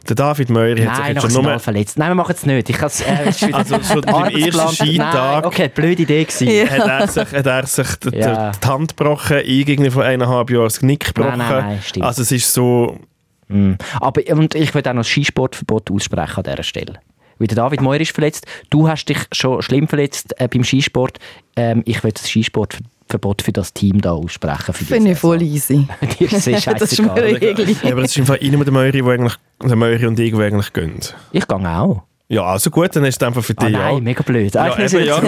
S1: der David Meury hat sich jetzt
S3: Nein, noch
S1: schon
S3: ist
S1: nur...
S3: mal verletzt. Nein, wir machen es nicht. Ich kann es. Äh, es ist
S1: [laughs]
S3: wieder-
S1: Also schon beim
S3: Arbeitsplan-
S1: ersten Skitag-
S3: Nein, Okay, blöde Idee gewesen.
S1: hat er sich, hat er sich die, die-
S3: Ja.
S1: die Hand gebrochen, ich irgendwie vor eineinhalb Jahren das Knick gebrochen.
S3: Nein, nein, nein, stimmt.
S1: also es ist so,
S3: Aber und ich will auch noch das Skisportverbot aussprechen an dieser Stelle. Weil der David Moir ist verletzt. Du hast dich schon schlimm verletzt äh, beim Skisport. Ähm, ich will das Skisportverbot für das Team da aussprechen. Für die
S2: Finde ich
S3: Saison.
S2: voll easy.
S3: [laughs] Dir ist
S2: [laughs]
S3: es
S2: Das ist mir
S3: scheißegal.
S2: regelig.
S1: ja, aber es ist im Fall immer der Möri, wo eigentlich, der Möri und ich, die eigentlich gehen.
S3: Ich gehe auch.
S1: Ja, also gut, dann ist es einfach für
S3: Ah,
S1: dich,
S3: nein,
S1: ja.
S3: mega blöd. Ah,
S1: Ja,
S3: Eigentlich
S1: eben, ja.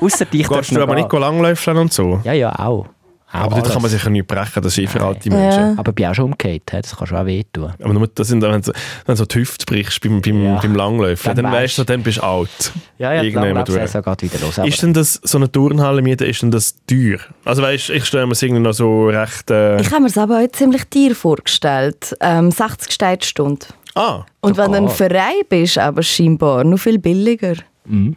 S3: Außer dich
S1: Gehst
S3: darfst
S1: du
S3: noch
S1: aber
S3: gehen.
S1: nicht langläufeln und so?
S3: Ja, ja, auch.
S1: aber dort kann man
S3: alles.
S1: sicher nicht brechen, das ist für alte
S2: Ja.
S1: Menschen.
S3: Aber ich bin auch schon umgekehrt. hä? Das kann schon auch wehtun.
S1: Aber nur, das sind, dann, wenn, du, wenn du so die Hüfte brichst beim, beim,
S3: Ja.
S1: beim Langläufen,
S3: Dann
S1: dann weißt
S3: weisst
S1: du, dann bist du alt.
S3: Ja, ja, die
S1: Irgendjemand durch.
S3: Langlaufsaison geht wieder los. Aber
S1: Ist denn das, so eine Turnhalle mieten, ist denn das teuer? Also weißt ich stelle mir es irgendwie noch so recht... Äh,
S2: Ich habe mir es aber auch ziemlich dir vorgestellt. Ähm, 60 Steine die Stunde.
S1: ah,
S2: Und wenn du ein
S3: Sogar.
S2: Verein bist, aber scheinbar noch viel billiger.
S3: Mhm.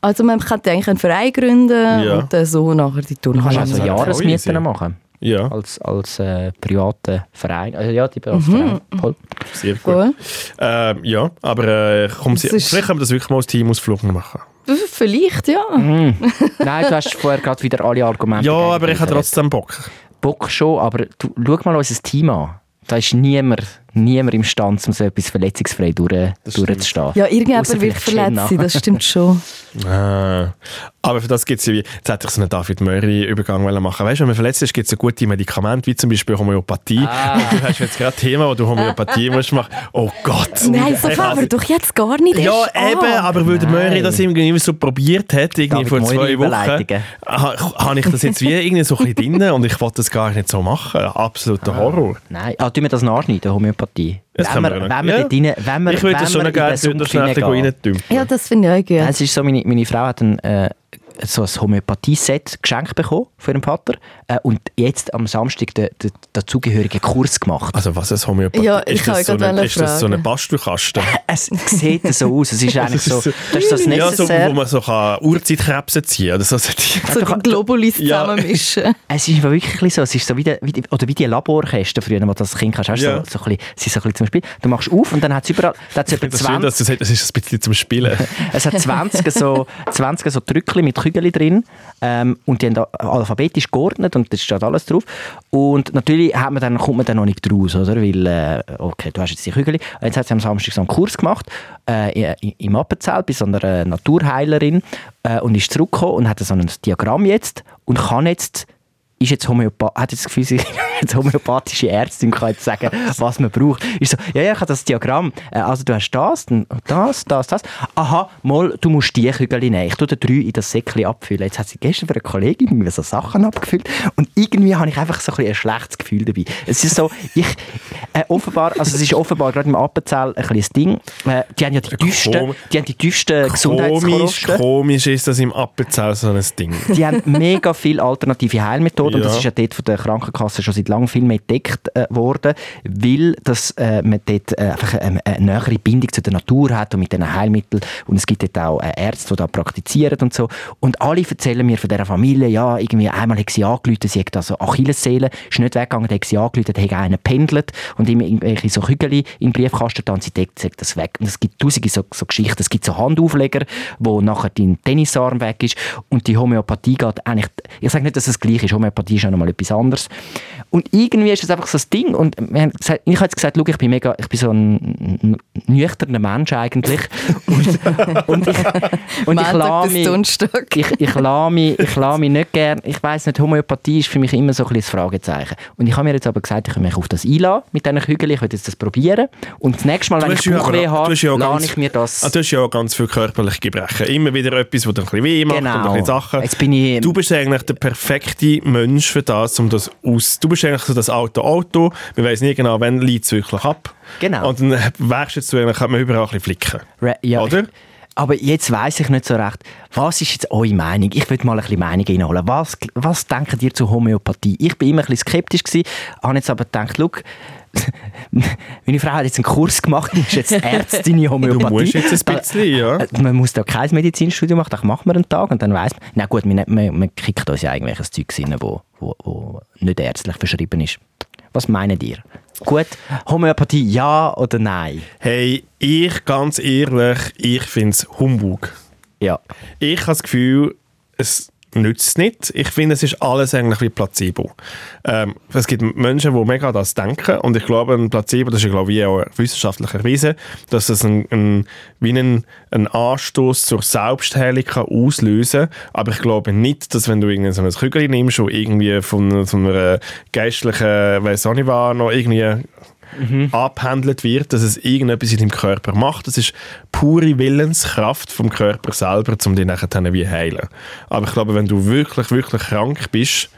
S2: Also man könnte eigentlich einen Verein gründen
S1: Ja.
S2: und dann so nachher die
S3: du kannst
S2: Turnhalle
S3: also
S1: ist ja voll easy.
S3: Jahresmieten machen.
S1: ja,
S3: Als, als äh, privater Verein. Also, ja, die Verein. Voll.
S1: sehr gut.
S2: machen.
S1: Ähm, ja, aber äh, komm, sie,
S2: Das ist-
S1: vielleicht können wir das wirklich mal als Teamausflug machen.
S2: Cool. Vielleicht, ja.
S3: Mhm. Nein, du hast vorher gerade wieder alle Argumente.
S1: Ja,
S3: gegen
S1: aber ich
S3: dich
S1: habe
S3: verletzt.
S1: trotzdem Bock.
S3: Bock schon, aber du, schau mal unser Team an. Da ist niemand, niemand imstande, um so etwas verletzungsfrei durch, durchzustehen.
S2: Ja,
S3: Ausser
S2: irgendjemand wird
S3: vielleicht
S2: verletzt
S3: Jenna.
S2: sein, das stimmt schon.
S3: [laughs]
S1: Äh, aber für das gibt es ja, wie- jetzt hätte ich so einen David Murray-Übergang wollen machen Weißt du, wenn man verletzt ist, gibt es so gute Medikamente, wie zum Beispiel Homöopathie.
S3: Ah.
S1: Und du hast jetzt gerade ein Thema, wo du
S3: [laughs]
S1: Homöopathie musst machen. Oh Gott!
S2: Nein, so fahren wir doch jetzt gar nicht.
S1: Ja,
S2: erst an.
S1: eben, aber weil der
S3: Nein.
S1: Murray das irgendwie so probiert hat, irgendwie
S3: David
S1: vor
S3: Meury
S1: zwei Wochen,
S3: Überleitungen.
S1: ha- habe ich das jetzt wie irgendwie so ein bisschen drin und ich wollte das gar nicht so machen. Absoluter Horror.
S3: Nein, ah, tun wir das nachschneiden, Homöopathie.
S1: Das
S3: wenn
S1: können
S3: wir,
S1: wir
S3: wenn
S1: ja.
S3: wir dort rein, wenn wir,
S1: Ich würde
S3: wenn
S1: das
S3: wir
S1: schon
S3: in
S1: gerne
S3: den Sumpf
S1: schnell
S3: hineingehen.
S1: reintümpeln.
S2: Ja, das finde ich auch
S3: Ja,
S2: gut.
S3: Es ist so, meine, meine Frau hat ein, äh, so ein Homöopathie-Set geschenkt bekommen von ihrem Vater äh, und jetzt am Samstag den, den, dazugehörigen Kurs gemacht.
S1: Also was ist Homöopathie?
S2: Ja, ich
S1: ist,
S2: kann
S1: das so
S2: gerade
S1: eine,
S2: wollen
S1: ist das so
S2: fragen.
S1: eine
S3: [laughs]
S1: Bastelkasten?
S3: Es sieht so
S1: [laughs]
S3: aus. Es ist eigentlich so,
S1: ist
S3: das
S1: so-
S3: ist so das
S1: ja, so,
S3: Necessaire.
S1: wo man so kann Uhrzeitkrebsen ziehen oder so.
S3: Also
S2: so die Globulis
S1: Ja.
S2: [laughs] zusammenmischen.
S3: Es ist wirklich so, es ist so wie, die, wie die, oder wie die Laborkästen früher, wo das Kind kannst, hast,
S1: Ja.
S3: so, so ein bisschen, es ist so ein bisschen zum Spiel. Du machst auf und dann hat es überall, da hat's etwa
S1: Das ist, schön,
S3: 20,
S1: dass du sagst, das ist ein bisschen zum Spielen.
S3: es hat 20 so, 20 so Drückchen mit Kügeln drin ähm, und die haben da alphabetisch geordnet und da steht alles drauf. Und natürlich hat man dann, kommt man dann noch nicht raus, oder? Weil, äh, okay, du hast jetzt die Kügelchen. Jetzt hat sie am Samstag so einen Kurs gemacht äh, i- im Appenzell bei so einer äh, Naturheilerin äh, und ist zurückgekommen und hat so ein Diagramm jetzt und kann jetzt ist jetzt Homöopath, hat jetzt das Gefühl, sie [laughs] ist jetzt homöopathische Ärztin und kann jetzt sagen, was man braucht. Ist so, ja, ja, ich habe das Diagramm. Äh, Also du hast das, dann das, das, das. Aha, mal, du musst die Kügel nehmen. Ich tue die drei in das Säckchen abfüllen. Jetzt hat sie gestern für eine Kollegin irgendwie so Sachen abgefüllt und irgendwie habe ich einfach so ein, bisschen ein schlechtes Gefühl dabei. Es ist so, ich, äh, offenbar, also es ist offenbar gerade im Appenzell ein kleines Ding. Äh, die haben ja die tiefsten,
S1: Kom-
S3: die haben die tiefsten
S1: komisch,
S3: Gesundheitskosten
S1: komisch ist das im Appenzell so ein Ding.
S3: die haben mega viele alternative Heilmethoden. Und
S1: Ja.
S3: das ist ja dort von der Krankenkasse schon seit lange viel mehr entdeckt äh, worden, weil dass, äh, man dort äh, einfach ähm, eine nähere Bindung zu der Natur hat und mit diesen Heilmitteln. Und es gibt dort auch äh, Ärzte, die da praktizieren und so. Und alle erzählen mir von dieser Familie, ja, irgendwie einmal hat sie angerufen, sie hat also Achillessehne, ist nicht weggegangen, hat sie angerufen, hat einen pendelt und ihm irgendwelche so Kügel im Briefkasten dann sie deckt, sagt das weg. Und es gibt tausende so, so Geschichten. Es gibt so Handaufleger, wo nachher dein Tennisarm weg ist und die Homöopathie geht eigentlich, ich sage nicht, dass es gleich ist, Homöopathie ist ja nochmal etwas anderes. Und irgendwie ist es einfach so ein Ding und wir haben gesagt, ich habe jetzt gesagt, schau, ich bin mega, ich bin so ein nüchterner Mensch eigentlich [laughs] und, und ich, und ich
S2: Montag
S3: lasse
S2: bis
S3: mich
S2: Donnerstag.
S3: ich, ich lasse mich, ich lasse mich nicht gern. Ich weiß nicht, Homöopathie ist für mich immer so ein bisschen ein Fragezeichen. Und ich habe mir jetzt aber gesagt, ich kann mich auf das einlassen mit diesen Hügeln. Ich werde jetzt das probieren. Und das nächste Mal, wenn ich
S1: hast ja aber-
S3: Bauchweh
S1: du
S3: habe,
S1: hast ja auch
S3: lasse
S1: ganz-
S3: ich mir
S1: Ah,
S3: das.
S1: du hast ja auch ganz viel körperliche Gebrechen. Immer wieder etwas, das dir ein bisschen weh macht und
S3: Genau.
S1: ein bisschen Sachen.
S3: Jetzt bin ich-
S1: du bist eigentlich der perfekte Mensch für das, um das aus... Du bist eigentlich so das Auto-Auto. Man weiss nie genau, wann liegt es wirklich ab.
S3: Genau.
S1: Und dann wärst jetzt du eigentlich, könnte man überall ein bisschen flicken.
S3: Re- ja,
S1: Oder?
S3: Ich, aber jetzt weiß ich nicht so recht, was ist jetzt eure Meinung? Ich würde mal ein bisschen Meinung einholen. Was, was denkt ihr zu Homöopathie? Ich bin immer ein bisschen skeptisch gewesen, habe jetzt aber gedacht, schau, [laughs] meine Frau hat jetzt einen Kurs gemacht,
S1: [laughs]
S3: ist jetzt Ärztin in
S1: Du
S3: Homöopathie.
S1: musst jetzt ein bisschen, ja.
S3: Äh, Man muss da kein Medizinstudium machen, das machen wir einen Tag und dann weiss man. Na gut, man, nimmt- man, man kriegt uns ja irgendwelches Zeug rein, wo, wo, wo nicht ärztlich verschrieben ist. Was meint ihr? Gut, Homöopathie ja oder nein?
S1: Hey, ich ganz ehrlich, ich finde es Humbug.
S3: Ja.
S1: Ich habe das Gefühl, es nützt nicht. Ich finde, es ist alles eigentlich wie Placebo. Ähm, es gibt Menschen, die mega an das denken und ich glaube, ein Placebo, das ist ja, glaube ich, auch wissenschaftlich erwiesen, dass es ein, ein, wie ein, ein Anstoß zur Selbstheilung kann auslösen kann. Aber ich glaube nicht, dass wenn du irgendein so ein Kügel nimmst, wo irgendwie von, von einer geistlichen, weiß auch nicht was, noch irgendwie abhandelt wird, dass es irgendetwas in deinem Körper macht. Das ist pure Willenskraft vom Körper selber, um dich nachher dann wie heilen. Aber ich glaube, wenn du wirklich, wirklich krank bist,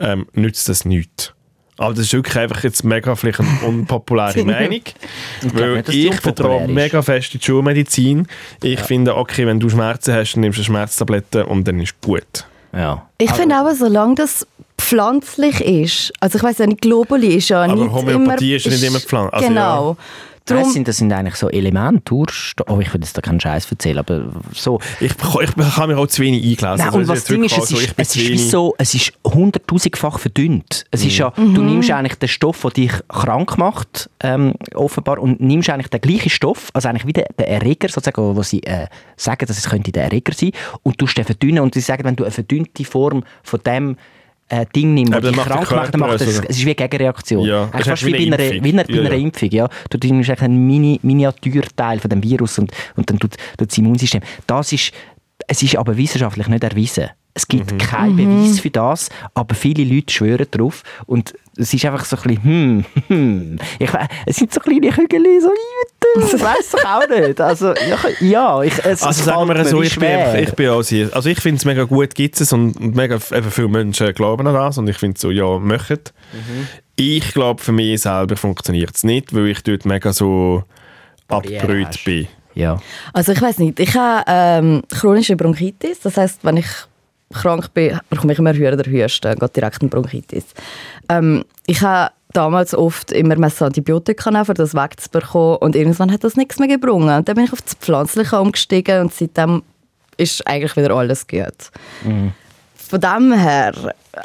S1: ähm, nützt das nichts. Aber das ist wirklich einfach jetzt mega vielleicht eine
S3: [laughs]
S1: unpopuläre Meinung. weil
S3: nicht, dass die
S1: ich
S3: unpopulär
S1: vertraue
S3: ist.
S1: mega fest in die Schulmedizin. Ich finde, okay, wenn du Schmerzen hast, dann nimmst du eine Schmerztablette und dann ist gut.
S3: ja.
S2: Ich finde auch, solange das pflanzlich ist, also ich weiß ja nicht, Globuli ist ja
S1: Aber
S2: nicht immer...
S1: Homöopathie ist nicht immer pflan- also
S2: genau.
S3: Das
S2: Drum,
S3: sind, das sind eigentlich so Elemente, Ursto- oh, ich will jetzt da keinen Scheiß erzählen, aber so.
S1: Ich, ich, ich habe mir auch zu wenig eingelesen.
S3: Nein,
S1: Also,
S3: und
S1: das
S3: was
S1: ist
S3: Ding
S1: wirklich
S3: ist, es
S1: so,
S3: ist,
S1: ich Mhm. bin zu
S3: es ist wie
S1: wenig-
S3: so, es ist hunderttausendfach verdünnt. Es ist ja, du nimmst eigentlich den Stoff, der dich krank macht, ähm, offenbar, und nimmst eigentlich den gleichen Stoff, also eigentlich wie der, der Erreger, sozusagen, wo- wo sie äh, sagen, dass es könnte der Erreger sein, und du den verdünnen, und sie sagen, wenn du eine verdünnte Form von dem äh, Ding nimmst,
S1: Aber
S3: was dich
S1: dann macht der
S3: krank macht, dann
S1: Körper
S3: macht es,
S1: also-
S3: es ist wie eine Gegenreaktion.
S1: Ja,
S3: Eigentlich
S1: es ist
S3: fast
S1: wie
S3: wie bei
S1: eine
S3: einer, wie
S1: Impfung.
S3: einer, bei
S1: Ja,
S3: einer
S1: ja.
S3: Impfung, ja. Du nimmst eigentlich einen Mini Miniaturteil von dem Virus und, und dann tut, tut das Immunsystem. Das ist, es ist aber wissenschaftlich nicht erwiesen. Es gibt
S1: Mhm.
S3: keinen Beweis für das, aber viele Leute schwören darauf. Und es ist einfach so ein bisschen, hm, hm. Ich, we- es sind so kleine Kügel, so, ich weiß doch auch nicht. Also, ja, ja ich, es,
S1: Also
S3: es
S1: sagen wir
S3: fällt mir
S1: so,
S3: wie
S1: ich bin,
S3: schwer.
S1: einfach- ich bin auch sehr, also ich finde es mega gut, gibt es und, und mega f- eben viele Menschen glauben an das und ich finde so, ja, machen.
S3: Mhm.
S1: Ich glaube, für mich selber funktioniert es nicht, weil ich dort mega so abgebrüht
S3: hast.
S1: bin.
S3: Ja.
S2: also ich weiß nicht, ich habe ähm, chronische Bronchitis, das heißt, wenn ich krank bin, bekomme ich immer höher der Hüste, geht direkt in Bronchitis. Ähm, ich habe damals oft immer müssen Antibiotika nehmen, um das wegzubekommen und irgendwann hat das nichts mehr gebrungen. Und dann bin ich auf das Pflanzliche umgestiegen und seitdem ist eigentlich wieder alles gut. Von dem her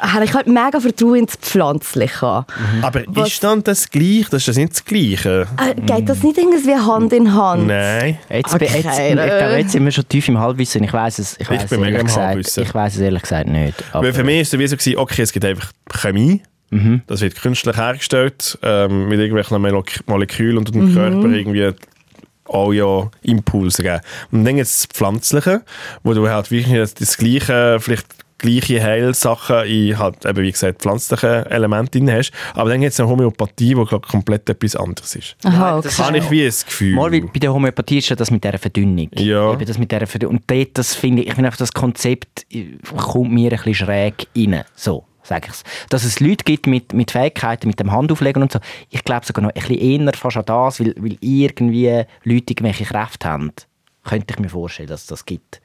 S2: habe ich halt mega Vertrauen ins Pflanzliche.
S3: Mhm.
S1: Aber
S2: Was-
S1: ist dann das gleich? Das ist das nicht das Gleiche?
S2: Äh, geht das nicht irgendwie Hand in Hand?
S1: Nein.
S3: Jetzt, bin-
S2: Okay.
S3: jetzt, ich glaube, jetzt sind wir schon tief im Halbwissen. Ich weiß es, ich
S1: bin
S3: weiss es
S1: mega
S3: ehrlich
S1: im
S3: gesagt-
S1: Halbwissen.
S3: Ich weiß es ehrlich gesagt nicht.
S1: Weil
S3: aber- Mhm.
S1: für mich ist es so gewesen, okay, es gibt einfach Chemie. Das wird künstlich hergestellt ähm, mit irgendwelchen Molek- Molekülen und
S3: Mhm.
S1: dem Körper irgendwie all ja Impulse geben. Und dann gibt es das Pflanzliche, wo du halt wirklich das- das gleiche, vielleicht gleiche Heilsachen in halt eben, wie gesagt, pflanzlichen Elementen drin hast. Aber dann gibt es eine Homöopathie, wo glaub, komplett etwas anderes ist.
S2: Aha, okay.
S3: das
S1: Habe ich wie ein Gefühl.
S3: Mal, weil bei der Homöopathie ist ja das mit dieser Verdünnung.
S1: Ja.
S3: Eben das mit dieser Verdünnung. Und dort, das finde ich, ich finde einfach, das Konzept äh, kommt mir ein bisschen schräg rein. So, sage ich es. Dass es Leute gibt mit, mit Fähigkeiten, mit dem Handauflegen und so, ich glaube sogar noch ein bisschen eher fast an das, weil, weil irgendwie Leute irgendwelche Kräfte haben. Könnte ich mir vorstellen, dass es das gibt.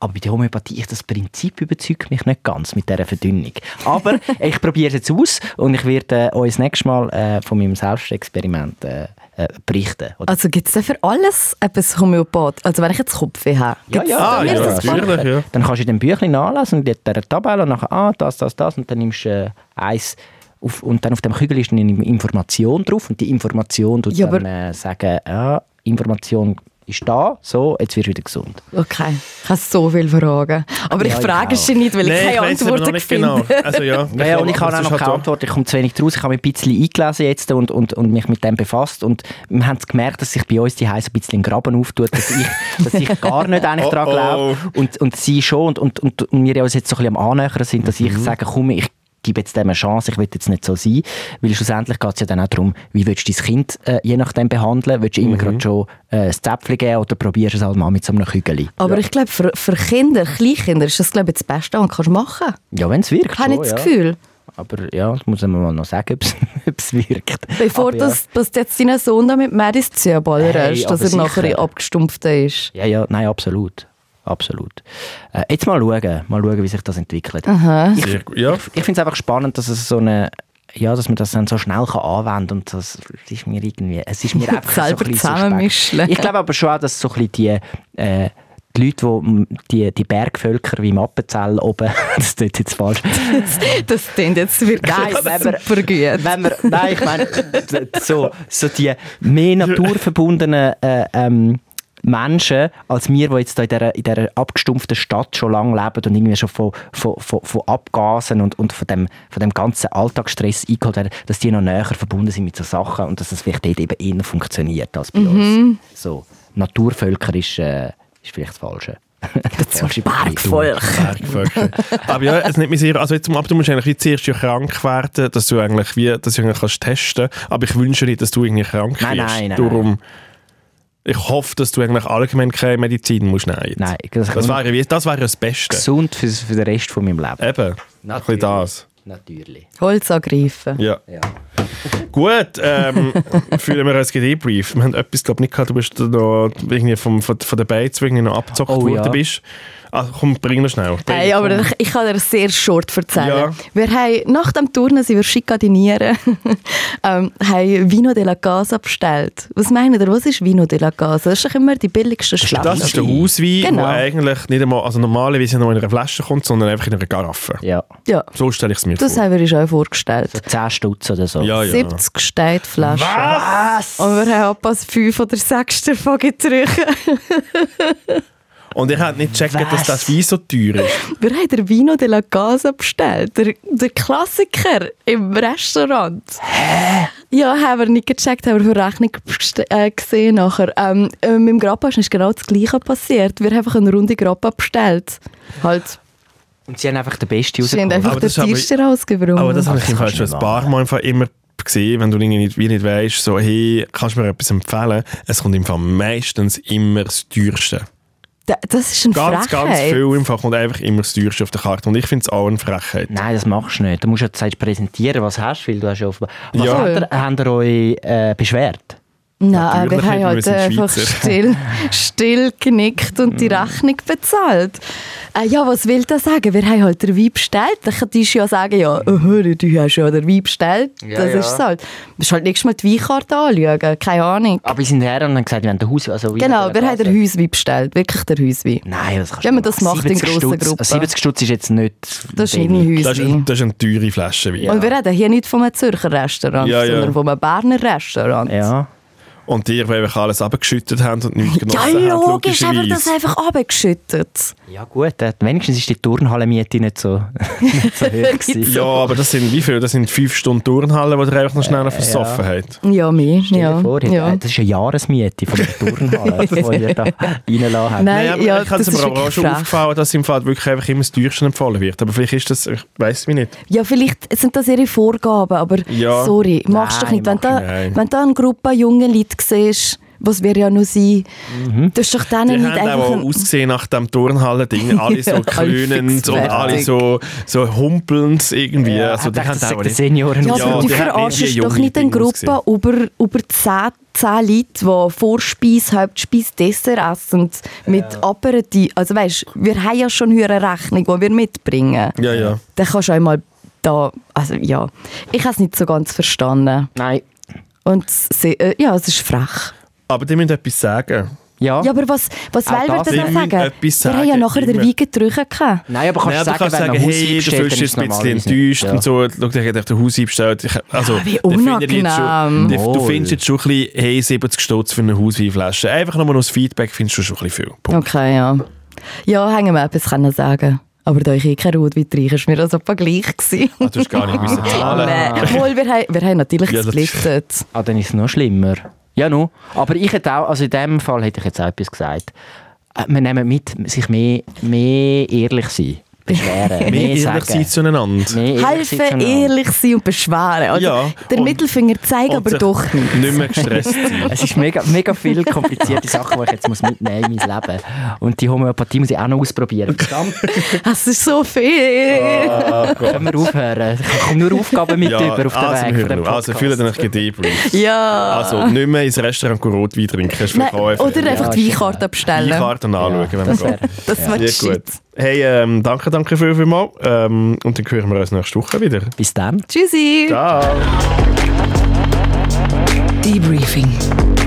S3: Aber bei der Homöopathie, ich, das Prinzip überzeugt mich nicht ganz mit dieser Verdünnung.
S1: [laughs]
S3: Aber ich probiere es jetzt aus und ich werde äh, euch das nächste Mal äh, von meinem Selbstexperiment äh, äh, berichten. Oder
S2: Also gibt es da für alles etwas Homöopath? Also wenn ich jetzt Kopfweh habe, gibt's da
S1: Ah,
S2: mehr
S1: ja,
S2: so
S1: natürlich,
S2: Sachen?
S1: ja.
S3: Dann kannst du in dem Büchlein nachlesen und in dieser Tabelle und nachher, ah, das, das, das und dann nimmst du äh, eins auf, und dann auf dem Kügel ist eine Information drauf und die Information tut
S2: Ja, aber-
S3: dann äh, sagen, ja, Information ist da, so, jetzt wirst du wieder gesund.
S2: Okay, ich habe so viele Fragen. Aber
S3: Ja,
S2: ich
S3: ich
S2: frage
S3: auch.
S2: es nicht, weil ich
S1: Nein,
S2: keine
S1: ich weiss aber noch
S2: Antworten
S1: nicht
S2: finde.
S1: genau. Also,
S3: [laughs]
S1: ja,
S3: Ja, ja, und ich habe auch noch keine
S1: halt
S3: Antwort, ich komme zu wenig draus, ich habe mich ein bisschen eingelesen jetzt und, und, und mich mit dem befasst und wir haben es gemerkt, dass sich bei uns die Hause ein bisschen ein Graben auftut,
S1: [laughs]
S3: dass ich, dass ich gar nicht eigentlich
S1: Oh,
S3: daran glaube und, und sie schon und, und, und, und wir uns jetzt so ein bisschen am Annähern sind, dass
S1: Mhm.
S3: ich sage, komm, ich gebe jetzt dem eine Chance, ich will jetzt nicht so sein, weil schlussendlich geht es ja dann auch darum, wie willst du dein Kind äh, je nachdem behandeln, willst du
S1: Mhm.
S3: immer gerade schon äh, ein Zäpfchen geben oder probierst es halt mal mit so einem Kügel.
S2: [laughs] Aber ich glaube, für, für Kinder, Kleinkinder, ist das glaube ich, das Beste, was du kannst machen kannst.
S3: Ja, wenn es wirkt.
S2: Ich habe
S3: schon,
S2: nicht
S3: ja.
S2: das Gefühl.
S3: Aber ja, das muss man mal noch sagen, [laughs] ob es wirkt.
S2: Bevor
S3: Aber ja.
S2: das, dass du jetzt deinen Sohn da mit Medis zuballerst,
S3: Hey,
S2: dass
S3: aber
S2: er nachher
S3: sicher.
S2: abgestumpft ist.
S3: Ja, ja, nein, absolut. Absolut. Äh, jetzt mal schauen, mal schauen, wie sich das entwickelt. Ich,
S1: Sehr gut, ja.
S3: ich finde es einfach spannend, dass es so eine ja, dass man das dann so schnell kann anwenden kann und das ist mir irgendwie, es
S2: [laughs]
S3: ist mir einfach so ein
S2: Selber
S3: bisschen suspekt.
S2: zusammenmischen.
S3: Ich glaube aber schon auch, dass so ein bisschen die, äh, die Leute, wo, m, die, die Bergvölker wie Mappenzell oben, [laughs] das tut jetzt falsch,
S2: [laughs] Das klingt jetzt wirklich
S3: Nein, wenn wir-
S2: super gut.
S3: wenn wir, [laughs] nein, ich meine, so, so die mehr naturverbundenen äh, ähm, Menschen als wir, die jetzt da in dieser, in dieser abgestumpften Stadt schon lange leben und irgendwie schon von, von, von, von Abgasen und, und von, dem, von dem ganzen Alltagsstress eingeholt werden, dass die noch näher verbunden sind mit so Sachen und dass das vielleicht dort eben eher funktioniert als bei uns. So, Naturvölker ist, äh, ist vielleicht das Falsche. Das falsche
S2: Bergvolk.
S1: Bergvölkchen. Aber ja, es nimmt mich sehr. Also jetzt zum Ab, du musst eigentlich wie zuerst ja krank werden, dass du eigentlich wie, dass du eigentlich kannst testen. Aber ich wünsche nicht, dass du irgendwie krank
S3: Nein,
S1: wirst.
S3: nein, nein,
S1: Darum, ich hoffe, dass du eigentlich allgemein keine Medizin musst nehmen jetzt.
S3: Nein, das,
S1: Das wäre, wie- das wäre das Beste.
S3: gesund für, für den Rest von meinem Leben.
S1: Eben. Ein bisschen das.
S3: Natürlich.
S2: Holz angreifen.
S1: Ja.
S3: Ja.
S1: Gut, ähm, [laughs] fühlen wir uns gedebrieft. Wir haben etwas, glaube ich, nicht gehabt. Du bist noch irgendwie vom, von, von den Beiz irgendwie noch abgezockt
S3: Oh,
S1: worden.
S3: ja. Äh,
S1: Bist. Also, komm, bring noch schnell. Bring
S2: Hey,
S1: noch.
S2: aber ich, ich kann dir sehr short erzählen.
S1: Ja.
S2: Wir haben nach dem Turnen sind wir schikadinieren, [laughs] ähm, haben Vino de la Casa bestellt. Was meint ihr, was ist Vino de la Casa? Das ist doch immer die billigste Schlacht.
S1: Das ist der Hauswein,
S2: Genau.
S1: der eigentlich nicht einmal, also normalerweise noch in einer Flasche kommt, sondern einfach in einer Garaffe.
S3: ja.
S2: Ja,
S1: So stelle ich es mir
S2: das
S1: vor.
S2: haben wir uns auch vorgestellt.
S3: 10 Stutz oder so.
S1: Ah, Ja, ja.
S2: 70 Steintflaschen. Was? Und wir haben etwas 5 oder 6 davon getrunken.
S1: Und ich hätte nicht gecheckt, dass
S3: Was?
S1: das Wein so teuer ist.
S2: Wir haben den Vino de la Casa bestellt. Der, der Klassiker im Restaurant. Hä? Ja, haben wir nicht gecheckt, haben wir für Rechnung best- äh, gesehen nachher. Ähm, äh, mit dem Grappa ist genau das Gleiche passiert. Wir haben einfach eine runde Grappa bestellt. Halt,
S3: Und sie haben einfach den Besten
S2: sie haben
S3: rausgekommen.
S2: einfach
S1: Aber
S2: den
S1: das habe ich-
S2: Tisch rausgebracht.
S1: Aber das habe
S3: das
S1: ich im Fall
S3: kannst
S1: schon
S3: du
S1: ein
S3: nicht
S1: paar Mal im Fall immer gesehen, wenn du irgendwie nicht, wie nicht weißt, so, hey, kannst du mir etwas empfehlen? Es kommt im Fall meistens immer das Teuerste.
S2: Da- das ist eine
S1: Ganz,
S2: Frechheit.
S1: ganz viel im Fall kommt einfach immer das Teuerste auf der Karte. Und ich finde es auch eine Frechheit.
S3: Nein, das machst du nicht. Du musst ja zuerst präsentieren, was hast du, weil du hast ja offenbar... Was
S1: Ja.
S3: habt ihr, habt ihr euch äh, beschwert?
S2: Nein,
S1: Natürlich
S2: wir haben
S1: nicht, wir
S2: halt
S1: sind
S2: einfach
S1: Schweizer. Mhm.
S2: still, still genickt und die Rechnung bezahlt. Äh, ja, was will das sagen? Wir haben halt den Wein bestellt. Dann kann ich ja sagen, ja, äh, hör, du hast ja den Wein bestellt. das ist es halt. Du musst halt nächstes Mal die Weinkarte anschauen. Keine Ahnung.
S3: Aber wir sind her und haben gesagt, wir haben den Haus... Also wie
S2: genau,
S3: mit der
S2: wir haben
S3: Klasse.
S2: den Häuswein bestellt. Wirklich den Häuswein.
S3: Nein, das kannst
S2: Wenn man
S3: du nicht
S2: das
S3: machen.
S2: macht in
S3: 70
S2: grossen
S3: Stutz-
S2: Gruppen.
S3: 70 Stutz ist jetzt nicht...
S2: Das ist
S3: wenig.
S2: nicht ein
S1: Das ist, ein,
S2: Häuswein.
S1: das ist eine teure Flasche Wein.
S2: Und wir reden hier nicht von einem Zürcher Restaurant,
S1: Ja, ja.
S2: sondern von einem Berner Restaurant.
S3: Ja.
S1: Und die, die einfach alles abgeschüttet haben und nichts genossen
S2: Ja,
S1: haben,
S2: logisch, haben wir das
S1: logischerweise.
S2: einfach runtergeschüttet.
S3: ja gut, äh, wenigstens ist die Turnhallenmiete nicht so, [laughs] nicht so hoch
S2: [laughs]
S3: gewesen.
S1: Ja, aber das sind wie viel? Das sind fünf Stunden Turnhalle, die ihr einfach noch schnell versoffen habt.
S2: Äh, Ja, mehr.
S3: Stell dir
S2: ja.
S3: vor,
S2: ja.
S3: ja. das ist eine Jahresmiete von
S2: [laughs]
S3: der Turnhalle, die ihr da reinlassen habt.
S2: Nein,
S1: aber
S2: ja,
S1: Äh, ich habe es
S2: das ist
S1: aber auch
S2: wirklich
S1: schon
S2: frech.
S1: aufgefallen, dass im Fall wirklich einfach immer das Teuerste empfohlen wird. Aber vielleicht ist das, ich weiß es nicht.
S2: Ja, vielleicht sind das ihre Vorgaben, aber
S1: Ja.
S2: sorry, machst du doch
S3: Nein,
S2: nicht. Wenn,
S3: mach
S2: da,
S1: ich nicht.
S2: wenn da eine Gruppe junger Leute siehst, was wir ja noch sind, das ist doch
S1: Mhm. Die
S2: denen nicht
S1: haben
S2: einfach...
S1: auch
S2: ein-
S1: ausgesehen nach dem
S2: [laughs]
S1: Turnhallen-Ding. Alle so
S3: alle
S1: klönend und
S3: fixfertig.
S1: alle so, so humpelnd irgendwie. also, die
S3: hat
S1: haben
S3: das
S1: auch
S3: Äh, sagt der
S1: nicht.
S3: Senioren
S2: Ja, also
S1: Ja,
S2: aber du
S1: die haben nicht die
S2: verarschst doch
S1: junge
S2: nicht eine
S1: Dinge
S2: Gruppe über, über 10, 10 Leute, die Vorspeise, Hauptspeise, Dessert essen mit ja. Aperitif. Also weißt, wir haben ja schon höhere Rechnung, die wir mitbringen.
S1: Ja, ja.
S2: Dann kannst du einmal da... Also ja, ich habe es nicht so ganz verstanden.
S3: Nein.
S2: Und sie, äh, ja, es ist frech.
S1: Aber die müssen etwas sagen.
S3: Ja.
S1: Ah.
S2: Ja, aber was, was
S3: Auch
S2: will wir
S3: das-
S2: denn
S1: Sie
S2: noch
S1: müssen
S2: sagen?
S1: etwas
S2: Wir haben ja
S1: sagen,
S2: nachher den
S1: immer.
S2: Wein getrunken. gehabt.
S3: Nein, aber
S1: Nein,
S3: kannst
S1: du
S3: du
S1: kannst
S3: sagen,
S1: sagen,
S3: wenn ein
S1: hey, du fühlst dich ein bisschen enttäuscht und so. Schau, ich habe den Haus einbestellt. Ich, also,
S2: Ah, wie
S1: dann finde ich jetzt schon-
S2: unangenehm.
S1: die- Du
S3: Moll.
S1: findest jetzt schon ein bisschen, hey, 70 Stutz für eine Hausweinflasche. Einfach nochmal aus Feedback findest du schon ein bisschen viel. Punkt.
S2: Okay, ja. Ja, hängen wir etwas können sagen. Aber da ich eh kein Rotwein trinke, ist mir das etwa gleich gewesen.
S1: Ah, Du hast gar nicht müssen zahlen.
S2: [laughs] Nein, obwohl wir, haben- wir haben natürlich
S1: Ja, das ist- [laughs]
S2: gesplittet.
S3: Ah, dann ist es noch schlimmer. Ja, no. Aber ich hätte auch, also in dem Fall hätte ich jetzt auch etwas gesagt. Äh, Wir nehmen mit, sich mehr, mehr ehrlich sein.
S1: [laughs]
S3: Beschweren.
S1: Mehr ehrlich
S3: sagen.
S1: sein zueinander.
S3: Mehr ehrlich sein
S2: Helfen,
S3: zueinander.
S2: ehrlich sein und beschweren. Also,
S1: Ja,
S2: den
S1: und-
S2: Mittelfinger zeigen,
S1: Und
S2: aber
S1: sich
S2: doch nicht.
S1: Nicht mehr
S3: [laughs]
S1: gestresst sein.
S3: Es ist mega, mega viel komplizierte Sachen, die ich jetzt muss mitnehmen in mein Leben. Und die Homöopathie muss ich auch noch ausprobieren. Verdammt,
S2: Das ist so viel.
S3: können wir aufhören. Ich komme nur Aufgaben mit über auf den
S1: Ah, also, wir
S3: Weg. für den
S1: hören auf. also
S3: Podcast.
S1: fühlt euch gedebrieft.
S3: [laughs]
S2: Ja.
S1: Also nicht mehr ins Restaurant gehen, Rotwein trinken, ist
S2: Nein,
S1: vielleicht auch einfach
S2: oder einfach die Weinkarte
S1: die
S2: bestellen.
S1: Karte anschauen, wenn man
S3: das
S1: geht.
S3: wäre-
S2: Das
S3: Ja.
S1: Sehr
S2: wäre gescheit.
S1: gut. Hey, ähm, danke, danke viel, viel mal. Ähm, und dann hören wir uns nächste Woche wieder.
S3: Bis dann.
S2: Tschüssi.
S1: Ciao.
S4: Debriefing.